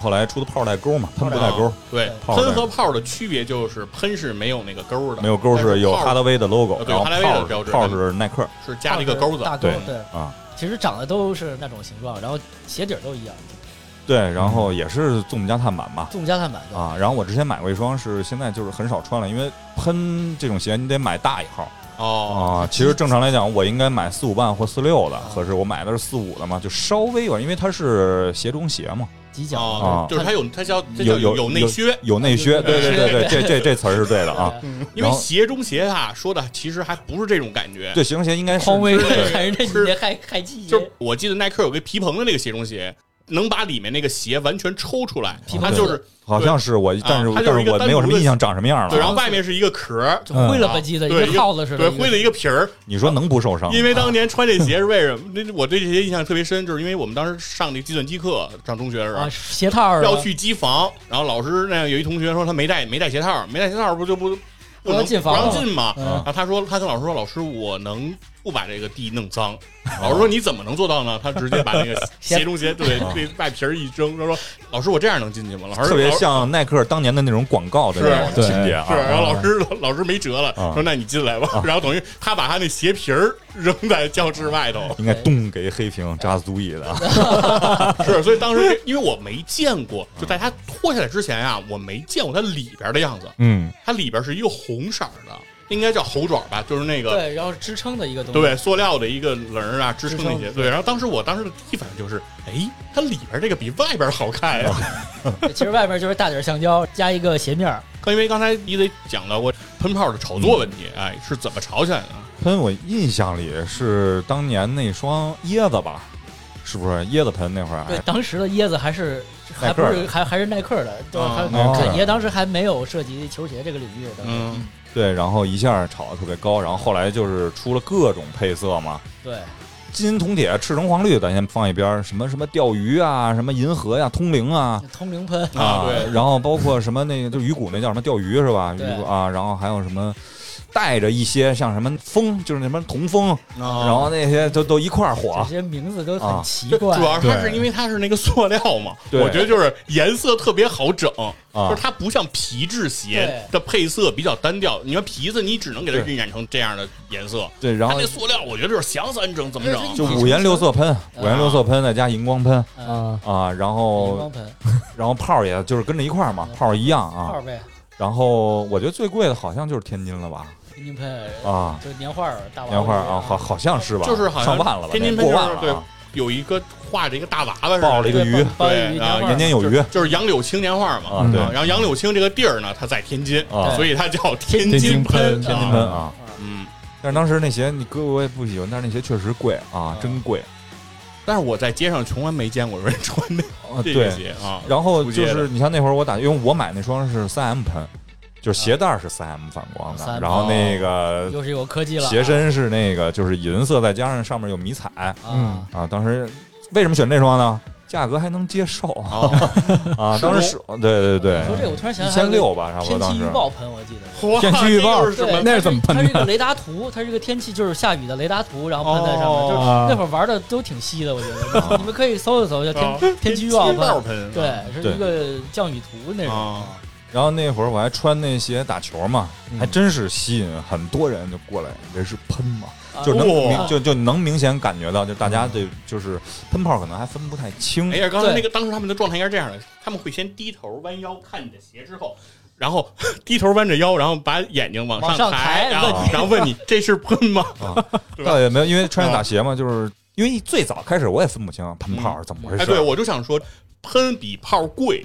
[SPEAKER 5] 后来出的炮带钩嘛，喷不带钩
[SPEAKER 3] 啊，对，
[SPEAKER 5] 泡带
[SPEAKER 3] 喷和泡的区别就是喷是没有那个钩的，
[SPEAKER 5] 没有钩
[SPEAKER 3] 但
[SPEAKER 5] 是有
[SPEAKER 3] 泡
[SPEAKER 5] 哈德威的 logo，
[SPEAKER 3] 呃对
[SPEAKER 5] 然后
[SPEAKER 3] 哈德威的
[SPEAKER 5] 炮
[SPEAKER 3] 标
[SPEAKER 5] 是
[SPEAKER 3] 志
[SPEAKER 5] 炮是耐克
[SPEAKER 3] 是加了一个钩子。
[SPEAKER 6] 大钩
[SPEAKER 5] 对
[SPEAKER 6] 对，
[SPEAKER 5] 啊，
[SPEAKER 6] 其实长得都是那种形状，然后鞋底儿都一样，
[SPEAKER 5] 对，然
[SPEAKER 3] 嗯
[SPEAKER 5] 后也是纵加碳板嘛。
[SPEAKER 6] 纵加碳板的。
[SPEAKER 5] 啊，然后我之前买过一双，是现在就是很少穿了，因为喷这种鞋你得买大一号
[SPEAKER 3] 哦，
[SPEAKER 5] 啊。其实正常来讲，我应该买四五半或四六的，可是我买的是四五的嘛，就稍微有，因为它是鞋中鞋嘛，
[SPEAKER 6] 挤脚
[SPEAKER 3] 哦
[SPEAKER 5] 啊，
[SPEAKER 3] 就是它有它叫这
[SPEAKER 5] 有
[SPEAKER 3] 叫
[SPEAKER 5] 有
[SPEAKER 3] 有内靴，
[SPEAKER 5] 有内靴，
[SPEAKER 6] 有
[SPEAKER 5] 对对对对，
[SPEAKER 6] 内
[SPEAKER 5] 这
[SPEAKER 6] 靴
[SPEAKER 5] 这这词儿是对的啊。
[SPEAKER 6] 对
[SPEAKER 3] 因为
[SPEAKER 5] 然后
[SPEAKER 3] 鞋中鞋啊说的其实还不是这种感觉。
[SPEAKER 5] 对，鞋中鞋应该是
[SPEAKER 6] 匡威
[SPEAKER 3] 对
[SPEAKER 6] 看人家
[SPEAKER 3] 是
[SPEAKER 6] 你还还记
[SPEAKER 3] 就是我记得耐克有个皮蓬的那个鞋中鞋，能把里面那个鞋完全抽出来
[SPEAKER 6] 皮，
[SPEAKER 3] 它
[SPEAKER 6] 蓬
[SPEAKER 3] 就是
[SPEAKER 5] 好像是我，但是
[SPEAKER 3] 啊它就是
[SPEAKER 5] 但
[SPEAKER 3] 一
[SPEAKER 5] 是
[SPEAKER 3] 个
[SPEAKER 5] 我
[SPEAKER 3] 单
[SPEAKER 5] 没有什
[SPEAKER 3] 独
[SPEAKER 5] 么
[SPEAKER 3] 的
[SPEAKER 5] 印象长什么样
[SPEAKER 3] 对，然
[SPEAKER 5] 了
[SPEAKER 3] 后
[SPEAKER 5] 啊。
[SPEAKER 3] 外面是一个壳儿，啊
[SPEAKER 6] 就灰了吧唧的，
[SPEAKER 3] 嗯对
[SPEAKER 6] 一个耗子似的，
[SPEAKER 3] 对，灰了一个皮儿，
[SPEAKER 5] 你说能不受伤吗？啊
[SPEAKER 3] 因为当年穿这鞋是为什么？那我对这些印象特别深，就是因为我们当时上那计算机课，上中学的时
[SPEAKER 6] 啊
[SPEAKER 3] 候。
[SPEAKER 6] 鞋套儿啊
[SPEAKER 3] 要去机房，然后老师那有一同学说他没带没带鞋套，没带鞋套不就不不
[SPEAKER 6] 不让
[SPEAKER 3] 能
[SPEAKER 6] 进房
[SPEAKER 3] 不让
[SPEAKER 6] 了
[SPEAKER 3] 进嘛。
[SPEAKER 6] 嗯
[SPEAKER 3] 然后他说他跟老师说老师我能不把这个地弄脏，老师说你怎么能做到呢？他直接把那个
[SPEAKER 6] 鞋
[SPEAKER 3] 鞋中鞋对对外皮儿一扔，他说老师我这样能进去吗？老师
[SPEAKER 5] 特别
[SPEAKER 3] 老师
[SPEAKER 5] 像耐克当年的那种广告的那种
[SPEAKER 4] 是
[SPEAKER 5] 情节
[SPEAKER 3] 是，然后
[SPEAKER 5] 啊。
[SPEAKER 3] 老师老师没辙了，
[SPEAKER 5] 啊
[SPEAKER 3] 说那你进来吧。然后等于他把他那鞋皮儿扔在教室外头，
[SPEAKER 5] 应该咚给黑屏扎足矣的啊，
[SPEAKER 3] 是，所以当时因为我没见过，就在它脱下来之前啊，我没见过它里边的样子。
[SPEAKER 5] 嗯，
[SPEAKER 3] 它里边是一个红色儿的，应该叫猴爪吧，就是那个
[SPEAKER 6] 对，然后支撑的一个东西，
[SPEAKER 3] 对塑料的一个棱儿啊，支撑那
[SPEAKER 6] 支
[SPEAKER 3] 些。
[SPEAKER 6] 撑
[SPEAKER 3] 对，然后当时我当时的第一反应就是，哎，它里边这个比外边好看呀、
[SPEAKER 5] 啊
[SPEAKER 6] 对，其实外面就是大底儿橡胶加一个鞋面儿，
[SPEAKER 3] 刚 因为刚才你得讲到过喷泡的炒作问题，哎，是怎么炒起来的？
[SPEAKER 5] 喷我印象里是当年那双椰子吧，是不是椰子喷那会儿
[SPEAKER 6] 对
[SPEAKER 3] 哎
[SPEAKER 5] 还？，
[SPEAKER 6] 当时的椰子还是还
[SPEAKER 5] 耐
[SPEAKER 6] 不
[SPEAKER 5] 克
[SPEAKER 6] 是还还是耐克的，都还
[SPEAKER 3] 啊
[SPEAKER 5] 耐克
[SPEAKER 6] 肯爷当时还没有涉及球鞋这个领域的，
[SPEAKER 3] 嗯，
[SPEAKER 5] 对，然后一下炒得特别高，然后后来就是出了各种配色嘛，
[SPEAKER 6] 对，
[SPEAKER 5] 金银铜铁、赤橙黄绿，咱先放一边儿，什么什么钓鱼啊，什么银河呀、通灵啊，
[SPEAKER 6] 通灵喷，
[SPEAKER 3] 啊对
[SPEAKER 5] 然后包括什么那个就鱼骨那叫什么钓鱼是吧？鱼
[SPEAKER 6] 对
[SPEAKER 5] 骨啊，然后还有什么带着一些像什么风，就是那什么铜风，
[SPEAKER 3] 哦
[SPEAKER 5] 然后那些都都一块儿
[SPEAKER 6] 这
[SPEAKER 5] 火。
[SPEAKER 6] 些名字都
[SPEAKER 5] 啊
[SPEAKER 6] 很奇
[SPEAKER 3] 就
[SPEAKER 6] 怪
[SPEAKER 3] 主。要是它
[SPEAKER 4] 对
[SPEAKER 3] 是因为它是那个塑料嘛，
[SPEAKER 5] 对
[SPEAKER 3] 我觉得就是颜色特别好整，
[SPEAKER 5] 啊
[SPEAKER 3] 就是它不像皮质鞋的配色比较单调。你说皮子，你只能给它
[SPEAKER 5] 对
[SPEAKER 3] 晕染成这样的颜色，
[SPEAKER 5] 对，然后
[SPEAKER 3] 它那塑料，我觉得就是想怎么整怎么整。
[SPEAKER 5] 就五颜六色喷，五颜六色喷再加荧光喷
[SPEAKER 6] 啊，
[SPEAKER 5] 啊，然
[SPEAKER 6] 荧
[SPEAKER 5] 后
[SPEAKER 6] 光喷
[SPEAKER 5] 然后泡儿也就是跟着一块儿
[SPEAKER 3] 嗯
[SPEAKER 5] 嘛，泡儿一样
[SPEAKER 6] 泡
[SPEAKER 5] 啊
[SPEAKER 6] 儿。呗，
[SPEAKER 5] 然后我觉得最贵的好像就是天津了吧？
[SPEAKER 6] 天津喷
[SPEAKER 5] 啊，
[SPEAKER 6] 就是年画儿大娃娃
[SPEAKER 5] 年花儿
[SPEAKER 6] 这
[SPEAKER 5] 啊，
[SPEAKER 6] 样
[SPEAKER 5] 好好像是吧？
[SPEAKER 3] 哦就是好像
[SPEAKER 5] 上万了吧？
[SPEAKER 3] 天津
[SPEAKER 5] 那
[SPEAKER 3] 喷
[SPEAKER 5] 过
[SPEAKER 3] 就是
[SPEAKER 5] 万了啊。
[SPEAKER 3] 对有一个画着一个大娃娃似的，
[SPEAKER 5] 抱了一个鱼
[SPEAKER 6] 鲍
[SPEAKER 3] 对
[SPEAKER 6] 鱼
[SPEAKER 3] 啊
[SPEAKER 6] 年画
[SPEAKER 5] 年年有
[SPEAKER 3] 就
[SPEAKER 5] 余
[SPEAKER 3] 是就是杨柳青年画嘛。
[SPEAKER 5] 啊，对，
[SPEAKER 3] 然后杨柳青这个地儿呢，它在天津，
[SPEAKER 5] 啊
[SPEAKER 3] 所以它叫天
[SPEAKER 4] 天津
[SPEAKER 3] 津
[SPEAKER 4] 喷
[SPEAKER 5] 天津
[SPEAKER 3] 啊
[SPEAKER 5] 喷啊。
[SPEAKER 3] 嗯，
[SPEAKER 5] 但是当时那鞋你哥我也不喜欢，但是那鞋确实贵
[SPEAKER 3] 嗯
[SPEAKER 5] 啊，真贵
[SPEAKER 3] 但是我在街上从来没见过有人穿那
[SPEAKER 5] 啊，
[SPEAKER 3] 这个
[SPEAKER 5] 对。
[SPEAKER 3] 鞋啊。
[SPEAKER 5] 然后
[SPEAKER 3] 出
[SPEAKER 5] 就
[SPEAKER 3] 街
[SPEAKER 5] 是
[SPEAKER 3] 的
[SPEAKER 5] 你像那会儿我打，因为我买那双是三 M 喷，就是鞋带儿是三 M 反光的，
[SPEAKER 6] 3M
[SPEAKER 5] 然后
[SPEAKER 3] 哦
[SPEAKER 5] 那个
[SPEAKER 6] 又是有科技了啊，
[SPEAKER 5] 鞋身是那个就是银色，再加上上面有迷彩
[SPEAKER 6] 啊，
[SPEAKER 5] 啊。当时为什么选这双呢？价格还能接受啊
[SPEAKER 3] 哦，
[SPEAKER 5] 啊！当时是，对对对
[SPEAKER 6] 说这个我突然想
[SPEAKER 5] 一
[SPEAKER 6] 起来
[SPEAKER 5] 千
[SPEAKER 6] 还有
[SPEAKER 5] 六吧，差不多
[SPEAKER 6] 天
[SPEAKER 5] 当
[SPEAKER 6] 气
[SPEAKER 5] 时
[SPEAKER 6] 预。报喷，我记得。
[SPEAKER 3] 哇
[SPEAKER 4] 天气预报
[SPEAKER 3] 这又是什
[SPEAKER 6] 对
[SPEAKER 3] 么
[SPEAKER 4] 那是怎么喷
[SPEAKER 6] 它
[SPEAKER 4] 的
[SPEAKER 6] 是一个雷达图，它是一个天气，就是下雨的雷达图，然后喷在上面，就是
[SPEAKER 4] 哦
[SPEAKER 6] 那会儿玩的都挺稀的，我觉
[SPEAKER 5] 哦
[SPEAKER 6] 得。你们可以搜一搜，叫
[SPEAKER 3] 啊
[SPEAKER 6] 天天气预报
[SPEAKER 3] 天气
[SPEAKER 6] 喷，
[SPEAKER 3] 喷，
[SPEAKER 6] 对，是一个降雨图那
[SPEAKER 5] 哦
[SPEAKER 6] 种。
[SPEAKER 3] 啊，
[SPEAKER 5] 然后那会儿我还穿那鞋打球嘛，
[SPEAKER 6] 嗯
[SPEAKER 5] 还真是吸引很多人就过来，以为是喷嘛，
[SPEAKER 6] 啊
[SPEAKER 5] 就能
[SPEAKER 3] 哇
[SPEAKER 5] 明就就能明显感觉到，就大家对就是喷泡可能还分不太清
[SPEAKER 3] 哎。呀，刚才那个当时他们的状态应该是这样的：他们会先低头弯腰看你的鞋，之后，然后 低头弯着腰，然后把眼睛往
[SPEAKER 6] 往上抬
[SPEAKER 3] 抬，然后
[SPEAKER 6] 问你
[SPEAKER 3] 然后问你这是喷 吗？
[SPEAKER 5] 倒也没有，因为穿上打鞋
[SPEAKER 6] 啊
[SPEAKER 5] 嘛，就是因为最早开始我也分不清喷泡是怎么回
[SPEAKER 3] 哎，
[SPEAKER 5] 事
[SPEAKER 3] 对，
[SPEAKER 5] 儿，
[SPEAKER 3] 我就想说，喷比泡贵，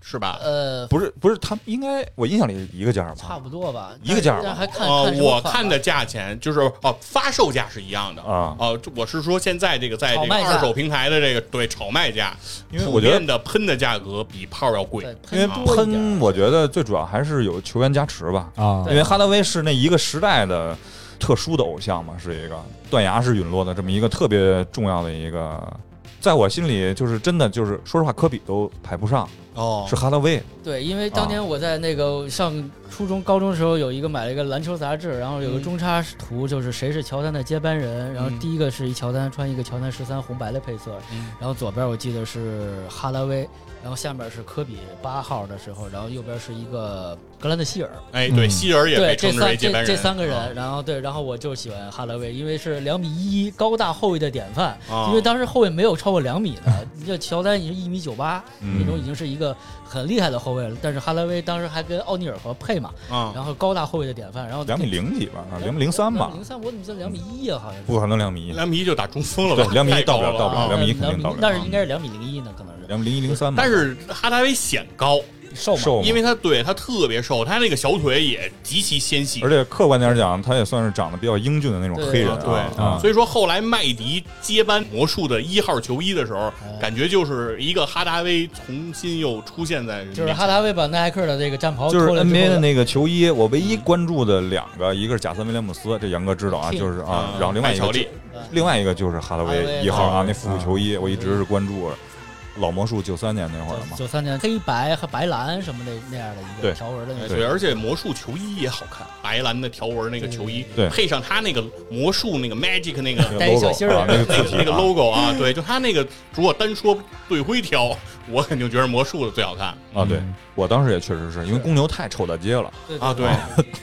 [SPEAKER 3] 是吧？
[SPEAKER 6] 呃，
[SPEAKER 5] 不是不是，他们应该我印象里是一个价儿
[SPEAKER 6] 差
[SPEAKER 5] 吧？
[SPEAKER 6] 不多吧，
[SPEAKER 5] 一个价儿吧
[SPEAKER 6] 但还看
[SPEAKER 3] 呃，
[SPEAKER 6] 看什么
[SPEAKER 3] 我
[SPEAKER 6] 款
[SPEAKER 3] 看
[SPEAKER 6] 吧
[SPEAKER 3] 的价钱就是哦、发售价是一样的
[SPEAKER 5] 啊
[SPEAKER 3] 哦这我是说现在这个在
[SPEAKER 6] 炒
[SPEAKER 3] 这个
[SPEAKER 6] 卖价
[SPEAKER 3] 二手平台的这个对炒卖价，
[SPEAKER 5] 因为
[SPEAKER 3] 普
[SPEAKER 5] 我觉
[SPEAKER 3] 遍
[SPEAKER 5] 得，
[SPEAKER 3] 的喷的价格比泡要贵
[SPEAKER 5] 因
[SPEAKER 6] 对，
[SPEAKER 5] 为
[SPEAKER 6] 喷多一点
[SPEAKER 5] 喷，我觉得最主要还是有球员加持吧，
[SPEAKER 4] 啊
[SPEAKER 5] 因为哈达威是那一个时代的特殊的偶像嘛，是一个断崖式陨落的这么一个特别重要的一个，在我心里就是真的就是说实话，科比都排不上，
[SPEAKER 3] 哦
[SPEAKER 5] 是哈达威
[SPEAKER 6] 对，因为当年我在那个上初中、高中的时候，有一个买了一个篮球杂志，然后有个中插图，就是谁是乔丹的接班人。然后第一个是一乔丹穿一个乔丹十三红白的配色，然后左边我记得是哈拉威，然后下面是科比八号的时候，然后右边是一个格兰德希尔。
[SPEAKER 3] 哎，对，
[SPEAKER 4] 嗯
[SPEAKER 3] 希尔也
[SPEAKER 6] 对，
[SPEAKER 3] 被
[SPEAKER 6] 这
[SPEAKER 3] 称之为
[SPEAKER 6] 三
[SPEAKER 3] 接班
[SPEAKER 6] 这
[SPEAKER 3] 人，
[SPEAKER 6] 这三个
[SPEAKER 3] 啊
[SPEAKER 6] 人，然后对，然后我就喜欢哈拉威，因为是两米一高大后卫的典范，
[SPEAKER 3] 啊
[SPEAKER 6] 因为当时后卫没有超过两米的，你这乔丹已经一米九八，
[SPEAKER 5] 嗯
[SPEAKER 6] 那种已经是一个很厉害的后卫了。但是哈拉威当时还跟奥尼尔和配嘛，
[SPEAKER 3] 啊，
[SPEAKER 6] 然后高大后卫的典范，然后
[SPEAKER 5] 两米零几吧，两米零三吧
[SPEAKER 6] 两米，零三，我怎么记得两米一啊？好像是
[SPEAKER 5] 不可能两米一，
[SPEAKER 3] 两米一就打中锋了吧？
[SPEAKER 5] 嗯对两米一
[SPEAKER 3] 太高
[SPEAKER 5] 到不了到不了
[SPEAKER 3] 啊
[SPEAKER 5] 两米一肯
[SPEAKER 6] 两
[SPEAKER 5] 定
[SPEAKER 6] 米
[SPEAKER 5] 到不了
[SPEAKER 6] 但是应该是两米零一呢，可能是
[SPEAKER 5] 两米零一零三吧，
[SPEAKER 3] 但是哈达威显高，
[SPEAKER 6] 瘦嘛。
[SPEAKER 5] 瘦嘛，
[SPEAKER 3] 因为他对他特别瘦，他那个小腿也极其纤细
[SPEAKER 5] 而。且客观点讲，他也算是长得比较英俊的那种黑人
[SPEAKER 3] 啊
[SPEAKER 5] 啊，
[SPEAKER 3] 对，
[SPEAKER 5] 啊
[SPEAKER 3] 所以说后来麦迪接班魔术的一号球衣的时
[SPEAKER 5] 哦
[SPEAKER 3] 候，感觉就是一个哈达威重新又出现在人
[SPEAKER 6] 就是
[SPEAKER 3] 面
[SPEAKER 6] 哈达威把耐克的这个战袍
[SPEAKER 5] 就是
[SPEAKER 6] 脱了之后
[SPEAKER 5] NBA 的那个球衣，我唯一关注的两个，一个是贾森威廉姆斯，这杨哥知道啊，
[SPEAKER 6] King
[SPEAKER 5] 就是啊
[SPEAKER 3] 啊，
[SPEAKER 5] 然后另外一
[SPEAKER 3] 麦
[SPEAKER 5] 个
[SPEAKER 3] 乔利
[SPEAKER 5] 就另外一个就是哈达
[SPEAKER 6] 哈达
[SPEAKER 5] 威
[SPEAKER 6] 威
[SPEAKER 5] 一号啊
[SPEAKER 4] 啊，
[SPEAKER 5] 那复古球衣，我一直是关注老魔术九三年那会儿的嘛，
[SPEAKER 6] 九三年黑白和白蓝什么的那样的一
[SPEAKER 5] 对
[SPEAKER 6] 个条纹的那
[SPEAKER 3] 哎
[SPEAKER 6] 种。
[SPEAKER 3] 对，而且魔术球衣也好看，白蓝的条纹那个球衣，
[SPEAKER 5] 对对
[SPEAKER 3] 配上他那个魔术那个 magic 那个
[SPEAKER 5] 那个
[SPEAKER 6] 带一小
[SPEAKER 5] logo
[SPEAKER 6] 心儿
[SPEAKER 5] 啊，那
[SPEAKER 3] 那
[SPEAKER 5] 个
[SPEAKER 3] 个
[SPEAKER 5] 字体
[SPEAKER 3] 那个
[SPEAKER 5] 啊
[SPEAKER 3] logo 啊，对，就他那个，如果单说队徽挑，我肯定觉得魔术的最好看
[SPEAKER 5] 啊，对我当时也确实是因为公牛太臭大街了，
[SPEAKER 6] 对
[SPEAKER 3] 啊，。对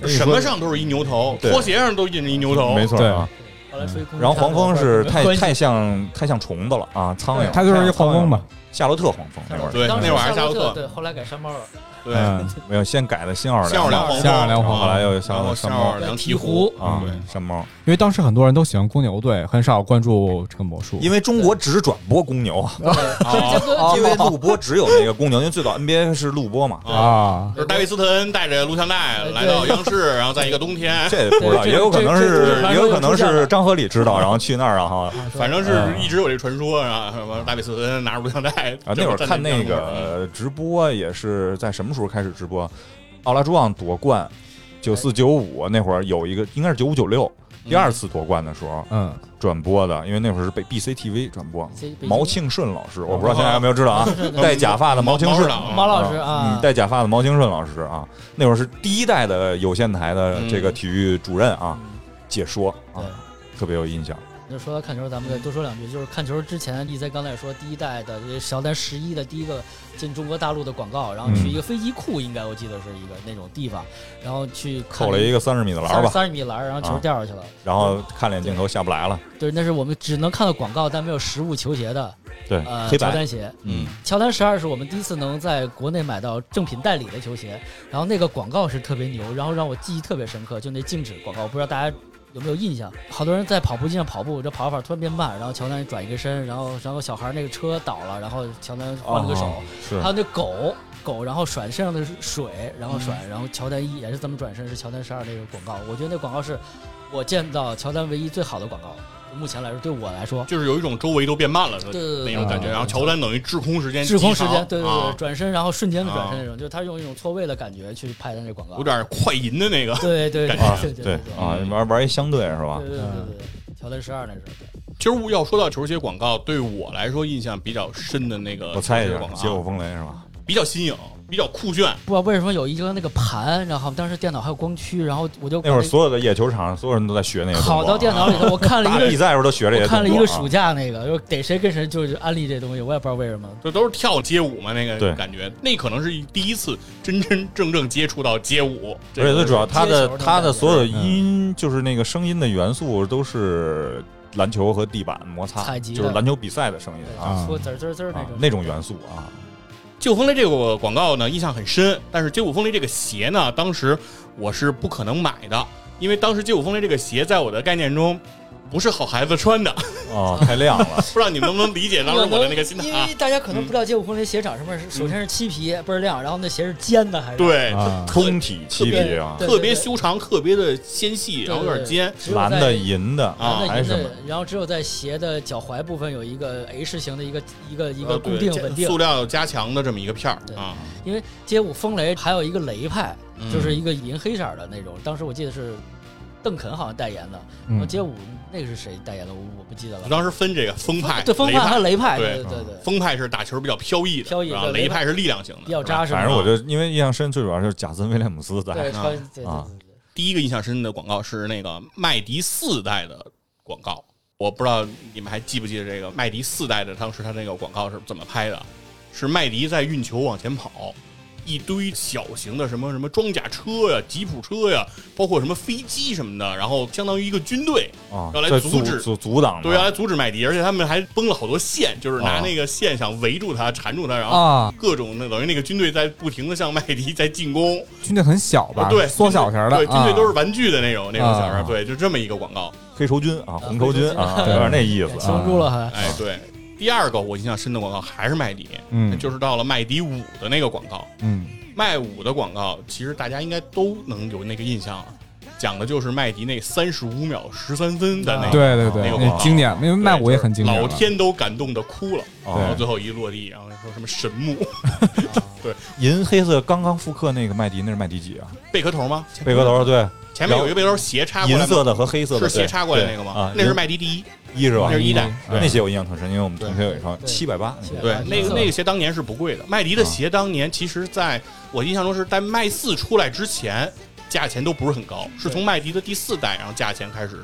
[SPEAKER 6] 对，
[SPEAKER 3] 什么上都是一牛头，
[SPEAKER 5] 对
[SPEAKER 3] 拖鞋上都印着一牛头，
[SPEAKER 5] 没错啊。
[SPEAKER 6] 后来出一公
[SPEAKER 5] 然后黄蜂是
[SPEAKER 6] 差
[SPEAKER 5] 太
[SPEAKER 6] 点关系
[SPEAKER 5] 太像太像虫子了啊，苍
[SPEAKER 4] 对
[SPEAKER 5] 蝇，
[SPEAKER 4] 他就是一
[SPEAKER 5] 太像
[SPEAKER 4] 黄蜂嘛，
[SPEAKER 5] 夏洛特黄蜂那会儿，
[SPEAKER 3] 对
[SPEAKER 6] 当时
[SPEAKER 3] 那会儿还
[SPEAKER 6] 夏
[SPEAKER 3] 夏
[SPEAKER 6] 洛
[SPEAKER 3] 洛
[SPEAKER 6] 特，
[SPEAKER 3] 特
[SPEAKER 6] 对，后来改山猫了。
[SPEAKER 3] 对，
[SPEAKER 4] 嗯，
[SPEAKER 5] 没有先改的新奥尔
[SPEAKER 3] 夏尔良
[SPEAKER 5] 良
[SPEAKER 3] 黄蜂，
[SPEAKER 4] 夏尔良
[SPEAKER 5] 然后
[SPEAKER 4] 黄
[SPEAKER 5] 后来又
[SPEAKER 3] 然
[SPEAKER 5] 像
[SPEAKER 3] 后
[SPEAKER 5] 山
[SPEAKER 3] 夏
[SPEAKER 5] 猫
[SPEAKER 3] 尔良鹈
[SPEAKER 6] 鹈鹕
[SPEAKER 5] 啊
[SPEAKER 3] 对，
[SPEAKER 5] 山猫，
[SPEAKER 4] 因为当时很多人都喜欢公牛队，很少关注这个魔术，
[SPEAKER 5] 因为中国只转播公牛啊。
[SPEAKER 6] 这这
[SPEAKER 5] 因为录播只有那个公牛，因为最早 NBA 是录播
[SPEAKER 6] 哦
[SPEAKER 5] 嘛，
[SPEAKER 3] 啊。
[SPEAKER 4] 啊
[SPEAKER 3] 就是戴维斯特恩带着录像带
[SPEAKER 6] 哎对
[SPEAKER 3] 来到央视，然后在一个冬天，
[SPEAKER 5] 这不知道，
[SPEAKER 6] 对这
[SPEAKER 5] 也有可能
[SPEAKER 6] 这这
[SPEAKER 5] 是
[SPEAKER 6] 这这
[SPEAKER 5] 也有可能是张合理知道，然后去那儿然 后
[SPEAKER 3] 反正是一直有这传说啊，什么戴维斯特恩拿着录像带
[SPEAKER 5] 嗯啊
[SPEAKER 3] 啊
[SPEAKER 5] 那会儿看那个直播啊也是在什么时候开始直播？奥拉朱旺夺冠，九四九五啊那会儿有一个应该是九五九六第二次夺冠的时候
[SPEAKER 4] 嗯，
[SPEAKER 5] 转播的，因为那会儿是被 BCTV 转播。毛庆顺老师，我不知道现在有没有知道啊？
[SPEAKER 6] 哦
[SPEAKER 5] 戴假发的毛庆顺，
[SPEAKER 6] 毛老师
[SPEAKER 5] 嗯
[SPEAKER 6] 啊，
[SPEAKER 5] 戴假发的毛兴顺老师啊，那会儿是第一代的有线台的这个体育主任啊，解说啊
[SPEAKER 6] 嗯对，
[SPEAKER 5] 特别有印象。
[SPEAKER 6] 就说到看球，咱们再多说两句。就是看球之前，一在刚才也说第一代的这乔丹十一的第一个进中国大陆的广告，然后
[SPEAKER 5] 嗯
[SPEAKER 6] 去一个飞机库，应该我记得是一个那种地方，然后去
[SPEAKER 5] 扣了一
[SPEAKER 6] 个
[SPEAKER 5] 个三十米的篮儿吧，啊
[SPEAKER 6] 三十米篮儿，然后球掉下去了。
[SPEAKER 5] 然后看脸镜头下不来了。
[SPEAKER 6] 对，那是我们只能看到广告，但没有实物球鞋的
[SPEAKER 5] 对，
[SPEAKER 6] 呃
[SPEAKER 5] 黑
[SPEAKER 6] 乔
[SPEAKER 5] 白
[SPEAKER 6] 丹鞋。
[SPEAKER 5] 嗯，
[SPEAKER 6] 乔丹十二是我们第一次能在国内买到正品代理的球鞋，然后那个广告是特别牛，然后让我记忆特别深刻，就那静止广告，不知道大家有没有印象？好多人在跑步机上跑步，这跑着跑着突然变慢，然后乔丹转一个身，然后然后小孩那个车倒了，然后乔丹换了个手，
[SPEAKER 5] 哦是
[SPEAKER 6] 还有那狗狗，然后甩身上的水，然后甩，然后乔丹一也是这么转身，是乔丹十二那个广告。我觉得那广告是我见到乔丹唯一最好的广告，目前来说对我来说。
[SPEAKER 3] 就是有一种周围都变慢了的
[SPEAKER 6] 对对对
[SPEAKER 3] 那种感觉，
[SPEAKER 5] 嗯
[SPEAKER 6] 对
[SPEAKER 3] 然后乔丹等于滞空时间
[SPEAKER 6] 滞空
[SPEAKER 3] 极
[SPEAKER 6] 时
[SPEAKER 3] 长
[SPEAKER 6] 间，对对对，
[SPEAKER 3] 啊，
[SPEAKER 6] 转身然后瞬间的转身那种，就是他用一种错位的感觉去拍的那广告
[SPEAKER 3] 有，点快银的那个，
[SPEAKER 6] 对对对
[SPEAKER 3] 感觉
[SPEAKER 5] 啊
[SPEAKER 6] 对对
[SPEAKER 5] 对啊，玩玩一相对是吧
[SPEAKER 6] 对？对对对对，乔丹十二那是，
[SPEAKER 3] 今儿要说到球鞋广告，对我来说印象比较深的那个，
[SPEAKER 5] 我猜一下，
[SPEAKER 3] 广
[SPEAKER 5] 街口
[SPEAKER 3] 告啊
[SPEAKER 5] 风雷是吧？
[SPEAKER 3] 比较新颖，比较酷炫。
[SPEAKER 6] 不知道为什么有一个那个盘，然后当时电脑还有光驱，然后我就
[SPEAKER 5] 那会儿所有的野球场，所有人都在学那个动作啊。
[SPEAKER 6] 拷到电脑里头，我看了
[SPEAKER 5] 打
[SPEAKER 6] 一个
[SPEAKER 5] 比赛的时候都学这些
[SPEAKER 6] 我
[SPEAKER 5] 动作啊。
[SPEAKER 6] 看了一个暑假那个，就是逮谁跟谁就是安利这东西，我也不知道为什么。
[SPEAKER 3] 这都是跳街舞嘛，那
[SPEAKER 5] 对
[SPEAKER 3] 个感觉，那可能是第一次真真正正接触到街舞。
[SPEAKER 5] 而且最主要，它
[SPEAKER 6] 接球
[SPEAKER 5] 的
[SPEAKER 6] 那种
[SPEAKER 5] 它的
[SPEAKER 6] 感觉嗯
[SPEAKER 5] 所有的音，就是那个声音的元素都是篮球和地板摩擦，
[SPEAKER 6] 采集
[SPEAKER 5] 就
[SPEAKER 6] 的
[SPEAKER 5] 是篮球比赛的声音啊，
[SPEAKER 6] 说滋儿滋儿滋儿那
[SPEAKER 5] 啊
[SPEAKER 6] 种
[SPEAKER 5] 那种元素啊。
[SPEAKER 3] 旧风雷这个广告呢，印象很深。但是街舞风雷这个鞋呢，当时我是不可能买的，因为当时街舞风雷这个鞋在我的概念中不是好孩子穿的，
[SPEAKER 6] 啊
[SPEAKER 5] 哦，太亮 了
[SPEAKER 3] 不知道你们能不能理解当时我的那个心态
[SPEAKER 6] 因
[SPEAKER 3] 啊嗯
[SPEAKER 6] 为？大家可能不知道街舞风雷鞋厂什么，是首先是漆皮倍儿亮，然后那鞋是尖的还是，
[SPEAKER 3] 对，
[SPEAKER 4] 啊，
[SPEAKER 5] 通体漆皮啊，
[SPEAKER 6] 对
[SPEAKER 3] 特别修长，特别的纤细，
[SPEAKER 6] 对
[SPEAKER 3] 然后有点尖。
[SPEAKER 6] 只有
[SPEAKER 5] 蓝
[SPEAKER 6] 在
[SPEAKER 5] 的、银的
[SPEAKER 3] 啊
[SPEAKER 6] 蓝的
[SPEAKER 5] 还是
[SPEAKER 6] 银
[SPEAKER 5] 什
[SPEAKER 6] 的
[SPEAKER 5] 么？，
[SPEAKER 6] 然后只有在鞋的脚踝部分有一个 H 型的一个一个一
[SPEAKER 3] 一
[SPEAKER 6] 个固定稳定
[SPEAKER 3] 呃塑。料加强的这么一个片儿啊，
[SPEAKER 6] 因为街舞风雷还有一个雷派，
[SPEAKER 3] 嗯
[SPEAKER 6] 就是一个银黑色儿的那种，当时我记得是邓肯好像代言的，然后
[SPEAKER 4] 嗯
[SPEAKER 6] 街舞那个是谁代言的，我我不记得
[SPEAKER 3] 我
[SPEAKER 6] 了。啊
[SPEAKER 3] 当时分这个风派、
[SPEAKER 6] 对风
[SPEAKER 3] 雷
[SPEAKER 6] 派和雷派，
[SPEAKER 3] 对
[SPEAKER 6] 对对对，
[SPEAKER 3] 风派是打球比较飘逸的，
[SPEAKER 6] 飘逸
[SPEAKER 3] 然后
[SPEAKER 6] 对
[SPEAKER 3] 雷
[SPEAKER 6] 雷
[SPEAKER 3] 派
[SPEAKER 6] 派
[SPEAKER 3] 是力量型的，
[SPEAKER 6] 比较
[SPEAKER 3] 是吧
[SPEAKER 6] 扎实嘛。
[SPEAKER 5] 反正我就因为印象深，最主要就是贾森威廉姆斯在
[SPEAKER 6] 啊对
[SPEAKER 3] 啊
[SPEAKER 6] 穿对对
[SPEAKER 5] 啊
[SPEAKER 6] 对对
[SPEAKER 3] 第一个印象深的广告是那个麦迪四代的广告，我不知道你们还记不记得这个麦迪四代的当时它那个广告是怎么拍的？是麦迪在运球往前跑，一堆小型的什么什么装甲车呀、吉普车呀，包括什么飞机什么的，然后相当于一个军队
[SPEAKER 5] 啊，
[SPEAKER 3] 要来
[SPEAKER 5] 在
[SPEAKER 3] 阻止
[SPEAKER 5] 阻阻挡的
[SPEAKER 3] 对，要来啊阻止麦迪，而且他们还崩了好多线，就是拿
[SPEAKER 5] 啊
[SPEAKER 3] 那个线想围住他、缠住他，然
[SPEAKER 6] 哦
[SPEAKER 3] 后
[SPEAKER 4] 啊，
[SPEAKER 3] 各种那等于那个军队在不停的向麦迪在进攻。
[SPEAKER 4] 军队很小
[SPEAKER 3] 哦
[SPEAKER 4] 吧？
[SPEAKER 3] 对，
[SPEAKER 4] 缩小型的，
[SPEAKER 3] 对，军队
[SPEAKER 4] 啊
[SPEAKER 3] 都是玩具的那种那种小孩，
[SPEAKER 4] 啊
[SPEAKER 3] 对，就这么一个广告。
[SPEAKER 5] 黑绸军啊，红绸军啊，
[SPEAKER 6] 对
[SPEAKER 5] 有点那意
[SPEAKER 6] 对，
[SPEAKER 5] 思
[SPEAKER 6] 形
[SPEAKER 5] 啊。
[SPEAKER 6] 容住了还。
[SPEAKER 3] 哎，对。第二个我印象深的广告还是麦迪，
[SPEAKER 4] 嗯
[SPEAKER 3] 就是到了麦迪五的那个广告，
[SPEAKER 4] 嗯
[SPEAKER 3] 麦五的广告其实大家应该都能有那个印象了，讲的就是麦迪那三十五秒十三分的那个，
[SPEAKER 4] 啊对对
[SPEAKER 3] 那
[SPEAKER 4] 对，
[SPEAKER 3] 个广
[SPEAKER 4] 那
[SPEAKER 3] 告
[SPEAKER 4] 经典，因为
[SPEAKER 3] 对
[SPEAKER 4] 卖舞也很经典
[SPEAKER 3] 老
[SPEAKER 4] 了。
[SPEAKER 3] 天都感动的哭了，
[SPEAKER 5] 哦
[SPEAKER 3] 然后最后一落地，然后说什么神木，
[SPEAKER 5] 银黑色刚刚复刻那个麦迪，那是麦迪几啊？
[SPEAKER 3] 贝壳头吗？
[SPEAKER 5] 贝壳头对，
[SPEAKER 3] 前面有一个贝壳头斜插过
[SPEAKER 5] 银
[SPEAKER 3] 来吗，
[SPEAKER 5] 色的和黑色的
[SPEAKER 3] 是斜
[SPEAKER 5] 对
[SPEAKER 3] 插过来
[SPEAKER 5] 对
[SPEAKER 3] 那个吗
[SPEAKER 5] 啊，？
[SPEAKER 3] 那
[SPEAKER 5] 银
[SPEAKER 3] 是麦迪第一，
[SPEAKER 5] 一是吧？
[SPEAKER 3] 那是一代，
[SPEAKER 5] 对那鞋我印象挺深，因为我们同学有一双
[SPEAKER 6] 对
[SPEAKER 5] 七百八，
[SPEAKER 6] 780
[SPEAKER 3] 对
[SPEAKER 6] 啊，
[SPEAKER 3] 那
[SPEAKER 6] 银
[SPEAKER 3] 个
[SPEAKER 6] 色
[SPEAKER 3] 那个鞋当年是不贵的。麦迪的鞋当年其实在我印象中是在麦四出来之前，价钱都不是很高，是从麦迪的第四代，然后价钱开始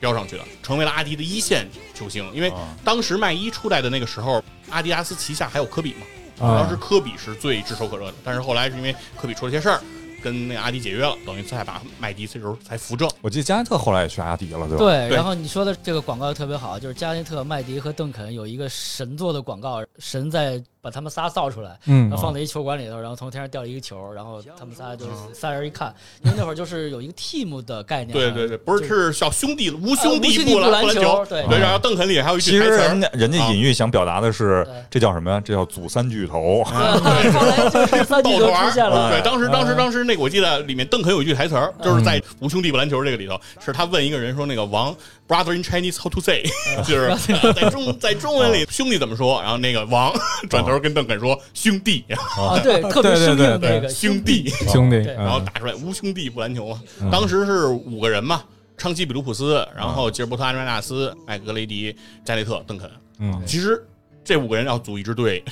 [SPEAKER 3] 飙上去的，成为了阿迪的一线球星。因为
[SPEAKER 5] 啊
[SPEAKER 3] 当时麦一出来的那个时候，阿迪达斯旗下还有科比嘛，
[SPEAKER 4] 啊
[SPEAKER 3] 当时科比是最炙手可热的。但是后来是因为科比出了些事儿，跟那个阿迪解约了，等于才把麦迪这时候才扶正。
[SPEAKER 5] 我记得加内特后来也去阿迪了，对吧？
[SPEAKER 6] 对，
[SPEAKER 3] 对
[SPEAKER 6] 然后你说的这个广告特别好，就是加内特、麦迪和邓肯有一个神做的广告，神在把他们仨造出来，
[SPEAKER 4] 嗯
[SPEAKER 6] 然后放在一球馆里头，然后从天上掉了一个球，然后他们仨就是仨人一看，因为那会儿就是有一个 team 的概念，
[SPEAKER 3] 嗯对对对，不是是小兄弟无
[SPEAKER 6] 啊
[SPEAKER 3] 兄
[SPEAKER 6] 无
[SPEAKER 3] 弟
[SPEAKER 6] 兄弟不
[SPEAKER 3] 篮
[SPEAKER 6] 篮球
[SPEAKER 3] 球，
[SPEAKER 6] 对
[SPEAKER 3] 然后邓肯里还有一
[SPEAKER 5] 其
[SPEAKER 3] 句台
[SPEAKER 5] 实
[SPEAKER 3] 词儿
[SPEAKER 5] 人家哎人
[SPEAKER 3] 啊
[SPEAKER 5] 家隐喻想表达的是
[SPEAKER 6] 对，
[SPEAKER 5] 这叫什么呀？这叫组三巨头，啊
[SPEAKER 6] 对，后来就是三
[SPEAKER 3] 抱
[SPEAKER 6] 巨头出现了，
[SPEAKER 3] 对，当时当时当时那个我记得里面邓肯有一句台词儿，
[SPEAKER 6] 嗯
[SPEAKER 3] 就是在《无兄弟不篮球》这个里头，是他问一个人说那个王 brother in Chinese how to say，就是
[SPEAKER 6] 嗯
[SPEAKER 3] 呃在 中在中文里兄弟怎么说，然后那个王
[SPEAKER 6] 嗯
[SPEAKER 3] 转头跟邓肯说兄弟，
[SPEAKER 6] 啊，对，特别
[SPEAKER 4] 嗯对对
[SPEAKER 6] 生硬
[SPEAKER 4] 对
[SPEAKER 6] 那
[SPEAKER 4] 对
[SPEAKER 6] 个
[SPEAKER 3] 兄弟，
[SPEAKER 4] 兄弟，
[SPEAKER 6] 对
[SPEAKER 4] 嗯
[SPEAKER 3] 然后打出来无兄弟不篮球嘛，
[SPEAKER 6] 嗯
[SPEAKER 3] 当时是五个人嘛。昌西、比卢普斯，然后吉尔伯特·安德纳斯、麦格雷迪、加内特、邓肯。
[SPEAKER 4] 嗯，
[SPEAKER 3] 其实这五个人要组一支队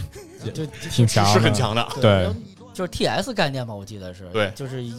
[SPEAKER 6] 就
[SPEAKER 3] 是
[SPEAKER 4] 挺强，
[SPEAKER 6] 啊
[SPEAKER 3] 是很。强的。
[SPEAKER 4] 对，
[SPEAKER 6] 就是 TS 概念嘛，我记得是，
[SPEAKER 3] 对
[SPEAKER 6] 就是一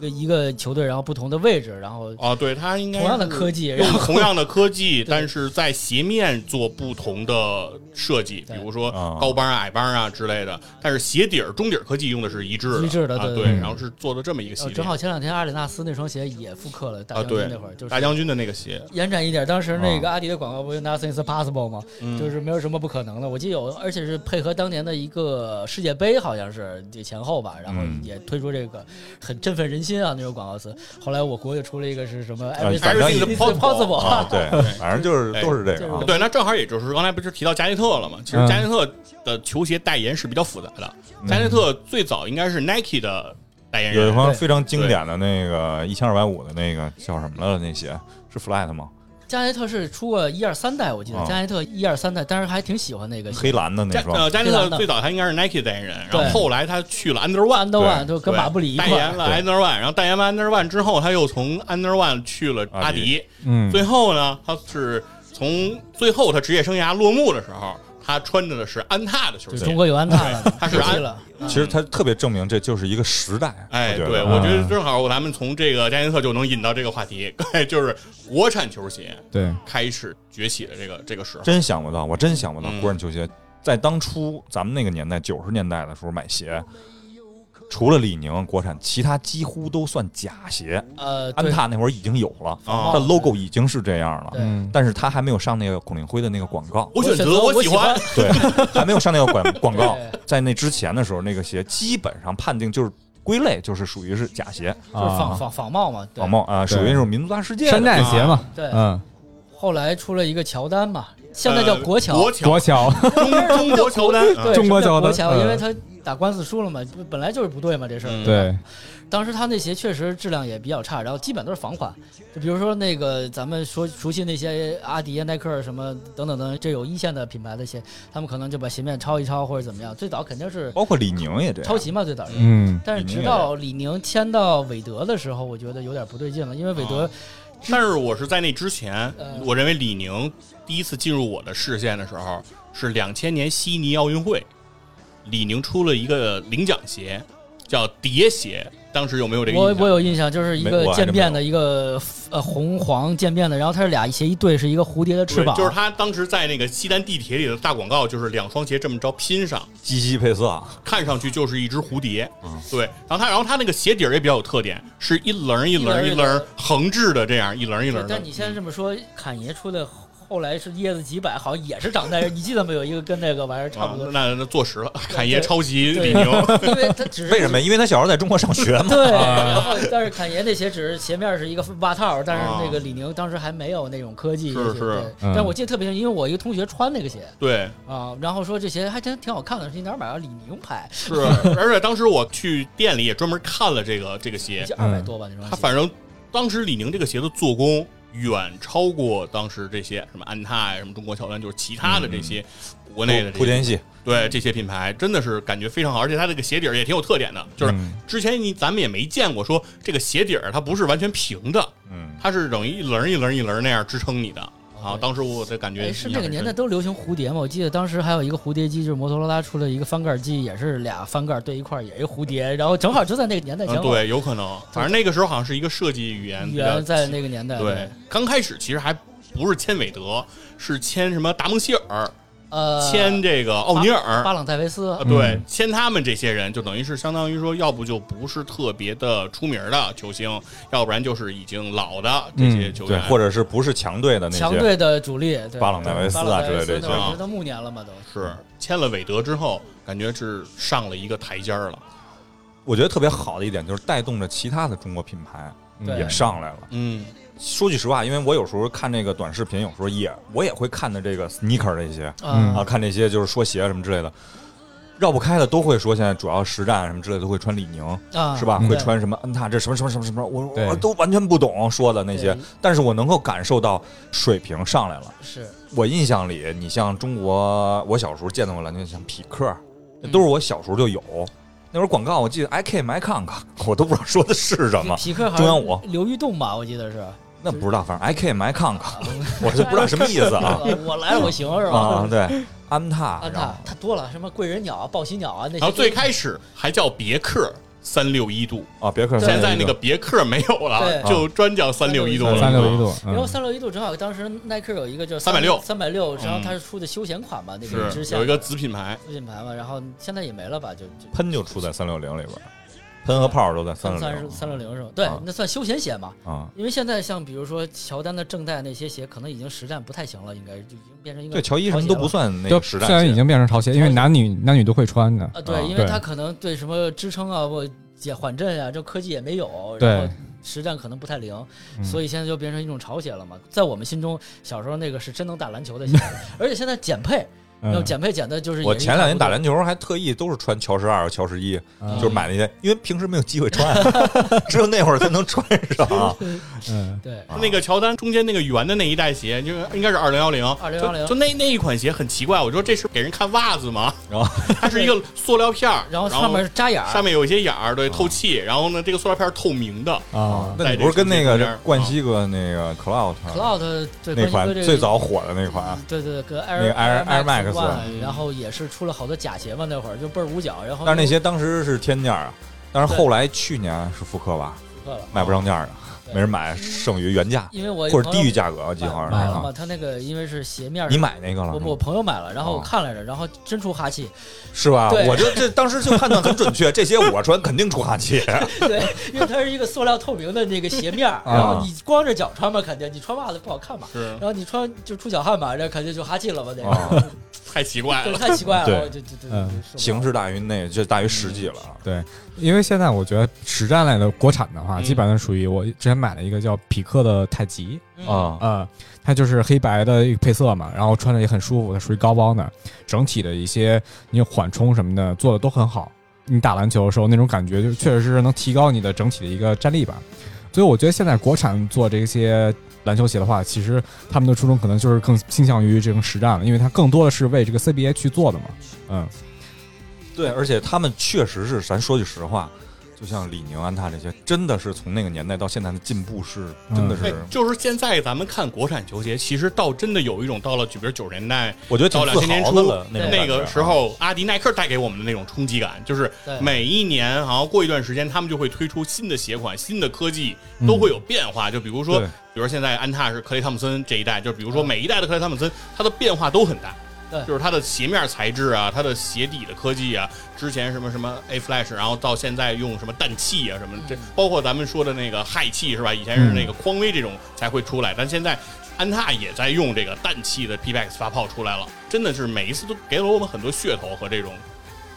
[SPEAKER 6] 个一个球队，然后不同的位置，然后
[SPEAKER 3] 啊，对，他应该
[SPEAKER 6] 同样的
[SPEAKER 3] 是
[SPEAKER 6] 科技
[SPEAKER 3] 用
[SPEAKER 6] 然后
[SPEAKER 3] 同样的科技，
[SPEAKER 6] 对
[SPEAKER 3] 但是在鞋面做不同的设计，比
[SPEAKER 6] 对
[SPEAKER 3] 如说
[SPEAKER 5] 啊
[SPEAKER 3] 高帮啊、矮帮啊之类的。但是鞋底儿、中底儿科技用的是一致的，
[SPEAKER 6] 一致的
[SPEAKER 3] 啊，
[SPEAKER 6] 对
[SPEAKER 3] 对
[SPEAKER 6] 对
[SPEAKER 5] 嗯
[SPEAKER 6] 对
[SPEAKER 3] 然后是做的这么一个系
[SPEAKER 6] 呃
[SPEAKER 3] 列，
[SPEAKER 6] 正好前两天阿里纳斯那双鞋也复刻了大
[SPEAKER 3] 啊，
[SPEAKER 6] 将军
[SPEAKER 3] 对
[SPEAKER 6] 那会儿，就，是
[SPEAKER 3] 大将军的那个鞋，
[SPEAKER 6] 延展一点，当时那个阿迪的广告不是 “Nothing is possible” 吗？就是没有什么不可能的。我记得有，而且是配合当年的一个世界杯，好像是也前后吧，然后也推出这个很振奋人心心啊那种广告词。后来我国就出了一个是什么
[SPEAKER 5] 啊
[SPEAKER 6] Everything
[SPEAKER 5] 反正
[SPEAKER 6] is possible，
[SPEAKER 5] 啊，对，反正就是
[SPEAKER 3] 对
[SPEAKER 5] 都是这个啊
[SPEAKER 6] 就是。
[SPEAKER 3] 对，那正好也就是刚才不是提到加内特了吗？其实
[SPEAKER 4] 嗯
[SPEAKER 3] 加内特的球鞋代言是比较复杂的。加内特最早应该是 Nike 的代言
[SPEAKER 5] 嗯有一
[SPEAKER 3] 人，
[SPEAKER 5] 双非常经典的那个一千二百五的那个叫什么来着？那鞋是 Flat 吗？
[SPEAKER 6] 加内特是出过一二三代，我记得
[SPEAKER 5] 啊
[SPEAKER 6] 加内特一二三代，当时还挺喜欢那个。
[SPEAKER 5] 黑蓝的那
[SPEAKER 3] 加
[SPEAKER 5] 双
[SPEAKER 3] 呃加内特最早他应该是 Nike 的代言人，然后
[SPEAKER 6] 对
[SPEAKER 3] 后来他去了 Under One。
[SPEAKER 6] Under One
[SPEAKER 5] 对
[SPEAKER 6] 啊就跟
[SPEAKER 3] 对
[SPEAKER 6] 马布里一
[SPEAKER 3] 代
[SPEAKER 6] 块
[SPEAKER 3] 言
[SPEAKER 6] 儿，
[SPEAKER 3] 了 Under One，然后代言完 Under One 之后，他又从 Under One 去了阿
[SPEAKER 5] 阿迪
[SPEAKER 3] 迪，
[SPEAKER 4] 嗯，
[SPEAKER 3] 最后呢，他是从最后他职业生涯落幕的时候，他穿着的是安踏的球
[SPEAKER 6] 就是
[SPEAKER 3] 鞋。
[SPEAKER 6] 中国有安踏了，
[SPEAKER 3] 他是
[SPEAKER 6] 可惜
[SPEAKER 3] 安
[SPEAKER 6] 了。
[SPEAKER 5] 其实它特别证明这就是一个时代。
[SPEAKER 3] 哎，
[SPEAKER 5] 我觉
[SPEAKER 3] 对，
[SPEAKER 5] 得啊
[SPEAKER 3] 我觉得
[SPEAKER 4] 嗯
[SPEAKER 3] 正好咱们从这个加内特就能引到这个话题， 对，就是国产球鞋
[SPEAKER 4] 对，
[SPEAKER 3] 开始崛起的这个这个时候。
[SPEAKER 5] 真想不到，我真想不到
[SPEAKER 3] 嗯
[SPEAKER 5] 国产球鞋在当初咱们那个年代九十年代的时候买鞋，除了李宁国产，其他几乎都算假鞋。
[SPEAKER 6] 呃，对
[SPEAKER 5] 安踏那会儿已经有了，
[SPEAKER 3] 啊
[SPEAKER 5] 它 logo 已经是这样了，
[SPEAKER 6] 对
[SPEAKER 4] 嗯，
[SPEAKER 5] 但是它还没有上那个孔令辉的那个广 告。
[SPEAKER 3] 我选
[SPEAKER 6] 选
[SPEAKER 3] 择
[SPEAKER 6] 我
[SPEAKER 3] 喜欢，啊呃
[SPEAKER 5] 对，还没有上那个广广告
[SPEAKER 6] 对，
[SPEAKER 5] 在那之前的时候，那个鞋基本上判定就是归类，就是属于是假鞋，
[SPEAKER 6] 就是仿
[SPEAKER 4] 啊
[SPEAKER 6] 仿仿冒嘛，对
[SPEAKER 5] 仿。冒啊，
[SPEAKER 4] 对
[SPEAKER 5] 属于那种民族大世界的
[SPEAKER 4] 山寨鞋嘛，
[SPEAKER 6] 对
[SPEAKER 4] 嗯，
[SPEAKER 6] 后来出了一个乔丹嘛，现在叫国
[SPEAKER 3] 呃
[SPEAKER 6] 乔
[SPEAKER 3] 国，呃乔，
[SPEAKER 4] 国桥，
[SPEAKER 3] 中中国啊乔丹，
[SPEAKER 6] 对，
[SPEAKER 4] 中国
[SPEAKER 6] 叫
[SPEAKER 4] 乔丹
[SPEAKER 6] 国乔，
[SPEAKER 4] 嗯
[SPEAKER 6] 因为他打官司输了嘛，本来就是不对嘛这事
[SPEAKER 3] 嗯
[SPEAKER 6] 儿。
[SPEAKER 4] 对，
[SPEAKER 6] 当时他那鞋确实质量也比较差，然后基本都是仿款，就比如说那个咱们说熟悉那些阿迪啊、耐克儿什么等等等，这有一线的品牌的鞋，他们可能就把鞋面抄一抄或者怎么样。最早肯定是
[SPEAKER 5] 包括李宁也这样
[SPEAKER 6] 抄。袭嘛，最早是。
[SPEAKER 4] 嗯，
[SPEAKER 6] 但是直到李宁签到韦德的时候，我觉得有点不对劲了，因为韦德
[SPEAKER 3] 但是我是在那之前
[SPEAKER 6] 呃，
[SPEAKER 3] 我认为李宁第一次进入我的视线的时候是两千年悉尼奥运会，李宁出了一个领奖鞋，叫蝶鞋，当时有没有这个
[SPEAKER 6] 我
[SPEAKER 3] 印
[SPEAKER 6] 我
[SPEAKER 3] 象？
[SPEAKER 6] 有印象，就是一
[SPEAKER 5] 没
[SPEAKER 6] 个
[SPEAKER 5] 我还真
[SPEAKER 6] 渐变
[SPEAKER 5] 没
[SPEAKER 6] 的一个呃红黄渐变的，然后它是俩鞋一对是一个蝴蝶的翅
[SPEAKER 3] 对，
[SPEAKER 6] 膀，
[SPEAKER 3] 就是他当时在那个西单地铁里的大广告，就是两双鞋这么着拼上，
[SPEAKER 5] 鸡西配色啊，
[SPEAKER 3] 看上去就是一只蝴蝶
[SPEAKER 5] 嗯。
[SPEAKER 3] 对，然后他，然后他那个鞋底儿也比较有特点，是一棱儿一棱儿
[SPEAKER 6] 一棱儿
[SPEAKER 3] 一
[SPEAKER 6] 一
[SPEAKER 3] 棱
[SPEAKER 6] 棱儿
[SPEAKER 3] 儿横置的这样一棱儿一棱
[SPEAKER 6] 对
[SPEAKER 3] 儿的
[SPEAKER 6] 但。你现在这么说，侃爷出的后来是椰子几百，好像也是长在，你记得没有？一个跟那个玩意儿差
[SPEAKER 3] 啊
[SPEAKER 6] 不多，，
[SPEAKER 3] 那那坐实了，侃爷
[SPEAKER 6] 对
[SPEAKER 3] 抄袭
[SPEAKER 6] 对
[SPEAKER 3] 李 宁。
[SPEAKER 6] 因为他只是
[SPEAKER 5] 为什么？？啊因为他小时候在中国上学 嘛。
[SPEAKER 6] 对，然后但是侃爷那鞋只是鞋面是一个袜套，但是那个李宁当时还没有那种科
[SPEAKER 3] 是
[SPEAKER 6] 技，就是对
[SPEAKER 4] 嗯
[SPEAKER 6] 但我记得特别清，因为我一个同学穿那个鞋
[SPEAKER 3] 对，
[SPEAKER 6] 啊，然后说这鞋还真挺好看的，是你哪儿买的？李宁牌，
[SPEAKER 3] 是，而且当时我去店里也专门看了这个这个鞋，
[SPEAKER 6] 二
[SPEAKER 5] 嗯
[SPEAKER 6] 百多吧那双
[SPEAKER 3] 它
[SPEAKER 6] 鞋。
[SPEAKER 3] 反正当时李宁这个鞋的做工远超过当时这些什么安踏呀、什么中国乔丹，就是其他的这
[SPEAKER 6] 嗯
[SPEAKER 3] 些国内的这
[SPEAKER 5] 莆
[SPEAKER 3] 些
[SPEAKER 5] 田系，
[SPEAKER 3] 对这些品牌，真的是感觉非常好，而且它这个鞋底儿也挺有特点的，就是
[SPEAKER 4] 嗯
[SPEAKER 3] 之前你咱们也没见过说这个鞋底儿它不是完全平的，
[SPEAKER 5] 嗯，
[SPEAKER 3] 它是等于一棱儿一棱儿一棱儿那样支撑你的啊。
[SPEAKER 6] 对
[SPEAKER 3] 当时我的感觉
[SPEAKER 6] 哎，
[SPEAKER 3] 印
[SPEAKER 6] 是
[SPEAKER 3] 象
[SPEAKER 6] 那个
[SPEAKER 3] 很
[SPEAKER 6] 年
[SPEAKER 3] 深
[SPEAKER 6] 代都流行蝴蝶嘛？我记得当时还有一个蝴蝶机，就是摩托罗拉出了一个翻盖机，也是俩翻盖对一块儿，也一蝴蝶，然后正好就在那个年代前
[SPEAKER 3] 嗯，
[SPEAKER 6] 后，
[SPEAKER 3] 对，有可能，反正那个时候好像是一个设计语言
[SPEAKER 6] 语
[SPEAKER 3] 比较
[SPEAKER 6] 言在那个年代，
[SPEAKER 3] 对，，刚开始其实还不是签韦德，是签什么达蒙希尔，
[SPEAKER 6] 呃，
[SPEAKER 3] 签这个奥尼尔，
[SPEAKER 6] 巴朗戴维斯
[SPEAKER 3] 啊，，对
[SPEAKER 4] 嗯，
[SPEAKER 3] 签他们这些人，就等于是相当于说，要不就不是特别的出名的球星，要不然就是已经老的这些球
[SPEAKER 5] 对
[SPEAKER 3] 员，，
[SPEAKER 5] 或者是不是强队的那
[SPEAKER 6] 强
[SPEAKER 5] 些，
[SPEAKER 6] 队的主力，对
[SPEAKER 5] 巴朗戴维斯啊
[SPEAKER 6] 巴朗戴
[SPEAKER 5] 之
[SPEAKER 6] 维
[SPEAKER 5] 类
[SPEAKER 6] 那
[SPEAKER 5] 这
[SPEAKER 6] 会
[SPEAKER 5] 些
[SPEAKER 6] 儿
[SPEAKER 3] 啊
[SPEAKER 6] 直到暮年了嘛都。
[SPEAKER 3] 是签了韦德之后，感觉是上了一个台阶儿了。
[SPEAKER 5] 我觉得特别好的一点就是带动着其他的中国品牌
[SPEAKER 6] 对
[SPEAKER 5] 也上来了。
[SPEAKER 3] 嗯，
[SPEAKER 5] 说句实话，因为我有时候看这个短视频，有时候也我也会看的这个 sneaker 这些
[SPEAKER 4] 嗯
[SPEAKER 5] 啊，看这些就是说鞋什么之类的，绕不开的都会说现在主要实战什么之类的都会穿李宁。
[SPEAKER 6] 啊，
[SPEAKER 5] 是吧？
[SPEAKER 4] 嗯
[SPEAKER 5] 会穿什么安踏这什么什么什么什么，我
[SPEAKER 4] 对
[SPEAKER 5] 我都完全不懂说的那些
[SPEAKER 6] 对，
[SPEAKER 5] 但是我能够感受到水平上来了。
[SPEAKER 6] 是
[SPEAKER 5] 我印象里，你像中国，我小时候见到过篮球，像匹克，那都是我小时候就有。那会儿广告，我记得 I K 买看看， 我都不知道说的是什 么，
[SPEAKER 6] 匹克好
[SPEAKER 5] 中央
[SPEAKER 6] 像
[SPEAKER 5] 五啊
[SPEAKER 6] 刘玉栋吧，我记得是。
[SPEAKER 5] 那不知道，反正 I K 买看看， 我就不知道什么意思 啊
[SPEAKER 6] 我来了我行是
[SPEAKER 5] 啊！
[SPEAKER 6] 吧？
[SPEAKER 5] 对，安踏，
[SPEAKER 6] 安
[SPEAKER 5] 然
[SPEAKER 6] 踏
[SPEAKER 5] 后
[SPEAKER 6] 它多了，什么贵人鸟啊、报喜鸟啊那些
[SPEAKER 3] 然
[SPEAKER 6] 都。
[SPEAKER 3] 后最开始还叫别克三六一度，
[SPEAKER 5] 啊，别克
[SPEAKER 6] 对
[SPEAKER 3] 现在那
[SPEAKER 5] 361
[SPEAKER 3] 个别克没有了，
[SPEAKER 6] 对
[SPEAKER 3] 就专叫三六一度了。
[SPEAKER 4] 三六一度，
[SPEAKER 6] 然后
[SPEAKER 4] 嗯
[SPEAKER 6] 三六一度正好当时耐克有一个就是
[SPEAKER 3] 360
[SPEAKER 6] 三百六，然后
[SPEAKER 3] 嗯
[SPEAKER 6] 它是出的休闲款嘛，那个
[SPEAKER 3] 是
[SPEAKER 6] 之下
[SPEAKER 3] 有一个子品牌，
[SPEAKER 6] 副品牌嘛，然后现在也没了吧，就就
[SPEAKER 5] 喷就出在三六零里边，喷和泡都在三
[SPEAKER 6] 三
[SPEAKER 5] 六
[SPEAKER 6] 三
[SPEAKER 5] 零
[SPEAKER 6] 三六零是吧？对
[SPEAKER 5] 啊，
[SPEAKER 6] 那算休闲鞋嘛。
[SPEAKER 5] 啊。
[SPEAKER 6] 因为现在像比如说乔丹的正代那些鞋，可能已经实战不太行了，应该就已经变成一个
[SPEAKER 5] 对，乔伊什
[SPEAKER 6] 潮
[SPEAKER 5] 么
[SPEAKER 6] 鞋
[SPEAKER 5] 都不
[SPEAKER 6] 了
[SPEAKER 5] 算那
[SPEAKER 4] 都
[SPEAKER 5] 个时代
[SPEAKER 4] 虽
[SPEAKER 5] 鞋，
[SPEAKER 4] 然已经变成潮鞋，因为男女男女都会穿的，
[SPEAKER 6] 啊，
[SPEAKER 5] 啊
[SPEAKER 6] 对，因为
[SPEAKER 4] 对
[SPEAKER 6] 它可能对什么支撑啊，或解缓震呀、这科技也没有，然
[SPEAKER 4] 对
[SPEAKER 6] 后实战可能不太灵，
[SPEAKER 4] 嗯
[SPEAKER 6] 所以现在就变成一种潮鞋了嘛。在我们心中，小时候那个是真能打篮球的鞋， 而且现在减配，要
[SPEAKER 4] 嗯
[SPEAKER 6] 减配减的就是
[SPEAKER 5] 我
[SPEAKER 6] 也是
[SPEAKER 5] 前两年打
[SPEAKER 6] 差
[SPEAKER 5] 篮球还特意都是穿乔十二、乔十一，
[SPEAKER 4] 嗯
[SPEAKER 5] 就是买那些，因为平时没有机会穿，只有那会儿才能穿上啊。
[SPEAKER 4] 嗯
[SPEAKER 6] 不多对。
[SPEAKER 3] 那个乔丹中间那个圆的那一代鞋，就是应该是二零幺零，
[SPEAKER 6] 2010
[SPEAKER 3] 就那那一款鞋很奇怪，我说这是给人看袜子吗？
[SPEAKER 5] 然后
[SPEAKER 3] 它是一个塑料片儿，
[SPEAKER 6] 然后
[SPEAKER 3] 后
[SPEAKER 6] 上面是扎眼儿，
[SPEAKER 3] 上面有一些眼儿，对，透气。然后呢，这个塑料片儿透明的，
[SPEAKER 4] 啊，
[SPEAKER 5] 那你不是跟那
[SPEAKER 3] 在这个
[SPEAKER 5] 个冠希哥那个 Cloud 啊
[SPEAKER 6] 啊 Cloud 对
[SPEAKER 5] 那
[SPEAKER 6] 关
[SPEAKER 5] 款
[SPEAKER 6] 于这个嗯
[SPEAKER 5] 最早火的那款，啊
[SPEAKER 6] 对对对，跟 Air
[SPEAKER 5] 那个 Air- Air Max
[SPEAKER 6] One，然后也是出了好多假鞋嘛，那会儿就倍儿捂脚，然后
[SPEAKER 5] 但是那些当时是天价啊，但是后来去年是复刻吧，
[SPEAKER 6] 又撤了
[SPEAKER 5] 卖不上价的，没人买，剩余原价
[SPEAKER 6] 因为我有
[SPEAKER 5] 或者
[SPEAKER 6] 朋
[SPEAKER 5] 低
[SPEAKER 6] 友
[SPEAKER 5] 于价格，我记得好像
[SPEAKER 6] 买
[SPEAKER 5] 是
[SPEAKER 6] 了嘛，
[SPEAKER 5] 啊。
[SPEAKER 6] 他那个因为是鞋面儿，
[SPEAKER 5] 你买那个了
[SPEAKER 6] 我
[SPEAKER 5] 是吗
[SPEAKER 6] 我朋友买了，然后我
[SPEAKER 5] 哦
[SPEAKER 6] 看来着，然后真出哈气，
[SPEAKER 5] 是吧？
[SPEAKER 6] 对
[SPEAKER 5] 我就这当时就判断很准确，这些我穿肯定出汗气。
[SPEAKER 6] 对，因为它是一个塑料透明的那个鞋面儿，然后你光着脚穿嘛，肯定你穿袜子不好看嘛，
[SPEAKER 3] 是
[SPEAKER 6] 然后你穿就出脚汗嘛，这肯定就哈气了嘛，得，
[SPEAKER 5] 啊
[SPEAKER 3] 太奇怪
[SPEAKER 6] 这
[SPEAKER 3] 了。
[SPEAKER 6] 太奇怪了，
[SPEAKER 5] 对
[SPEAKER 6] 我就就就
[SPEAKER 4] 嗯
[SPEAKER 6] 就
[SPEAKER 5] 形式大于内，就大于实际了啊。
[SPEAKER 4] 对，因为现在我觉得实战类的国产的话，
[SPEAKER 3] 嗯
[SPEAKER 4] 基本上属于我之前买了一个叫匹克的太极，
[SPEAKER 6] 嗯
[SPEAKER 5] 啊
[SPEAKER 4] 呃，它就是黑白的一个配色嘛，然后穿着也很舒服，它属于高帮的，整体的一些你缓冲什么的做的都很好。你打篮球的时候那种感觉，就确实是能提高你的整体的一个战力吧。所以我觉得现在国产做这些篮球鞋的话，其实他们的初衷可能就是更倾向于这种实战了，因为它更多的是为这个 CBA 去做的嘛。嗯，
[SPEAKER 5] 对，而且他们确实是，咱说句实话，就像李宁、安踏这些，真的是从那个年代到现在的进步是，
[SPEAKER 4] 嗯
[SPEAKER 5] 真的
[SPEAKER 3] 哎
[SPEAKER 5] 是，
[SPEAKER 3] 就是现在咱们看国产球鞋，其实倒真的有一种到了，比如九十年代
[SPEAKER 5] 我觉得挺
[SPEAKER 3] 到两
[SPEAKER 5] 自
[SPEAKER 3] 千年
[SPEAKER 5] 豪
[SPEAKER 3] 初
[SPEAKER 5] 的了。种
[SPEAKER 3] 那
[SPEAKER 5] 感觉
[SPEAKER 3] 个
[SPEAKER 5] 啊
[SPEAKER 3] 时，候，阿迪、耐克带给我们的那种冲击感，就是
[SPEAKER 6] 对
[SPEAKER 3] 每一年好像过一段时间，他们就会推出新的鞋款、新的科技，都会有变化。就比如说，
[SPEAKER 5] 嗯对
[SPEAKER 3] 比如说现在安踏是克雷汤姆森这一代，就比如说每一代的克雷汤姆森，它的变化都很大。
[SPEAKER 6] 对
[SPEAKER 3] 就是它的鞋面材质啊，它的鞋底的科技啊，之前什么什么 A Flash，然后到现在用什么氮气啊什么，这包括咱们说的那个氦气是吧？以前是
[SPEAKER 5] 嗯
[SPEAKER 3] 那个匡威这种才会出来，但现在安踏也在用这个氮气的 PBX 发泡出来了，真的是每一次都给了我们很多噱头和这种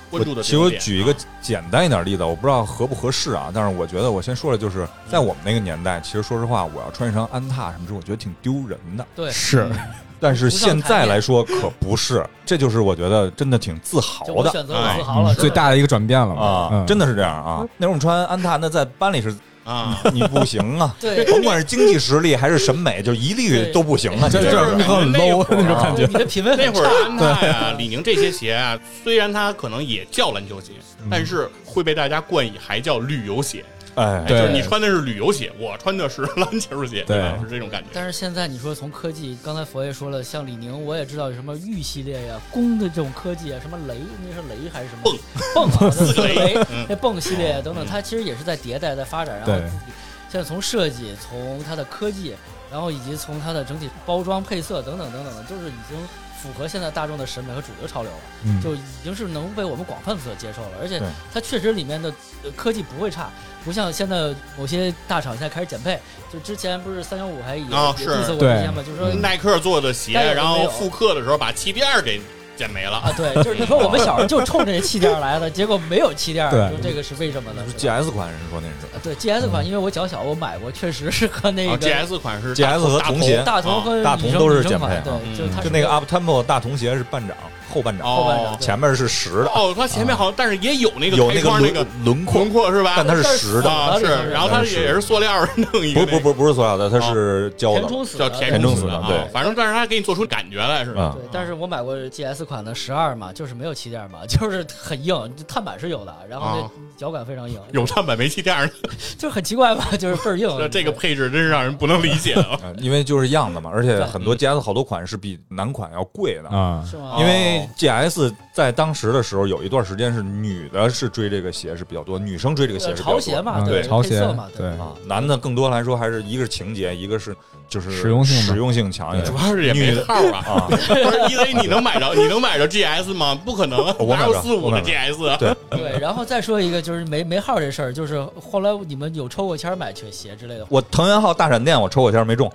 [SPEAKER 3] 关注的
[SPEAKER 5] 我
[SPEAKER 3] 这
[SPEAKER 5] 其实
[SPEAKER 3] 种
[SPEAKER 5] 我
[SPEAKER 3] 点啊。
[SPEAKER 5] 举一个简单一点例子，我不知道合不合适啊，但是我觉得我先说了，
[SPEAKER 3] 嗯
[SPEAKER 5] 就是在我们那个年代，其实说实话，我要穿一双安踏什么之后，我觉得挺丢人的。
[SPEAKER 6] 对，
[SPEAKER 4] 是
[SPEAKER 5] 但是现在来说可不是，这就是我觉得真的挺自豪
[SPEAKER 6] 就我
[SPEAKER 5] 的
[SPEAKER 6] 选择
[SPEAKER 3] 哎
[SPEAKER 6] 我自豪
[SPEAKER 4] 嗯
[SPEAKER 6] 了，，
[SPEAKER 4] 最大的一个转变了嘛。
[SPEAKER 5] 啊，
[SPEAKER 4] 嗯、
[SPEAKER 5] 真的是这样啊。那时候我们穿安踏，那在班里是
[SPEAKER 3] 啊，
[SPEAKER 5] 你不行啊
[SPEAKER 6] 对
[SPEAKER 5] 甭管是经济实力还是审美，就一律都不行啊。
[SPEAKER 4] 这
[SPEAKER 5] 你
[SPEAKER 4] 这
[SPEAKER 5] 这
[SPEAKER 4] 很
[SPEAKER 5] 是
[SPEAKER 3] 那
[SPEAKER 4] low
[SPEAKER 3] 会儿
[SPEAKER 4] 那种感
[SPEAKER 6] 对
[SPEAKER 4] 觉
[SPEAKER 6] 你。的品味
[SPEAKER 3] 那
[SPEAKER 6] 很
[SPEAKER 3] 会
[SPEAKER 6] 差，
[SPEAKER 3] 儿安踏呀、李宁这些鞋啊，虽然它可能也叫篮球鞋，
[SPEAKER 5] 嗯
[SPEAKER 3] 但是会被大家冠以还叫旅游鞋，
[SPEAKER 5] 哎，
[SPEAKER 3] 就是
[SPEAKER 4] 对
[SPEAKER 3] 你穿的是旅游鞋，我穿的是篮球鞋，
[SPEAKER 4] 对
[SPEAKER 3] 吧是这种感觉。
[SPEAKER 6] 但是现在你说从科技，刚才佛爷说了，像李宁，我也知道有什么玉系列呀、弓的这种科技啊，什么雷，那是雷还是什么
[SPEAKER 3] 泵
[SPEAKER 6] 泵啊， 四
[SPEAKER 3] 个雷
[SPEAKER 6] 雷
[SPEAKER 3] 嗯，
[SPEAKER 6] 那泵系列啊等等，它其实也是在迭代、在发展，然后
[SPEAKER 4] 对
[SPEAKER 6] 自己现在从设计、从它的科技，然后以及从它的整体包装配色等等等等的，就是已经符合现在大众的审美和主流潮流了。
[SPEAKER 4] 嗯
[SPEAKER 6] 就已经是能被我们广泛所接受了，而且
[SPEAKER 5] 对
[SPEAKER 6] 它确实里面的呃科技不会差，不像现在某些大厂现在开始减配，就之前不是三幺五还也
[SPEAKER 3] 啊
[SPEAKER 6] 也
[SPEAKER 3] 是嗯
[SPEAKER 6] diss 过
[SPEAKER 4] 对
[SPEAKER 6] 一些嘛，就是说
[SPEAKER 3] 耐克做的鞋，
[SPEAKER 6] 该有的
[SPEAKER 3] 然
[SPEAKER 6] 没
[SPEAKER 3] 后
[SPEAKER 6] 有
[SPEAKER 3] 复刻的时候把气垫儿给剪没了。
[SPEAKER 6] 啊，对，就是你说我们小时候就冲这气垫来的，结果没有气垫，
[SPEAKER 4] 对嗯
[SPEAKER 6] 就这个是为什么呢？
[SPEAKER 5] G S 款人说那是
[SPEAKER 6] 啊对 GS 款，因为我脚小，我买过，确实是和那
[SPEAKER 3] 然后
[SPEAKER 6] 个
[SPEAKER 3] GS 啊款是
[SPEAKER 5] GS 和
[SPEAKER 3] 大
[SPEAKER 5] 童鞋
[SPEAKER 6] 大同和
[SPEAKER 5] 啊大
[SPEAKER 6] 女
[SPEAKER 5] 同
[SPEAKER 6] 生
[SPEAKER 5] 都是
[SPEAKER 6] 女生
[SPEAKER 5] 减
[SPEAKER 6] 款
[SPEAKER 5] 配啊
[SPEAKER 6] 对，就是它
[SPEAKER 5] 就是那个 Up Tempo 大童鞋是半掌后半掌，
[SPEAKER 6] 后半掌
[SPEAKER 3] 哦
[SPEAKER 6] 对
[SPEAKER 5] 前面是实的，啊
[SPEAKER 3] 哦，它前面好像但是也有那个
[SPEAKER 5] 有
[SPEAKER 3] 开
[SPEAKER 5] 那
[SPEAKER 3] 框那个
[SPEAKER 5] 轮轮廓
[SPEAKER 3] 轮，廓是吧？
[SPEAKER 5] 但它是实的，
[SPEAKER 3] 啊
[SPEAKER 6] 它
[SPEAKER 3] 是
[SPEAKER 6] 是，
[SPEAKER 3] 然后它
[SPEAKER 5] 是
[SPEAKER 3] 也是塑料儿弄一
[SPEAKER 5] 不
[SPEAKER 3] 个
[SPEAKER 5] 是
[SPEAKER 3] 那个，
[SPEAKER 5] 不是不是不是塑料的，它是胶
[SPEAKER 6] 填
[SPEAKER 5] 的。
[SPEAKER 6] 充死
[SPEAKER 3] 叫
[SPEAKER 6] 的，
[SPEAKER 3] 填
[SPEAKER 5] 填充
[SPEAKER 3] 死
[SPEAKER 5] 死
[SPEAKER 3] 的
[SPEAKER 5] 的
[SPEAKER 3] 啊
[SPEAKER 5] 对
[SPEAKER 3] 反正但是它给你做出感觉来是吧
[SPEAKER 5] 啊？
[SPEAKER 6] 对，但是我买过 GS 款的十二嘛，就是没有气垫嘛， 就是很硬，碳板是有的，然后
[SPEAKER 3] 啊
[SPEAKER 6] 那脚感非常硬，
[SPEAKER 3] 有碳板没气垫儿，
[SPEAKER 6] 就是很奇怪吧，就是倍 儿硬
[SPEAKER 3] 。这个配置真是让人不能理解啊！
[SPEAKER 5] 啊因为就是样子嘛，而且
[SPEAKER 6] 对
[SPEAKER 5] 很多 GS 好多款是比男款要贵
[SPEAKER 3] 嗯
[SPEAKER 5] 的，
[SPEAKER 4] 啊，
[SPEAKER 6] 是
[SPEAKER 3] 哦
[SPEAKER 6] 吗？
[SPEAKER 5] 因为 GS 在当时的时候有一段时间是女的是追这个鞋是比较多，女生追这个鞋是比较
[SPEAKER 6] 潮
[SPEAKER 5] 多
[SPEAKER 6] 鞋嘛，
[SPEAKER 4] 嗯
[SPEAKER 6] 对，
[SPEAKER 4] 潮
[SPEAKER 6] 配色
[SPEAKER 4] 鞋
[SPEAKER 6] 嘛，
[SPEAKER 4] 对
[SPEAKER 5] 啊，男的更多来说还是一个是情节，一个是就是
[SPEAKER 4] 实用性嘛
[SPEAKER 5] 实用性强一
[SPEAKER 3] 主
[SPEAKER 5] 点
[SPEAKER 3] 要是也没
[SPEAKER 5] 女的
[SPEAKER 3] 号儿 啊，
[SPEAKER 5] 啊。
[SPEAKER 3] 不是因为你能买着，你能买着 GS 吗？不可能，啊
[SPEAKER 5] 我
[SPEAKER 3] 哪
[SPEAKER 5] 买不着
[SPEAKER 3] 有四五
[SPEAKER 5] 我
[SPEAKER 3] 的
[SPEAKER 5] 买不着
[SPEAKER 3] GS？
[SPEAKER 5] 对
[SPEAKER 6] 对。然后再说一个，就是没没号这事儿，就是后来你们有抽过签儿买球鞋之类的，
[SPEAKER 5] 我藤原浩大闪电我抽过签 儿没中，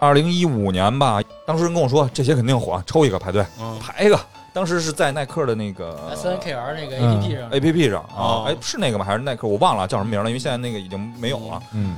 [SPEAKER 5] 二零一五年吧，当时人跟我说这鞋肯定火，抽一个排队
[SPEAKER 3] 嗯
[SPEAKER 5] 排一个，当时是在耐克的那个
[SPEAKER 6] S N K R 那个 A
[SPEAKER 4] 嗯
[SPEAKER 6] P P 上
[SPEAKER 5] A P P 上啊
[SPEAKER 3] 哦，
[SPEAKER 5] 哎，是那个吗？还是耐克？我忘了叫什么名了，因为现在那个已经没有了。
[SPEAKER 4] 嗯，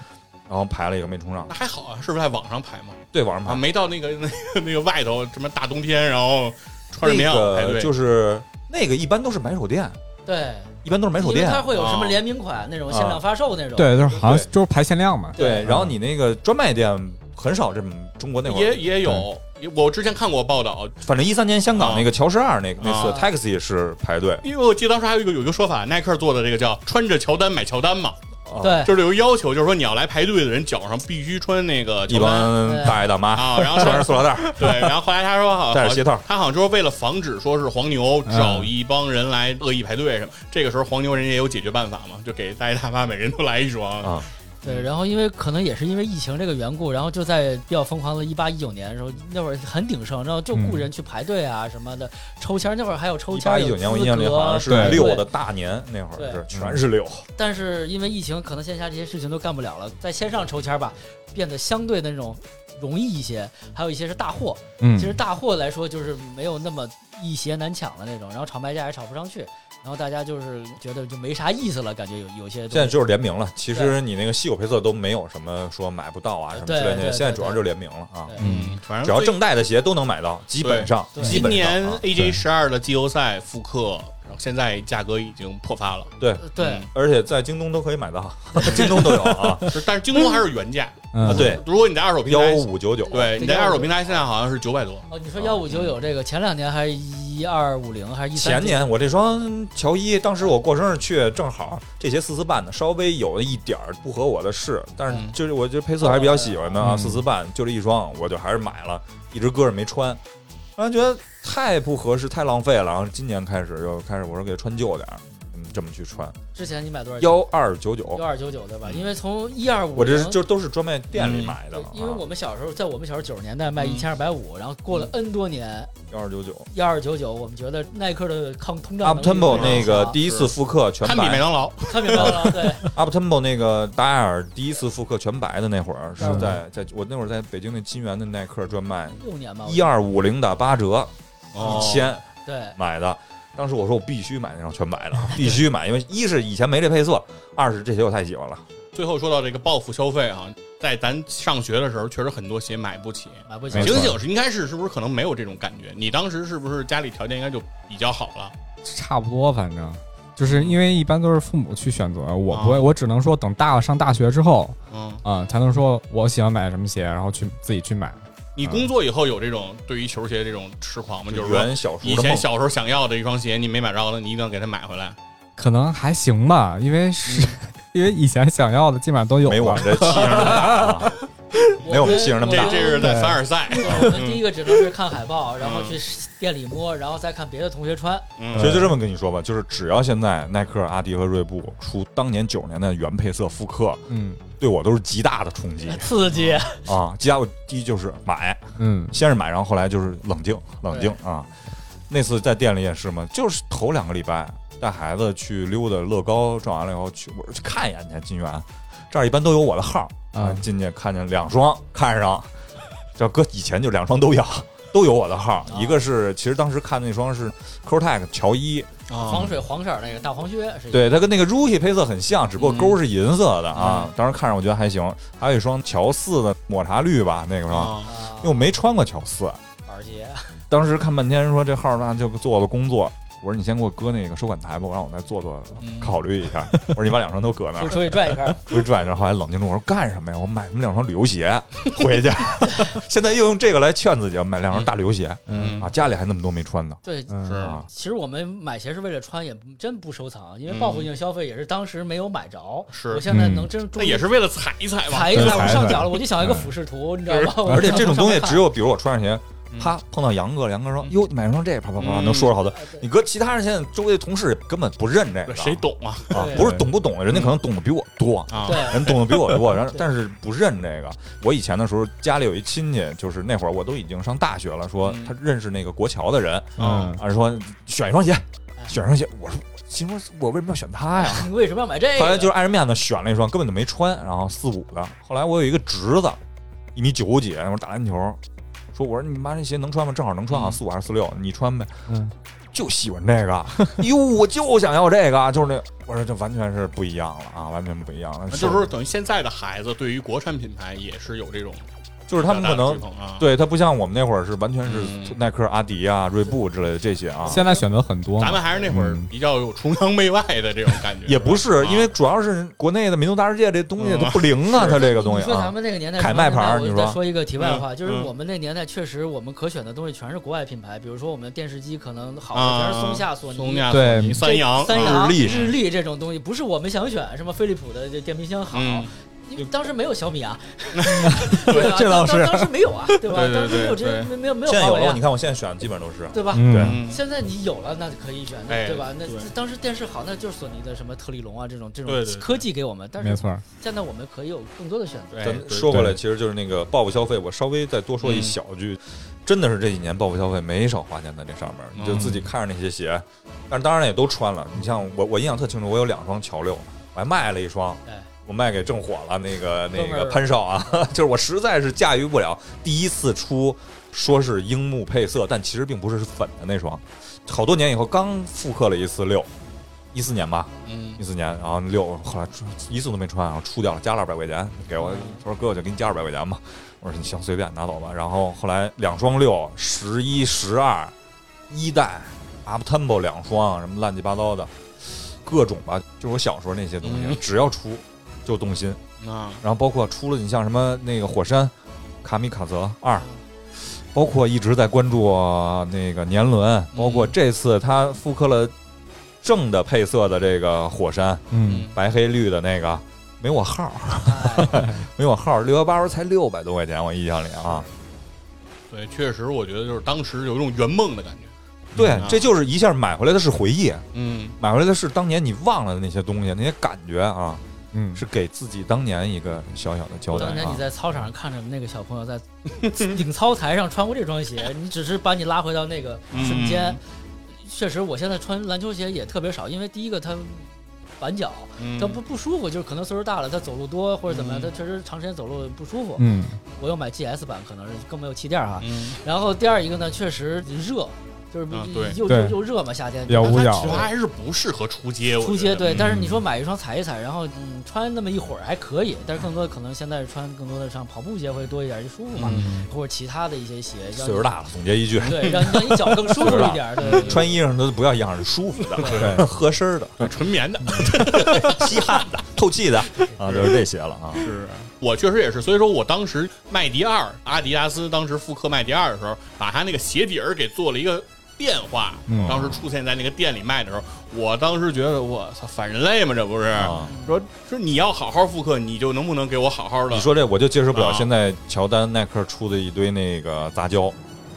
[SPEAKER 5] 然后排了一个没冲上
[SPEAKER 3] 那，还好啊，是不是在网上排嘛？
[SPEAKER 5] 对，网上
[SPEAKER 3] 啊，
[SPEAKER 5] 排。
[SPEAKER 3] 没到那个 那个那个外头什么大冬天，然后穿着棉
[SPEAKER 5] 那
[SPEAKER 3] 袄排
[SPEAKER 5] 个
[SPEAKER 3] 队，
[SPEAKER 5] 就是那个一般都是买手店，
[SPEAKER 6] 对，
[SPEAKER 5] 一般都是哎买手
[SPEAKER 6] 因为
[SPEAKER 5] 店。
[SPEAKER 6] 它会有什么
[SPEAKER 3] 啊
[SPEAKER 6] 联名款那种限
[SPEAKER 5] 啊
[SPEAKER 6] 量发售那种，
[SPEAKER 4] 对，就是好像就是排限量嘛。
[SPEAKER 5] 对，然后你那个专卖店很少，这种中国那会儿
[SPEAKER 3] 也也有。也我之前看过报道，
[SPEAKER 5] 反正一三年香港那
[SPEAKER 3] 哦
[SPEAKER 5] 个乔十二那个那次
[SPEAKER 3] 啊
[SPEAKER 5] taxi 是排队，
[SPEAKER 3] 因为我记得当时还有一个有一个说法，耐克做的这个叫“穿着乔丹买乔丹”嘛，
[SPEAKER 5] 啊
[SPEAKER 6] 对
[SPEAKER 3] 就是有要求，就是说你要来排队的人脚上必须穿那个
[SPEAKER 5] 一
[SPEAKER 3] 乔丹
[SPEAKER 5] 帮大爷 大妈
[SPEAKER 3] 啊，然后
[SPEAKER 5] 穿 着塑料袋儿，
[SPEAKER 3] 对，然后后来他说好，
[SPEAKER 5] 戴着鞋嗯套
[SPEAKER 3] 他好像就是为了防止说是黄牛找一帮人来恶意排队什么，这个时候黄牛人也有解决办法嘛，就给大爷大妈每人都来一双
[SPEAKER 5] 啊
[SPEAKER 6] 对，然后因为可能也是因为疫情这个缘故，然后就在比较疯狂的一八一九年的时候，那会儿很鼎盛，然后就雇人去排队啊什么的，抽签儿，那会儿还有抽
[SPEAKER 5] 一
[SPEAKER 6] 签
[SPEAKER 5] 八
[SPEAKER 6] 儿，
[SPEAKER 5] 嗯一九
[SPEAKER 6] 有
[SPEAKER 5] 年我
[SPEAKER 6] 资
[SPEAKER 5] 印象里好像
[SPEAKER 6] 格
[SPEAKER 5] 是嗯
[SPEAKER 4] 对
[SPEAKER 5] 六的大年那会儿
[SPEAKER 6] 对嗯
[SPEAKER 5] 是全是六，
[SPEAKER 6] 但是因为疫情，可能线下这些事情都干不了了，在线上抽签儿吧，变得相对的那种容易一些，还有一些是大货，
[SPEAKER 4] 嗯
[SPEAKER 6] 其实大货来说就是没有那么一鞋难抢的那种，然后炒卖价也炒不上去，然后大家就是觉得就没啥意思了，感觉有有些东西
[SPEAKER 5] 现在就是联名了。其实你那个稀有配色都没有什么说买不到啊什么之类
[SPEAKER 6] 对
[SPEAKER 5] 的，
[SPEAKER 6] 对
[SPEAKER 5] 现在主要就是联名了啊
[SPEAKER 6] 对。
[SPEAKER 3] 嗯，反正
[SPEAKER 5] 只要
[SPEAKER 3] 最
[SPEAKER 5] 正代的鞋都能买到，基本上，
[SPEAKER 6] 对
[SPEAKER 5] 基
[SPEAKER 3] 今
[SPEAKER 5] 本
[SPEAKER 3] 年
[SPEAKER 5] 上啊。
[SPEAKER 3] AJ 十二的季后赛复刻，然后现在价格已经破发 了，
[SPEAKER 5] 对，
[SPEAKER 6] 呃对。
[SPEAKER 3] 嗯
[SPEAKER 5] 而且在京东都可以买 到，京东都有 啊。
[SPEAKER 3] 就是但是京东还是原价，
[SPEAKER 5] 啊，
[SPEAKER 4] 嗯，
[SPEAKER 5] 对，
[SPEAKER 3] 如果你在二手平
[SPEAKER 5] 幺
[SPEAKER 3] 台，
[SPEAKER 5] 五九九，
[SPEAKER 3] 对，你在二手平台现在好像是九百多，
[SPEAKER 6] 哦，你说幺五九九这个，前两年还一二五零，还是一
[SPEAKER 5] 前年我这双乔伊，当时我过生日去，正好这鞋四四半的，稍微有一点儿不合我的试，但是
[SPEAKER 3] 嗯
[SPEAKER 5] 就是我就配色还是比较喜欢的
[SPEAKER 6] 哦
[SPEAKER 5] 啊，
[SPEAKER 4] 嗯
[SPEAKER 5] 四四半就这一双，我就还是买了，一直搁着没穿，然后觉得太不合适，太浪费了，然后今年开始又开始我说给它穿旧点儿，嗯，这么去穿
[SPEAKER 6] 之前你买多少钱？
[SPEAKER 5] 幺二九九
[SPEAKER 6] 幺，二九九对吧？因为从一二五，嗯
[SPEAKER 5] 我这是就都是专卖店里买的啊
[SPEAKER 6] 对
[SPEAKER 5] 了，嗯
[SPEAKER 6] 因为我们小时候，在我们小时候九十年代卖一千二百五，然后过了 N 多年，
[SPEAKER 5] 幺二九九
[SPEAKER 6] 幺二九九，我们觉得耐克的抗通胀
[SPEAKER 5] Up
[SPEAKER 6] 能力
[SPEAKER 5] Tempo 那
[SPEAKER 6] 非常
[SPEAKER 5] 个啊
[SPEAKER 6] 强
[SPEAKER 5] 第一次复刻全
[SPEAKER 3] 堪比麦
[SPEAKER 5] 白
[SPEAKER 3] 当劳，
[SPEAKER 6] 看明白了，对，
[SPEAKER 5] ，Up Tempo 那个达雅尔第一次复刻全白的那会儿是
[SPEAKER 6] 嗯
[SPEAKER 5] 在在我那会儿在北京那金源的耐克专卖
[SPEAKER 6] 六年吧，我
[SPEAKER 5] 一二五零打八折，
[SPEAKER 3] 哦
[SPEAKER 5] 一千
[SPEAKER 6] 对，
[SPEAKER 5] 买的。当时我说我必须买那双全 白的，必须买，因为一是以前没这配色，二是这鞋我太喜欢了。
[SPEAKER 3] 最后说到这个报复消费啊，在咱上学的时候，确实很多鞋买不起。
[SPEAKER 6] 买不起
[SPEAKER 5] 没。错
[SPEAKER 3] 景景是应该是是不是可能没有这种感觉？你当时是不是家里条件应该就比较好了？
[SPEAKER 4] 差不多，反正就是因为一般都是父母去选择，我不会，我只能说等大了上大学之后
[SPEAKER 3] 嗯，
[SPEAKER 4] 啊、才能说我喜欢买什么鞋，然后去自己去买。
[SPEAKER 3] 你工作以后有这种对于球鞋这种痴狂吗？就是说
[SPEAKER 5] 嗯原小叔
[SPEAKER 3] 以
[SPEAKER 5] 的
[SPEAKER 3] 前
[SPEAKER 5] 梦，
[SPEAKER 3] 小时候想要的一双鞋，你没买着的，你一定要给它买回来。
[SPEAKER 4] 可能还行吧，因为是、 因为以前想要的基本上都有了。
[SPEAKER 5] 没我们这气 性那么大啊。没有我们信任那么
[SPEAKER 3] 这嗯
[SPEAKER 5] 大
[SPEAKER 3] 这是在
[SPEAKER 4] 对
[SPEAKER 3] 凡尔赛，啊
[SPEAKER 6] 对我们第一个只能是看海报，然后
[SPEAKER 5] 嗯
[SPEAKER 6] 去店里摸，然后再看别的同学穿。
[SPEAKER 3] 嗯，
[SPEAKER 5] 所以就这么跟你说吧，就是只要现在耐克、阿迪和锐步出当年九十年代原配色复刻，
[SPEAKER 4] 嗯
[SPEAKER 5] 对我都是极大的冲 击
[SPEAKER 6] 刺激，
[SPEAKER 5] 啊！极大，我第一就是买，
[SPEAKER 4] 嗯，
[SPEAKER 5] 先是买，然后后来就是冷静，冷静啊。那次在店里也是嘛，就是头两个礼拜带孩子去溜达乐高，转完了以后去我说去看一眼去金源，这儿一般都有我的号儿
[SPEAKER 4] 啊
[SPEAKER 5] 进去看见两双看上，这哥以前就两双都要，都有我的号儿，
[SPEAKER 6] 啊
[SPEAKER 5] 一个是其实当时看那双是 c o r t e c 乔伊，
[SPEAKER 3] 嗯
[SPEAKER 6] 防水黄色儿那个大黄靴是一个。
[SPEAKER 5] 对它跟那个 Rookie 配色很像，只不过勾是银色的啊，嗯当时看着我觉得还行，还有一双乔四的抹茶绿吧那个双，
[SPEAKER 3] 啊，
[SPEAKER 6] 啊
[SPEAKER 5] 因为我没穿过乔四，
[SPEAKER 6] 板鞋，
[SPEAKER 5] 当时看半天，说这号儿那就做了工作。我说你先给我搁那个收款台吧，我让我再做做
[SPEAKER 3] 嗯
[SPEAKER 5] 考虑一下。我说你把两双都搁那
[SPEAKER 6] 出
[SPEAKER 5] 儿，
[SPEAKER 6] 出去转一圈儿。
[SPEAKER 5] 我一转一转，后来冷静住，我说干什么呀？我买他们两双旅 游鞋回去， 现在又用这个来劝自己买两双大旅游鞋
[SPEAKER 3] 嗯
[SPEAKER 5] 啊，家里还那么多没穿呢
[SPEAKER 6] 对，
[SPEAKER 4] 嗯
[SPEAKER 3] 是
[SPEAKER 5] 啊。
[SPEAKER 6] 其实我们买鞋是为了穿，也真不收藏，因为报复性消费也是当时没有买着。
[SPEAKER 3] 是嗯
[SPEAKER 6] 我现在能真
[SPEAKER 3] 那
[SPEAKER 6] 终于
[SPEAKER 3] 也是嗯为了踩一踩嘛。
[SPEAKER 6] 踩一
[SPEAKER 5] 对
[SPEAKER 6] 踩，我
[SPEAKER 5] 踩一
[SPEAKER 6] 上
[SPEAKER 5] 踩
[SPEAKER 6] 脚了，我就想一个俯视图，你知道吗？我
[SPEAKER 5] 而且这 种东西
[SPEAKER 6] 上面看
[SPEAKER 5] 只有，比如我穿上鞋，
[SPEAKER 3] 哦嗯
[SPEAKER 5] 啪碰到杨哥，杨哥说：“
[SPEAKER 3] 嗯
[SPEAKER 5] 哟，你买双这，啪啪啪，
[SPEAKER 3] 嗯
[SPEAKER 5] 能说了好多。
[SPEAKER 6] 哎对
[SPEAKER 5] 你搁其他人现在周围的同事根本不认这个，
[SPEAKER 3] 谁懂啊？
[SPEAKER 5] 啊？
[SPEAKER 6] 对
[SPEAKER 5] 不是懂不懂的，人家可能懂得比我多
[SPEAKER 3] 啊，
[SPEAKER 6] 对，
[SPEAKER 5] 人懂得比我多，然后
[SPEAKER 6] 对
[SPEAKER 5] 但是不认这个。我以前的时候，家里有一亲戚，就是那会儿我都已经上大学了，说
[SPEAKER 3] 嗯
[SPEAKER 5] 他认识那个国桥的人，
[SPEAKER 3] 嗯
[SPEAKER 4] 嗯
[SPEAKER 5] 啊，说选一双鞋，选一双鞋。我说，心说我为什么要选他呀？
[SPEAKER 6] 哎你为什么要买这个？
[SPEAKER 5] 后来就是碍着面子选了一双，根本就没穿，然后四五的。后来我有一个侄子，一米九几，那会儿打篮球，说我说你妈这鞋能穿吗？正好能穿啊，四五还是四六，你穿呗。
[SPEAKER 4] 嗯，
[SPEAKER 5] 就喜欢这个，哟，我就想要这个，就是那，我说这完全是不一样了啊，完全不一样了。
[SPEAKER 3] 就是说等于现在的孩子对于国产品牌也是有这种
[SPEAKER 5] 就是他们可能
[SPEAKER 3] 比较大的追捧啊，
[SPEAKER 5] 对它不像我们那会儿是完全是
[SPEAKER 3] 嗯
[SPEAKER 5] 耐克、阿迪啊、锐步之类的这些啊，
[SPEAKER 4] 现在选择很多
[SPEAKER 3] 咱
[SPEAKER 4] 嘛，
[SPEAKER 3] 们还是那会儿比较有崇洋媚外的这种感觉，啊
[SPEAKER 5] 也不
[SPEAKER 3] 吧
[SPEAKER 6] 啊
[SPEAKER 5] 是，因为主要是国内的民族大世界这东西
[SPEAKER 3] 嗯
[SPEAKER 5] 它不灵啊，它这个东
[SPEAKER 6] 你
[SPEAKER 5] 西
[SPEAKER 6] 说咱
[SPEAKER 5] 啊，
[SPEAKER 6] 们那个年代，
[SPEAKER 5] 凯迈牌儿
[SPEAKER 6] 我
[SPEAKER 5] 你
[SPEAKER 6] 再
[SPEAKER 5] 说
[SPEAKER 6] 说一个题外话，
[SPEAKER 3] 嗯
[SPEAKER 6] 就是
[SPEAKER 3] 嗯
[SPEAKER 6] 我们那年代确实我们可选的东西全是国外品牌，比如说我们电视机可能好的
[SPEAKER 3] 啊，
[SPEAKER 6] 全是松下、索尼、
[SPEAKER 3] 松下、
[SPEAKER 4] 对
[SPEAKER 3] 索尼三洋、
[SPEAKER 6] 三
[SPEAKER 3] 啊
[SPEAKER 6] 洋、
[SPEAKER 5] 日立
[SPEAKER 6] 日立这种东西，不是我们想选什么飞利浦的这电冰箱好。
[SPEAKER 3] 嗯
[SPEAKER 6] 因为当时没有小米啊，对吧？
[SPEAKER 5] 这倒
[SPEAKER 6] 当
[SPEAKER 5] 是
[SPEAKER 6] 当当时没有啊，对吧？
[SPEAKER 3] 对对
[SPEAKER 6] 当时没有
[SPEAKER 3] 对
[SPEAKER 6] 这
[SPEAKER 3] 对
[SPEAKER 6] 没没有没有
[SPEAKER 5] 现在
[SPEAKER 6] 华
[SPEAKER 5] 有
[SPEAKER 6] 为
[SPEAKER 5] 了，
[SPEAKER 6] 啊
[SPEAKER 5] 你，看我现在选的基本上都是，
[SPEAKER 6] 对吧？
[SPEAKER 4] 嗯
[SPEAKER 5] 对
[SPEAKER 3] 嗯
[SPEAKER 6] 现在你有了，那可以选，那
[SPEAKER 3] 哎
[SPEAKER 6] 对吧？那
[SPEAKER 3] 对
[SPEAKER 6] 那当时电视好，那就是索尼的什么特立龙啊这种这
[SPEAKER 3] 对对
[SPEAKER 6] 种
[SPEAKER 3] 对
[SPEAKER 6] 科技给我们，但
[SPEAKER 4] 没
[SPEAKER 6] 是
[SPEAKER 4] 错儿，
[SPEAKER 6] 现在我们可以有更多的选择。
[SPEAKER 3] 对
[SPEAKER 5] 咱
[SPEAKER 3] 嗯对
[SPEAKER 5] 说回来，
[SPEAKER 4] 对
[SPEAKER 5] 其实就是那个报复消费，我稍微再多说一小句，真的是这几年报复消费没少花钱在这上面，你就自己看着那些鞋，但是当然也都穿了。你像我，我印象特清楚，我有两双乔六，我还卖了一双。
[SPEAKER 6] 哎，
[SPEAKER 5] 我卖给正火了，那个那
[SPEAKER 6] 哥们
[SPEAKER 5] 个
[SPEAKER 6] 儿
[SPEAKER 5] 潘少啊， 就是我实在是驾驭不了。第一次出说是樱木配色，但其实并不是是粉的那双，好多年以后刚复刻了一次六，一四年吧，
[SPEAKER 3] 嗯
[SPEAKER 5] 一四年，然后六后来出一次都没穿，然后出掉了，加了二百块钱给我，他说哥我就给你加二百块钱吧，我说你行随便拿走吧。然后后来两双六，十一、十二，一代 Up Tempo 两双，什么乱七八糟的，各种吧，就是我小时候那些东西，
[SPEAKER 3] 嗯
[SPEAKER 5] 只要出就动心。
[SPEAKER 3] 啊，
[SPEAKER 5] 然后包括出了你像什么那个火山、卡米卡泽二，包括一直在关注那个年轮，包括这次他复刻了正的配色的这个火山，
[SPEAKER 4] 嗯，
[SPEAKER 5] 白黑绿的那个，没我号，
[SPEAKER 3] 哎
[SPEAKER 5] 没我号，六幺八时候才六百多块钱，我印象里
[SPEAKER 3] 嗯
[SPEAKER 5] 啊。
[SPEAKER 3] 对，确实我觉得就是当时有一种圆梦的感觉，
[SPEAKER 5] 对
[SPEAKER 3] 嗯，
[SPEAKER 5] 这就是一下买回来的是回忆，
[SPEAKER 3] 嗯，
[SPEAKER 5] 买回来的是当年你忘了的那些东西，那些感觉啊，
[SPEAKER 4] 嗯，
[SPEAKER 5] 是给自己当年一个小小的交代
[SPEAKER 6] 当年
[SPEAKER 5] 啊
[SPEAKER 6] 你。在操场上看着那个小朋友在 顶操台上穿过这双鞋，你只是把你拉回到那个瞬间。确实，我现在穿篮球鞋也特别少，因为第一个它板脚，
[SPEAKER 3] 嗯
[SPEAKER 6] 它不不舒服，就是可能岁数大了，它走路多或者怎么样，它确实长时间走路不舒服。
[SPEAKER 4] 嗯，
[SPEAKER 6] 我又买 GS 版，可能是更没有气垫儿哈。
[SPEAKER 3] 嗯，
[SPEAKER 6] 然后第二一个呢，确实热，就是
[SPEAKER 3] 啊对
[SPEAKER 6] 又
[SPEAKER 4] 对
[SPEAKER 6] 又又热嘛，夏天
[SPEAKER 4] 比较
[SPEAKER 3] 但
[SPEAKER 4] 无
[SPEAKER 3] 它
[SPEAKER 4] 聊
[SPEAKER 3] 其实还是不适合出街，我
[SPEAKER 6] 出
[SPEAKER 3] 觉
[SPEAKER 6] 街
[SPEAKER 3] 得
[SPEAKER 6] 对，
[SPEAKER 3] 嗯
[SPEAKER 6] 但是你说买一双踩一踩，然后嗯穿那么一会儿还可以，但是更多可能现在穿更多的像跑步鞋会多一点，就舒服嘛，
[SPEAKER 3] 嗯
[SPEAKER 6] 或者其他的一些鞋，让
[SPEAKER 5] 岁数大了，总结一句，
[SPEAKER 6] 你，对，让让你脚更舒服一点，对，对
[SPEAKER 5] 穿衣裳都不要样式舒服的， 合身儿的。
[SPEAKER 3] 纯棉的，
[SPEAKER 5] 吸汗的、透气的啊，就是这些了啊。
[SPEAKER 3] 是我确实也是，所以说我当时麦迪二，阿迪达斯当时复刻麦迪二的时候，把它那个鞋底儿给做了一个变化。
[SPEAKER 4] 嗯
[SPEAKER 3] 当时出现在那个店里卖的时候，我当时觉得我操，反人类嘛，这不是？
[SPEAKER 5] 啊
[SPEAKER 3] 说说你要好好复刻，你就能不能给我好好的？
[SPEAKER 5] 你说这我就接受不了，
[SPEAKER 3] 啊
[SPEAKER 5] 现在乔丹、耐克出的一堆那个杂交，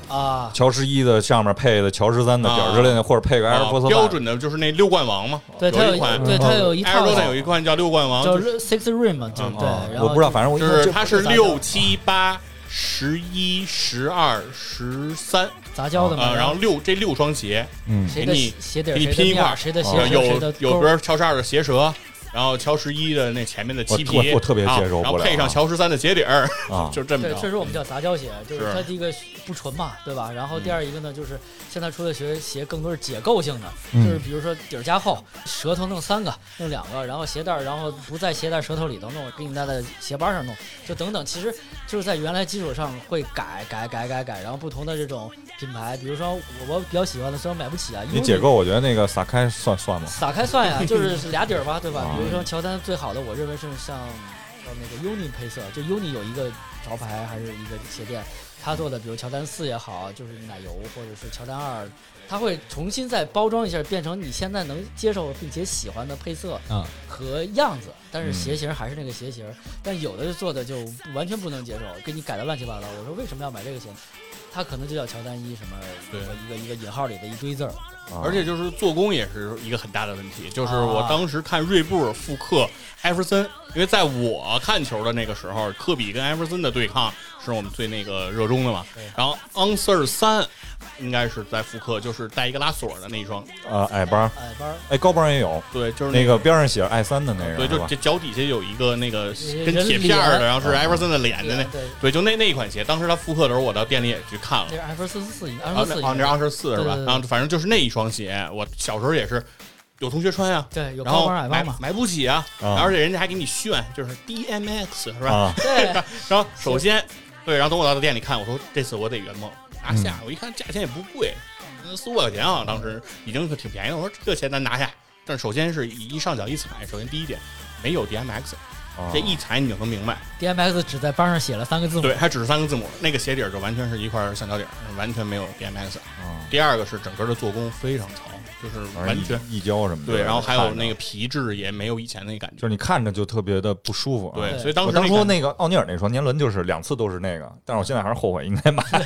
[SPEAKER 6] 啊，
[SPEAKER 5] 乔十一的上面配的乔十三的
[SPEAKER 3] 啊
[SPEAKER 5] 点儿之类的，或者配个 Air
[SPEAKER 3] 啊
[SPEAKER 5] Force
[SPEAKER 3] 标
[SPEAKER 5] One
[SPEAKER 3] 准的就是那六冠王嘛，
[SPEAKER 6] 对，它
[SPEAKER 3] 一款
[SPEAKER 6] 有对它有一
[SPEAKER 3] Air
[SPEAKER 6] 套啊
[SPEAKER 3] Jordan 有一款叫六冠王，
[SPEAKER 6] 叫
[SPEAKER 3] 就
[SPEAKER 6] Six Rim 嘛，就
[SPEAKER 3] 嗯
[SPEAKER 6] 对
[SPEAKER 5] 啊，，
[SPEAKER 6] 然后
[SPEAKER 5] 我不知道，反正我一
[SPEAKER 3] 就
[SPEAKER 5] 看
[SPEAKER 3] 是
[SPEAKER 5] 这
[SPEAKER 3] 它
[SPEAKER 6] 这
[SPEAKER 3] 是
[SPEAKER 6] 不是杂交
[SPEAKER 3] 六七八十一十二十三
[SPEAKER 6] 杂交的嘛，
[SPEAKER 3] 啊，然后六这六双鞋，
[SPEAKER 4] 嗯
[SPEAKER 6] 谁
[SPEAKER 3] 给
[SPEAKER 6] 的
[SPEAKER 3] 你
[SPEAKER 6] 鞋底儿
[SPEAKER 3] 给你
[SPEAKER 6] 谁的
[SPEAKER 3] 拼一
[SPEAKER 6] 面
[SPEAKER 3] 块
[SPEAKER 6] 儿
[SPEAKER 3] 儿
[SPEAKER 5] 哦
[SPEAKER 3] 啊
[SPEAKER 6] 谁的鞋
[SPEAKER 3] 有
[SPEAKER 6] 舌谁的
[SPEAKER 3] 有有，
[SPEAKER 6] 钩
[SPEAKER 3] 比
[SPEAKER 6] 儿
[SPEAKER 3] 如乔十二的鞋舌，然后乔十一的那前面的漆皮，
[SPEAKER 5] 我我我特别接受不了
[SPEAKER 3] 然后配上乔十三的鞋底儿，
[SPEAKER 5] 啊，
[SPEAKER 3] 就这么
[SPEAKER 6] 对，确
[SPEAKER 3] 着。
[SPEAKER 6] 实我们叫杂交鞋，就是
[SPEAKER 3] 是
[SPEAKER 6] 它第一个不纯嘛，对吧？然后第
[SPEAKER 3] 嗯
[SPEAKER 6] 二一个呢，就是现在出的鞋鞋更多是解构性的，
[SPEAKER 5] 嗯
[SPEAKER 6] 就是比如说底儿加厚，舌头弄三个，弄两个，然后鞋带儿，然后不在鞋带儿舌头里头弄，给你带在鞋帮上弄，就等等。其实就是在原来基础上会改改改改改，然后不同的这种品牌，比如说我我比较喜欢的，虽然买不起啊，
[SPEAKER 5] 你解构，我觉得那个撒开算算吗？
[SPEAKER 6] 撒开算呀，就是俩底儿吧，对吧？比如说乔丹最好的，我认为是像叫那个 UNI 配色，就 UNI 有一个潮牌还是一个鞋垫，他做的，比如乔丹四也好，就是奶油或者是乔丹二，他会重新再包装一下，变成你现在能接受并且喜欢的配色
[SPEAKER 4] 啊
[SPEAKER 6] 和样子，但是鞋型还是那个鞋型，但有的就做的就完全不能接受，给你改的乱七八糟。我说为什么要买这个鞋？他可能就叫乔丹一什么
[SPEAKER 3] 对
[SPEAKER 6] 一个一个一个引号里的一堆字儿，
[SPEAKER 5] 啊
[SPEAKER 3] 而且就是做工也是一个很大的问题，就是
[SPEAKER 6] 啊
[SPEAKER 3] 我当时看锐步复刻艾弗森，因为在我看球的那个时候，科比跟艾弗森的对抗是我们最那个热衷的嘛。然后 Answer 三应该是在复刻，就是带一个拉锁的那一双，
[SPEAKER 5] 呃，矮帮，
[SPEAKER 6] 矮帮儿
[SPEAKER 5] 哎，高帮也有，
[SPEAKER 3] 对，就是
[SPEAKER 5] 那
[SPEAKER 3] 个
[SPEAKER 5] 个边上写着 i 三的那个，
[SPEAKER 3] 对，
[SPEAKER 5] 是
[SPEAKER 3] 就
[SPEAKER 5] 吧
[SPEAKER 3] 这脚底下有一个那个
[SPEAKER 6] 人
[SPEAKER 3] 跟铁片儿的，然后是
[SPEAKER 5] 脸
[SPEAKER 3] 艾弗森的脸的那
[SPEAKER 6] 脸，对
[SPEAKER 3] 对，就那那一款鞋，当时它复刻的时候，我到店里也去看了
[SPEAKER 6] 那。是艾弗四四四，
[SPEAKER 3] 然
[SPEAKER 6] 艾
[SPEAKER 3] 后
[SPEAKER 6] 弗四
[SPEAKER 3] 那
[SPEAKER 6] 四
[SPEAKER 3] 啊，那二十四是吧
[SPEAKER 6] 对对？对
[SPEAKER 3] 然后反正就是那一双鞋，我小时候也是有同学穿呀，
[SPEAKER 6] 对有
[SPEAKER 3] 然
[SPEAKER 6] 高
[SPEAKER 3] 后
[SPEAKER 6] 帮矮
[SPEAKER 3] 买
[SPEAKER 6] 帮嘛，
[SPEAKER 3] 买不起啊，
[SPEAKER 5] 啊
[SPEAKER 3] 而且人家还给你炫，就是 DMX 是吧？
[SPEAKER 5] 啊，
[SPEAKER 6] 对，
[SPEAKER 3] 然后首先对，然后等我到店里看，我说这次我得圆梦
[SPEAKER 5] 嗯
[SPEAKER 3] 拿下，我一看价钱也不贵，四五百块钱啊，当时已经是挺便宜了，我说这钱咱拿下。但是首先是一上脚一踩，首先第一点没有 DMX，
[SPEAKER 5] 啊
[SPEAKER 3] 这一踩你就能明白，
[SPEAKER 6] DMX 只在帮上写了三个字母，
[SPEAKER 3] 对，它只是三个字母，那个鞋底儿就完全是一块橡胶底儿，完全没有 DMX。第二个是整个的做工非常糙，就是
[SPEAKER 5] 啊反正
[SPEAKER 3] 完全
[SPEAKER 5] 一一胶什么的，
[SPEAKER 3] 对，然后还有那个
[SPEAKER 5] 个，
[SPEAKER 3] 皮质也没有以前那感
[SPEAKER 5] 就
[SPEAKER 3] 觉
[SPEAKER 5] 是。你看着就特别的不舒服，
[SPEAKER 3] 对，
[SPEAKER 5] 啊。
[SPEAKER 3] 所以当
[SPEAKER 5] 我
[SPEAKER 3] 时
[SPEAKER 5] 当初
[SPEAKER 3] 感觉
[SPEAKER 5] 那个奥尼尔那双年轮就是两次都是那个，但是我现在还是后悔应该买， 当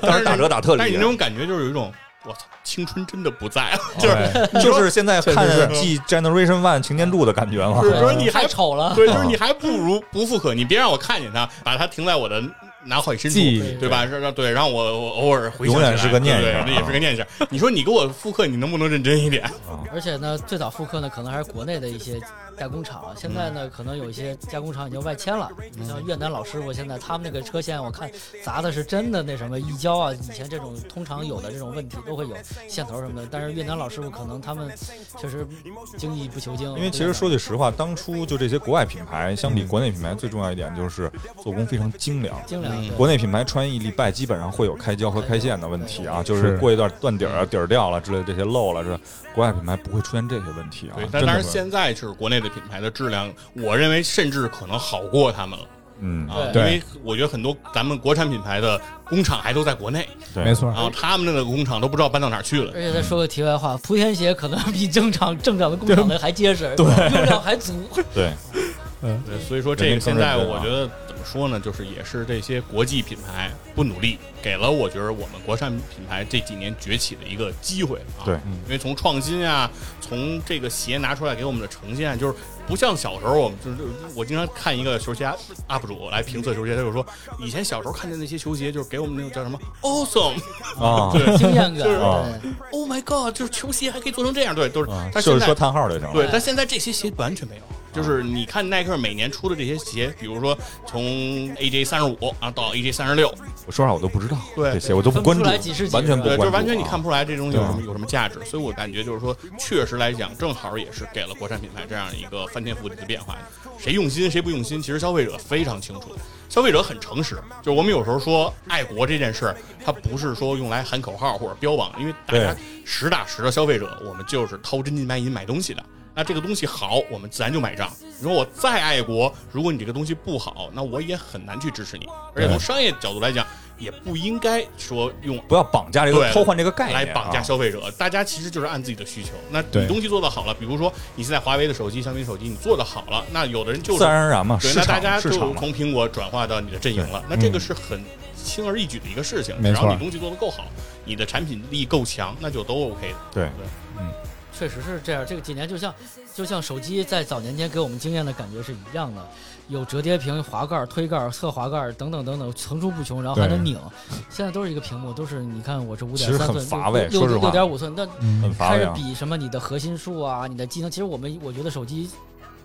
[SPEAKER 3] 但
[SPEAKER 5] 时
[SPEAKER 3] 是
[SPEAKER 5] 打折打特
[SPEAKER 3] 但是你
[SPEAKER 5] 例
[SPEAKER 3] 那，种感觉就是有一种我操，青春真的不在了， 就是
[SPEAKER 5] 对就是现在看
[SPEAKER 3] 确实是
[SPEAKER 5] 继 Generation One 擎天柱的感觉了
[SPEAKER 3] 是，
[SPEAKER 6] 对
[SPEAKER 3] 说你还
[SPEAKER 6] 太丑了，
[SPEAKER 3] 对，就是你还不如不复刻，你别让我看见它，把它停在我的脑海深处，
[SPEAKER 4] 记忆
[SPEAKER 3] 对吧？让让对，让我我偶尔回想
[SPEAKER 5] 永
[SPEAKER 3] 起
[SPEAKER 5] 远
[SPEAKER 3] 来
[SPEAKER 5] 是个念
[SPEAKER 3] 对
[SPEAKER 5] 想啊
[SPEAKER 3] 对也是个念想。你说你给我复刻，你能不能认真一点？
[SPEAKER 6] 而且呢，最早复刻呢，可能还是国内的一些加工厂。现在呢，可能有一些加工厂已经外迁了，就像越南老师傅，现在他们那个车线，我看砸的是真的那什么异胶啊，以前这种通常有的这种问题都会有线头什么的。但是越南老师傅可能他们确实精益不求精，
[SPEAKER 5] 因为其实说句实话，当初就这些国外品牌相比国内品牌，最重要一点就是做工非常精良。
[SPEAKER 6] 精良，
[SPEAKER 5] 嗯
[SPEAKER 6] 对
[SPEAKER 5] 国内品牌穿一礼拜基本上会有开胶和开线的问题啊，就是过一段断底儿啊、底儿掉了之类的这些漏了，这国外品牌不会出现这些问题啊
[SPEAKER 3] 对，。但
[SPEAKER 5] 真的
[SPEAKER 3] 但
[SPEAKER 5] 不
[SPEAKER 3] 是
[SPEAKER 5] 会
[SPEAKER 3] 现在是国内的品牌的质量，我认为甚至可能好过他们了
[SPEAKER 5] 嗯，
[SPEAKER 3] 啊，因
[SPEAKER 4] 对
[SPEAKER 3] 为我觉得很多咱们国产品牌的工厂还都在国内，
[SPEAKER 5] 对
[SPEAKER 4] 没错
[SPEAKER 3] 然。后他们那个工厂都不知道搬到哪儿去了
[SPEAKER 5] 哎
[SPEAKER 6] 而。且再说个题外话，莆田鞋可能比正常正常的工厂的还结实，对，用料还足。
[SPEAKER 5] 对，
[SPEAKER 3] 对，所以说这个
[SPEAKER 5] 人民
[SPEAKER 3] 现
[SPEAKER 5] 更
[SPEAKER 3] 在
[SPEAKER 5] 认真
[SPEAKER 3] 我
[SPEAKER 5] 啊
[SPEAKER 3] 觉得怎么说呢，就是也是这些国际品牌不努力，给了我觉得我们国产品牌这几年崛起的一个机会啊。
[SPEAKER 5] 对
[SPEAKER 3] 因为从创新啊，从这个鞋拿出来给我们的呈现，就是不像小时候我们就是我经常看一个球鞋 UP 主来评测球鞋，他就说以前小时候看见那些球鞋，就是给我们那种叫什么 awesome，oh
[SPEAKER 5] 啊，
[SPEAKER 6] 经验感，
[SPEAKER 5] 啊
[SPEAKER 6] 对
[SPEAKER 3] my god，就是球鞋还可以做成这样，对，都是。
[SPEAKER 5] 啊
[SPEAKER 3] 但
[SPEAKER 5] 就是
[SPEAKER 3] 现在
[SPEAKER 5] 说叹号就行了。
[SPEAKER 3] 对，但现在这些鞋完全没有。就是你看耐克每年出的这些鞋，比如说从 AJ 三十五啊到 AJ 三十六，
[SPEAKER 5] 我说实话，我都不知道
[SPEAKER 3] 对
[SPEAKER 5] 这些，我都不
[SPEAKER 6] 分不
[SPEAKER 5] 关注，
[SPEAKER 6] 出来几是几
[SPEAKER 5] 完全不
[SPEAKER 3] 对，
[SPEAKER 5] 关
[SPEAKER 3] 就
[SPEAKER 5] 注啊，
[SPEAKER 3] 是完全你看不出来这东西有什么
[SPEAKER 5] 对啊
[SPEAKER 3] 有什么价值。所以我感觉就是说，确实来讲，正好也是给了国产品牌这样一个翻天覆地的变化。谁用心，谁不用心，其实消费者非常清楚，消费者很诚实。就是我们有时候说爱国这件事儿，它不是说用来喊口号或者标榜，因为大家
[SPEAKER 5] 对
[SPEAKER 3] 实打实的消费者，我们就是掏真金白银买东西的。那这个东西好，我们自然就买账。你说我再爱国，如果你这个东西不好，那我也很难去支持你。而且从商业角度来讲，也不应该说用
[SPEAKER 5] 不要绑架这个
[SPEAKER 3] 对
[SPEAKER 5] 偷换这个概念啊，
[SPEAKER 3] 来绑架消费者。大家其实就是按自己的需求。那
[SPEAKER 4] 对
[SPEAKER 3] 你东西做的好了，比如说你现在华为的手机、小米手机，你做的好了，那有的人就是
[SPEAKER 5] 自然而然嘛，
[SPEAKER 3] 对，
[SPEAKER 5] 市
[SPEAKER 3] 那大家
[SPEAKER 5] 场
[SPEAKER 3] 就
[SPEAKER 5] 市场嘛，
[SPEAKER 3] 从苹果转化到你的阵营了。那这个是很轻而易举的一个事情，只
[SPEAKER 4] 没错
[SPEAKER 3] 要你东西做的够好，你的产品力够强，那就都 OK 的。
[SPEAKER 5] 对
[SPEAKER 6] 确实是这样。这个几年就像就像手机在早年间给我们经验的感觉是一样的，有折叠屏、滑盖、推盖、侧滑盖等等等等，层出不穷，然后还能拧。现在都是一个屏幕，都是你看我这五
[SPEAKER 5] 其
[SPEAKER 6] 点
[SPEAKER 5] 实
[SPEAKER 6] 三
[SPEAKER 5] 很
[SPEAKER 6] 寸，
[SPEAKER 5] 乏味
[SPEAKER 6] 六
[SPEAKER 5] 说实
[SPEAKER 6] 六
[SPEAKER 5] 话
[SPEAKER 6] 六点五寸，但
[SPEAKER 4] 嗯
[SPEAKER 5] 很乏
[SPEAKER 6] 开
[SPEAKER 5] 味
[SPEAKER 6] 始
[SPEAKER 5] 啊。
[SPEAKER 6] 比什么你的核心数啊，你的技能。其实我们我觉得手机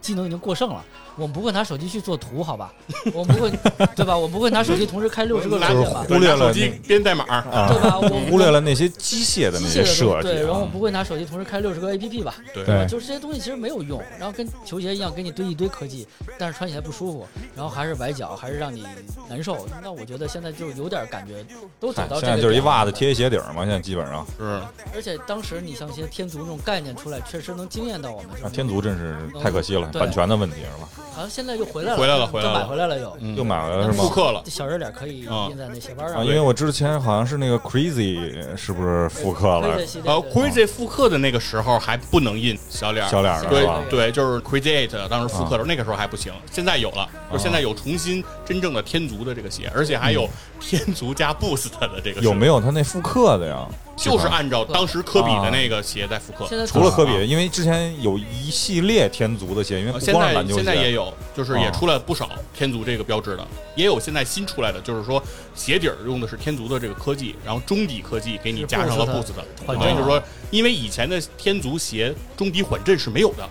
[SPEAKER 6] 技能已经过剩了。我们不会拿手机去做图，好吧？ 我们不会，对吧？我们不会拿手机同时开六 十个
[SPEAKER 3] 拿
[SPEAKER 6] 软件吧？
[SPEAKER 5] 忽略了
[SPEAKER 3] 拿手机编代码，
[SPEAKER 5] 啊
[SPEAKER 6] 对吧我
[SPEAKER 5] 忽略了那些机械的那些设计啊，
[SPEAKER 6] 对，然后我们不会拿手机同时开六十个 APP 吧？
[SPEAKER 3] 对
[SPEAKER 6] 吧啊就是这些东西其实没有用，然后跟球鞋一样，给你堆一堆科技，但是穿起来不舒服，然后还是崴脚，还是让你难受。那我觉得现在就有点感觉，都走
[SPEAKER 5] 嗨
[SPEAKER 6] 到这个
[SPEAKER 5] 现在就是一
[SPEAKER 6] 点了
[SPEAKER 5] 袜子。贴一鞋底儿嘛，现在基本上
[SPEAKER 3] 是
[SPEAKER 6] 而且当时你像一些天足那种概念出来，确实能惊艳到我们。就是
[SPEAKER 5] 啊天足真是太可惜了，
[SPEAKER 6] 对
[SPEAKER 5] 版权的问题是吧？
[SPEAKER 6] 好像现在又回来了，
[SPEAKER 3] 回来了
[SPEAKER 6] 就
[SPEAKER 3] 回来了
[SPEAKER 6] 买回来了又。
[SPEAKER 3] 嗯
[SPEAKER 5] 又买回来是
[SPEAKER 3] 复
[SPEAKER 5] 吗？
[SPEAKER 3] 刻了
[SPEAKER 6] 这。小人脸可以印在那鞋帮上，
[SPEAKER 5] 啊，因为我之前好像是那个 Crazy 是不是复刻
[SPEAKER 6] 可以
[SPEAKER 5] 了
[SPEAKER 6] 在鞋底
[SPEAKER 3] 呃
[SPEAKER 6] 对
[SPEAKER 3] ，Crazy 复刻的那个时候还不能印小脸儿，
[SPEAKER 5] 小脸儿
[SPEAKER 3] 对
[SPEAKER 5] 是吧？嗯
[SPEAKER 3] 对，就是 Create 当时复刻的时候，那个时候还不行，现在有了，就现在有重新真正的天足的这个鞋，而且还有天足加 Boost 的这个，
[SPEAKER 5] 嗯有没？有他那复刻的呀？
[SPEAKER 3] 就是按照当时科比的那个鞋在复刻。
[SPEAKER 6] 现在
[SPEAKER 5] 除了科比，因为之前有一系列天足的鞋，因为
[SPEAKER 3] 呃
[SPEAKER 5] 不
[SPEAKER 3] 现
[SPEAKER 5] 光是
[SPEAKER 3] 在
[SPEAKER 5] 篮球鞋，啊
[SPEAKER 3] 现在也有有，就是也出来不少天足这个标志的，也有现在新出来的，就是说鞋底儿用的是天足的这个科技，然后中底科技给你加上了
[SPEAKER 6] 是
[SPEAKER 3] Boost
[SPEAKER 6] Boost 的
[SPEAKER 3] 等
[SPEAKER 6] 缓
[SPEAKER 3] 于
[SPEAKER 6] 震啊
[SPEAKER 3] 就是说，因为以前的天足鞋中底缓震是没有的，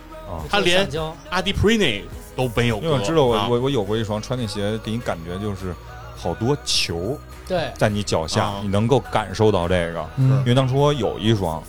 [SPEAKER 3] 它连
[SPEAKER 6] 橡胶
[SPEAKER 3] Adiprene 都没有
[SPEAKER 5] 因
[SPEAKER 3] 过。
[SPEAKER 5] 为我知道我
[SPEAKER 3] 啊
[SPEAKER 5] 我我有过一双穿那鞋，给你感觉就是好多球
[SPEAKER 6] 对
[SPEAKER 5] 在你脚下
[SPEAKER 3] 啊，
[SPEAKER 5] 你能够感受到这个。因
[SPEAKER 4] 嗯，
[SPEAKER 5] 为当初我有一双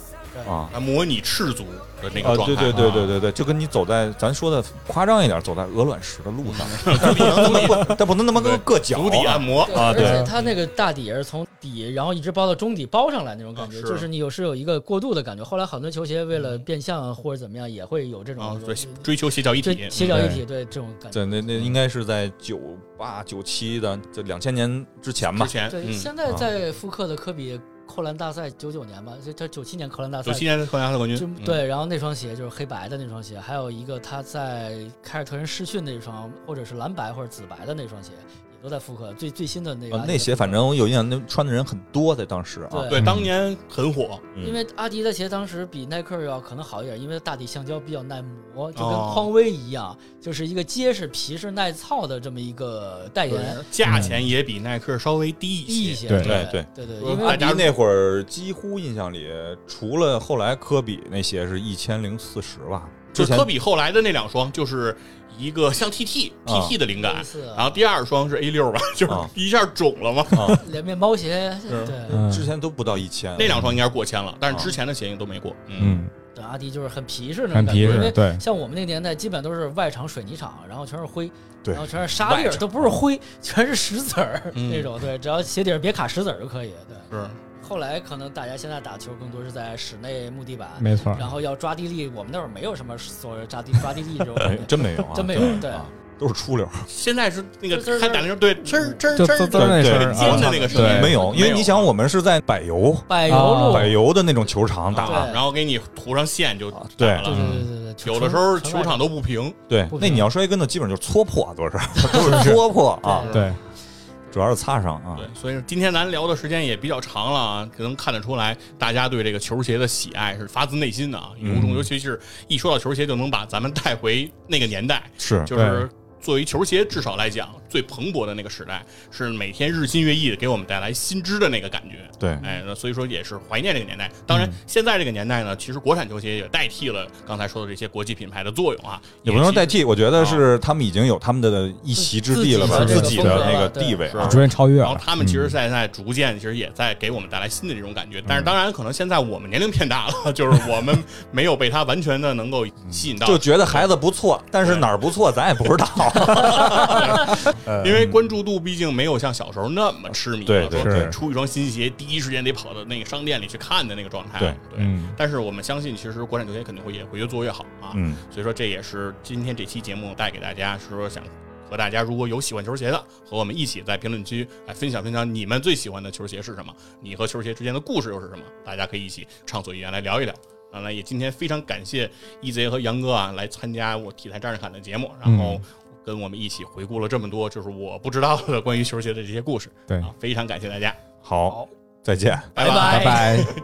[SPEAKER 5] 啊，
[SPEAKER 3] 啊模拟赤足的那
[SPEAKER 5] 啊
[SPEAKER 3] 个，状态，
[SPEAKER 5] 对对对对
[SPEAKER 3] 啊
[SPEAKER 5] 对对，就跟你走在咱说的夸张一点，走在鹅卵石的路 上，但不能那么但不能那么个硌脚啊，
[SPEAKER 3] 足底按摩
[SPEAKER 6] 对
[SPEAKER 5] 啊
[SPEAKER 6] 而
[SPEAKER 5] 对
[SPEAKER 6] 且它那个大底也是从底，然后一直包到中底包上来那种感觉，
[SPEAKER 3] 啊是
[SPEAKER 6] 就是你有是有一个过渡的感觉。后来很多球鞋为了变相啊或者怎么样，也会有这种
[SPEAKER 3] 啊，对，追求鞋脚一体
[SPEAKER 6] 这，鞋脚一体，对这种感觉。
[SPEAKER 5] 对，那那应该是在九八九七的这两千年之前吧
[SPEAKER 3] 之。前
[SPEAKER 6] 对，
[SPEAKER 3] 嗯，
[SPEAKER 6] 现在在复刻的科比扣篮大赛九九年吧，就他九七年扣篮大赛
[SPEAKER 3] 九，七年的冠亚冠军
[SPEAKER 6] 就，
[SPEAKER 3] 嗯，
[SPEAKER 6] 对，然后那双鞋就是黑白的那双鞋，还有一个他在凯尔特人试训那双，或者是蓝白或者紫白的那双鞋，也都在复刻最最新的那个
[SPEAKER 3] 哦
[SPEAKER 5] 啊
[SPEAKER 6] 阿，迪
[SPEAKER 5] 那
[SPEAKER 6] 的
[SPEAKER 5] 鞋
[SPEAKER 6] 复刻
[SPEAKER 5] 反正我有印象，那穿的人很多，在当时啊
[SPEAKER 6] 对，
[SPEAKER 3] 对，当年很火，
[SPEAKER 5] 嗯
[SPEAKER 6] 因为阿迪的鞋当时比耐克要可能好一点，因为大底橡胶比较耐磨，就跟
[SPEAKER 3] 哦
[SPEAKER 6] 匡威一样，就是一个结实、皮实、耐操的这么一个代言
[SPEAKER 3] 价钱也比耐克稍微低
[SPEAKER 6] 一
[SPEAKER 3] 一些。
[SPEAKER 6] 些。
[SPEAKER 4] 对
[SPEAKER 6] 对
[SPEAKER 5] 对
[SPEAKER 6] 对对，
[SPEAKER 3] 说
[SPEAKER 6] 因为
[SPEAKER 5] 阿
[SPEAKER 3] 大
[SPEAKER 5] 迪
[SPEAKER 3] 家
[SPEAKER 5] 那会儿几乎印象里，除了后来科比那鞋是一千零四十吧，
[SPEAKER 3] 就
[SPEAKER 5] 之前
[SPEAKER 3] 科比后来的那两双，就是一个像 TT
[SPEAKER 5] 啊
[SPEAKER 3] TT 的灵感
[SPEAKER 6] A4 啊，
[SPEAKER 3] 然后第二双是 A 六吧，就是
[SPEAKER 5] 啊
[SPEAKER 3] 一下肿了嘛。
[SPEAKER 6] 连面包鞋，
[SPEAKER 3] 是
[SPEAKER 6] 对。
[SPEAKER 4] 嗯
[SPEAKER 5] 之前都不到一千。
[SPEAKER 3] 那两双应该是过千
[SPEAKER 5] 啊
[SPEAKER 3] 了，但是之前的鞋型都没过。嗯，
[SPEAKER 4] 嗯，
[SPEAKER 6] 对，阿迪就是很皮实那种
[SPEAKER 4] 很
[SPEAKER 6] 感
[SPEAKER 4] 皮
[SPEAKER 6] 觉，因
[SPEAKER 4] 实，
[SPEAKER 6] 为
[SPEAKER 4] 对，
[SPEAKER 6] 像我们那个年代，基本都是外场水泥厂，然后全是灰，
[SPEAKER 5] 对
[SPEAKER 6] 然后全是沙粒
[SPEAKER 5] 外
[SPEAKER 6] 儿，
[SPEAKER 5] 场
[SPEAKER 6] 都不是灰，全是石子儿、
[SPEAKER 3] 嗯
[SPEAKER 6] 那种。对，只要鞋底儿别卡石子儿就可以。对，
[SPEAKER 3] 是
[SPEAKER 6] 后来可能大家现在打球更多是在室内木地板，
[SPEAKER 4] 没错。
[SPEAKER 6] 然后要抓地力，我们那会儿没有什么所谓抓地抓地力这种
[SPEAKER 5] 哎
[SPEAKER 6] 感觉，
[SPEAKER 5] 真没有啊，
[SPEAKER 6] 真没有对
[SPEAKER 5] 啊，都是出溜儿。
[SPEAKER 3] 现在是那个
[SPEAKER 6] 滋儿滋儿
[SPEAKER 3] 开打铃，对，吱儿吱儿
[SPEAKER 4] 就
[SPEAKER 3] 吱儿
[SPEAKER 4] 滋
[SPEAKER 3] 吱
[SPEAKER 4] 滋
[SPEAKER 3] 儿
[SPEAKER 4] 儿那
[SPEAKER 5] 对
[SPEAKER 4] 声
[SPEAKER 5] 对
[SPEAKER 4] 儿，
[SPEAKER 3] 尖的
[SPEAKER 4] 啊
[SPEAKER 3] 那个声
[SPEAKER 4] 对
[SPEAKER 3] 音
[SPEAKER 5] 没有，因为你
[SPEAKER 3] 啊
[SPEAKER 5] 想，我们是在柏油
[SPEAKER 6] 柏油路，
[SPEAKER 5] 啊柏油的那种球场打
[SPEAKER 6] 对
[SPEAKER 5] 的，
[SPEAKER 3] 然后给你涂上线就
[SPEAKER 5] 啊
[SPEAKER 3] 打
[SPEAKER 5] 对
[SPEAKER 6] 对
[SPEAKER 3] 了。
[SPEAKER 6] 对对对对，
[SPEAKER 3] 有的时候球
[SPEAKER 6] 纯
[SPEAKER 3] 场都不平，
[SPEAKER 5] 对
[SPEAKER 6] 不，
[SPEAKER 5] 那
[SPEAKER 6] 平
[SPEAKER 5] 你要摔一跟头，基本上就是搓破，都是都是搓破啊，
[SPEAKER 4] 对，
[SPEAKER 5] 主要是擦伤啊
[SPEAKER 3] 对。，所以今天咱聊的时间也比较长了啊，可能看得出来，大家对这个球鞋的喜爱是发自内心的啊，有
[SPEAKER 5] 嗯
[SPEAKER 3] 种，尤其是一说到球鞋，就能把咱们带回那个年代，
[SPEAKER 5] 是
[SPEAKER 3] 就是作为球鞋至少来讲最蓬勃的那个时代，是每天日新月异的给我们带来新知的那个感觉。
[SPEAKER 5] 对嗯
[SPEAKER 3] 哎，那所以说也是怀念这个年代。当然，现在这个年代呢，其实国产球鞋也代替了刚才说的这些国际品牌的作用啊，
[SPEAKER 5] 也不能说代
[SPEAKER 3] 替。
[SPEAKER 5] 替，我觉得是他们已经有他们的一席之地了吧，
[SPEAKER 6] 自
[SPEAKER 5] 自
[SPEAKER 6] 自
[SPEAKER 5] 己
[SPEAKER 6] 己
[SPEAKER 5] 的
[SPEAKER 6] 的
[SPEAKER 5] 那
[SPEAKER 6] 那
[SPEAKER 5] 个
[SPEAKER 6] 个
[SPEAKER 5] 地位啊
[SPEAKER 4] 逐。渐超越
[SPEAKER 3] 然后
[SPEAKER 4] 了，
[SPEAKER 3] 他们其实现在逐
[SPEAKER 5] 嗯
[SPEAKER 3] 渐，其实也在给我们带来新的这种感觉。但是当然，可能现在我们年龄变大了，就是我们没有被它完全的能够吸引到，
[SPEAKER 5] 就觉得孩子不错，但是哪儿不错咱也不知道。
[SPEAKER 3] 因为关注度毕竟没有像小时候那么痴迷
[SPEAKER 5] 对
[SPEAKER 3] 了，
[SPEAKER 5] 对
[SPEAKER 3] 说
[SPEAKER 5] 是
[SPEAKER 3] 出一双新鞋，第一时间得跑到那个商店里去看的那个状态。
[SPEAKER 5] 对
[SPEAKER 4] 嗯
[SPEAKER 3] 但是我们相信，其实国产球鞋肯定会也会越做越好啊。
[SPEAKER 5] 嗯，
[SPEAKER 3] 所以说这也是今天这期节目带给大家，是说想和大家如果有喜欢球鞋的，和我们一起在评论区来分享分享你们最喜欢的球鞋是什么，你和球鞋之间的故事又是什么，大家可以一起畅所欲言来聊一聊。当然，也今天非常感谢 EZ 和杨哥啊来参加我体坛战士侃的节目，然后跟我们一起回顾了这么多就是我不知道的关于球鞋的这些故事
[SPEAKER 4] 对，
[SPEAKER 3] 啊，非常感谢大家，
[SPEAKER 5] 好，再见。
[SPEAKER 3] 拜
[SPEAKER 6] 拜
[SPEAKER 4] 拜拜。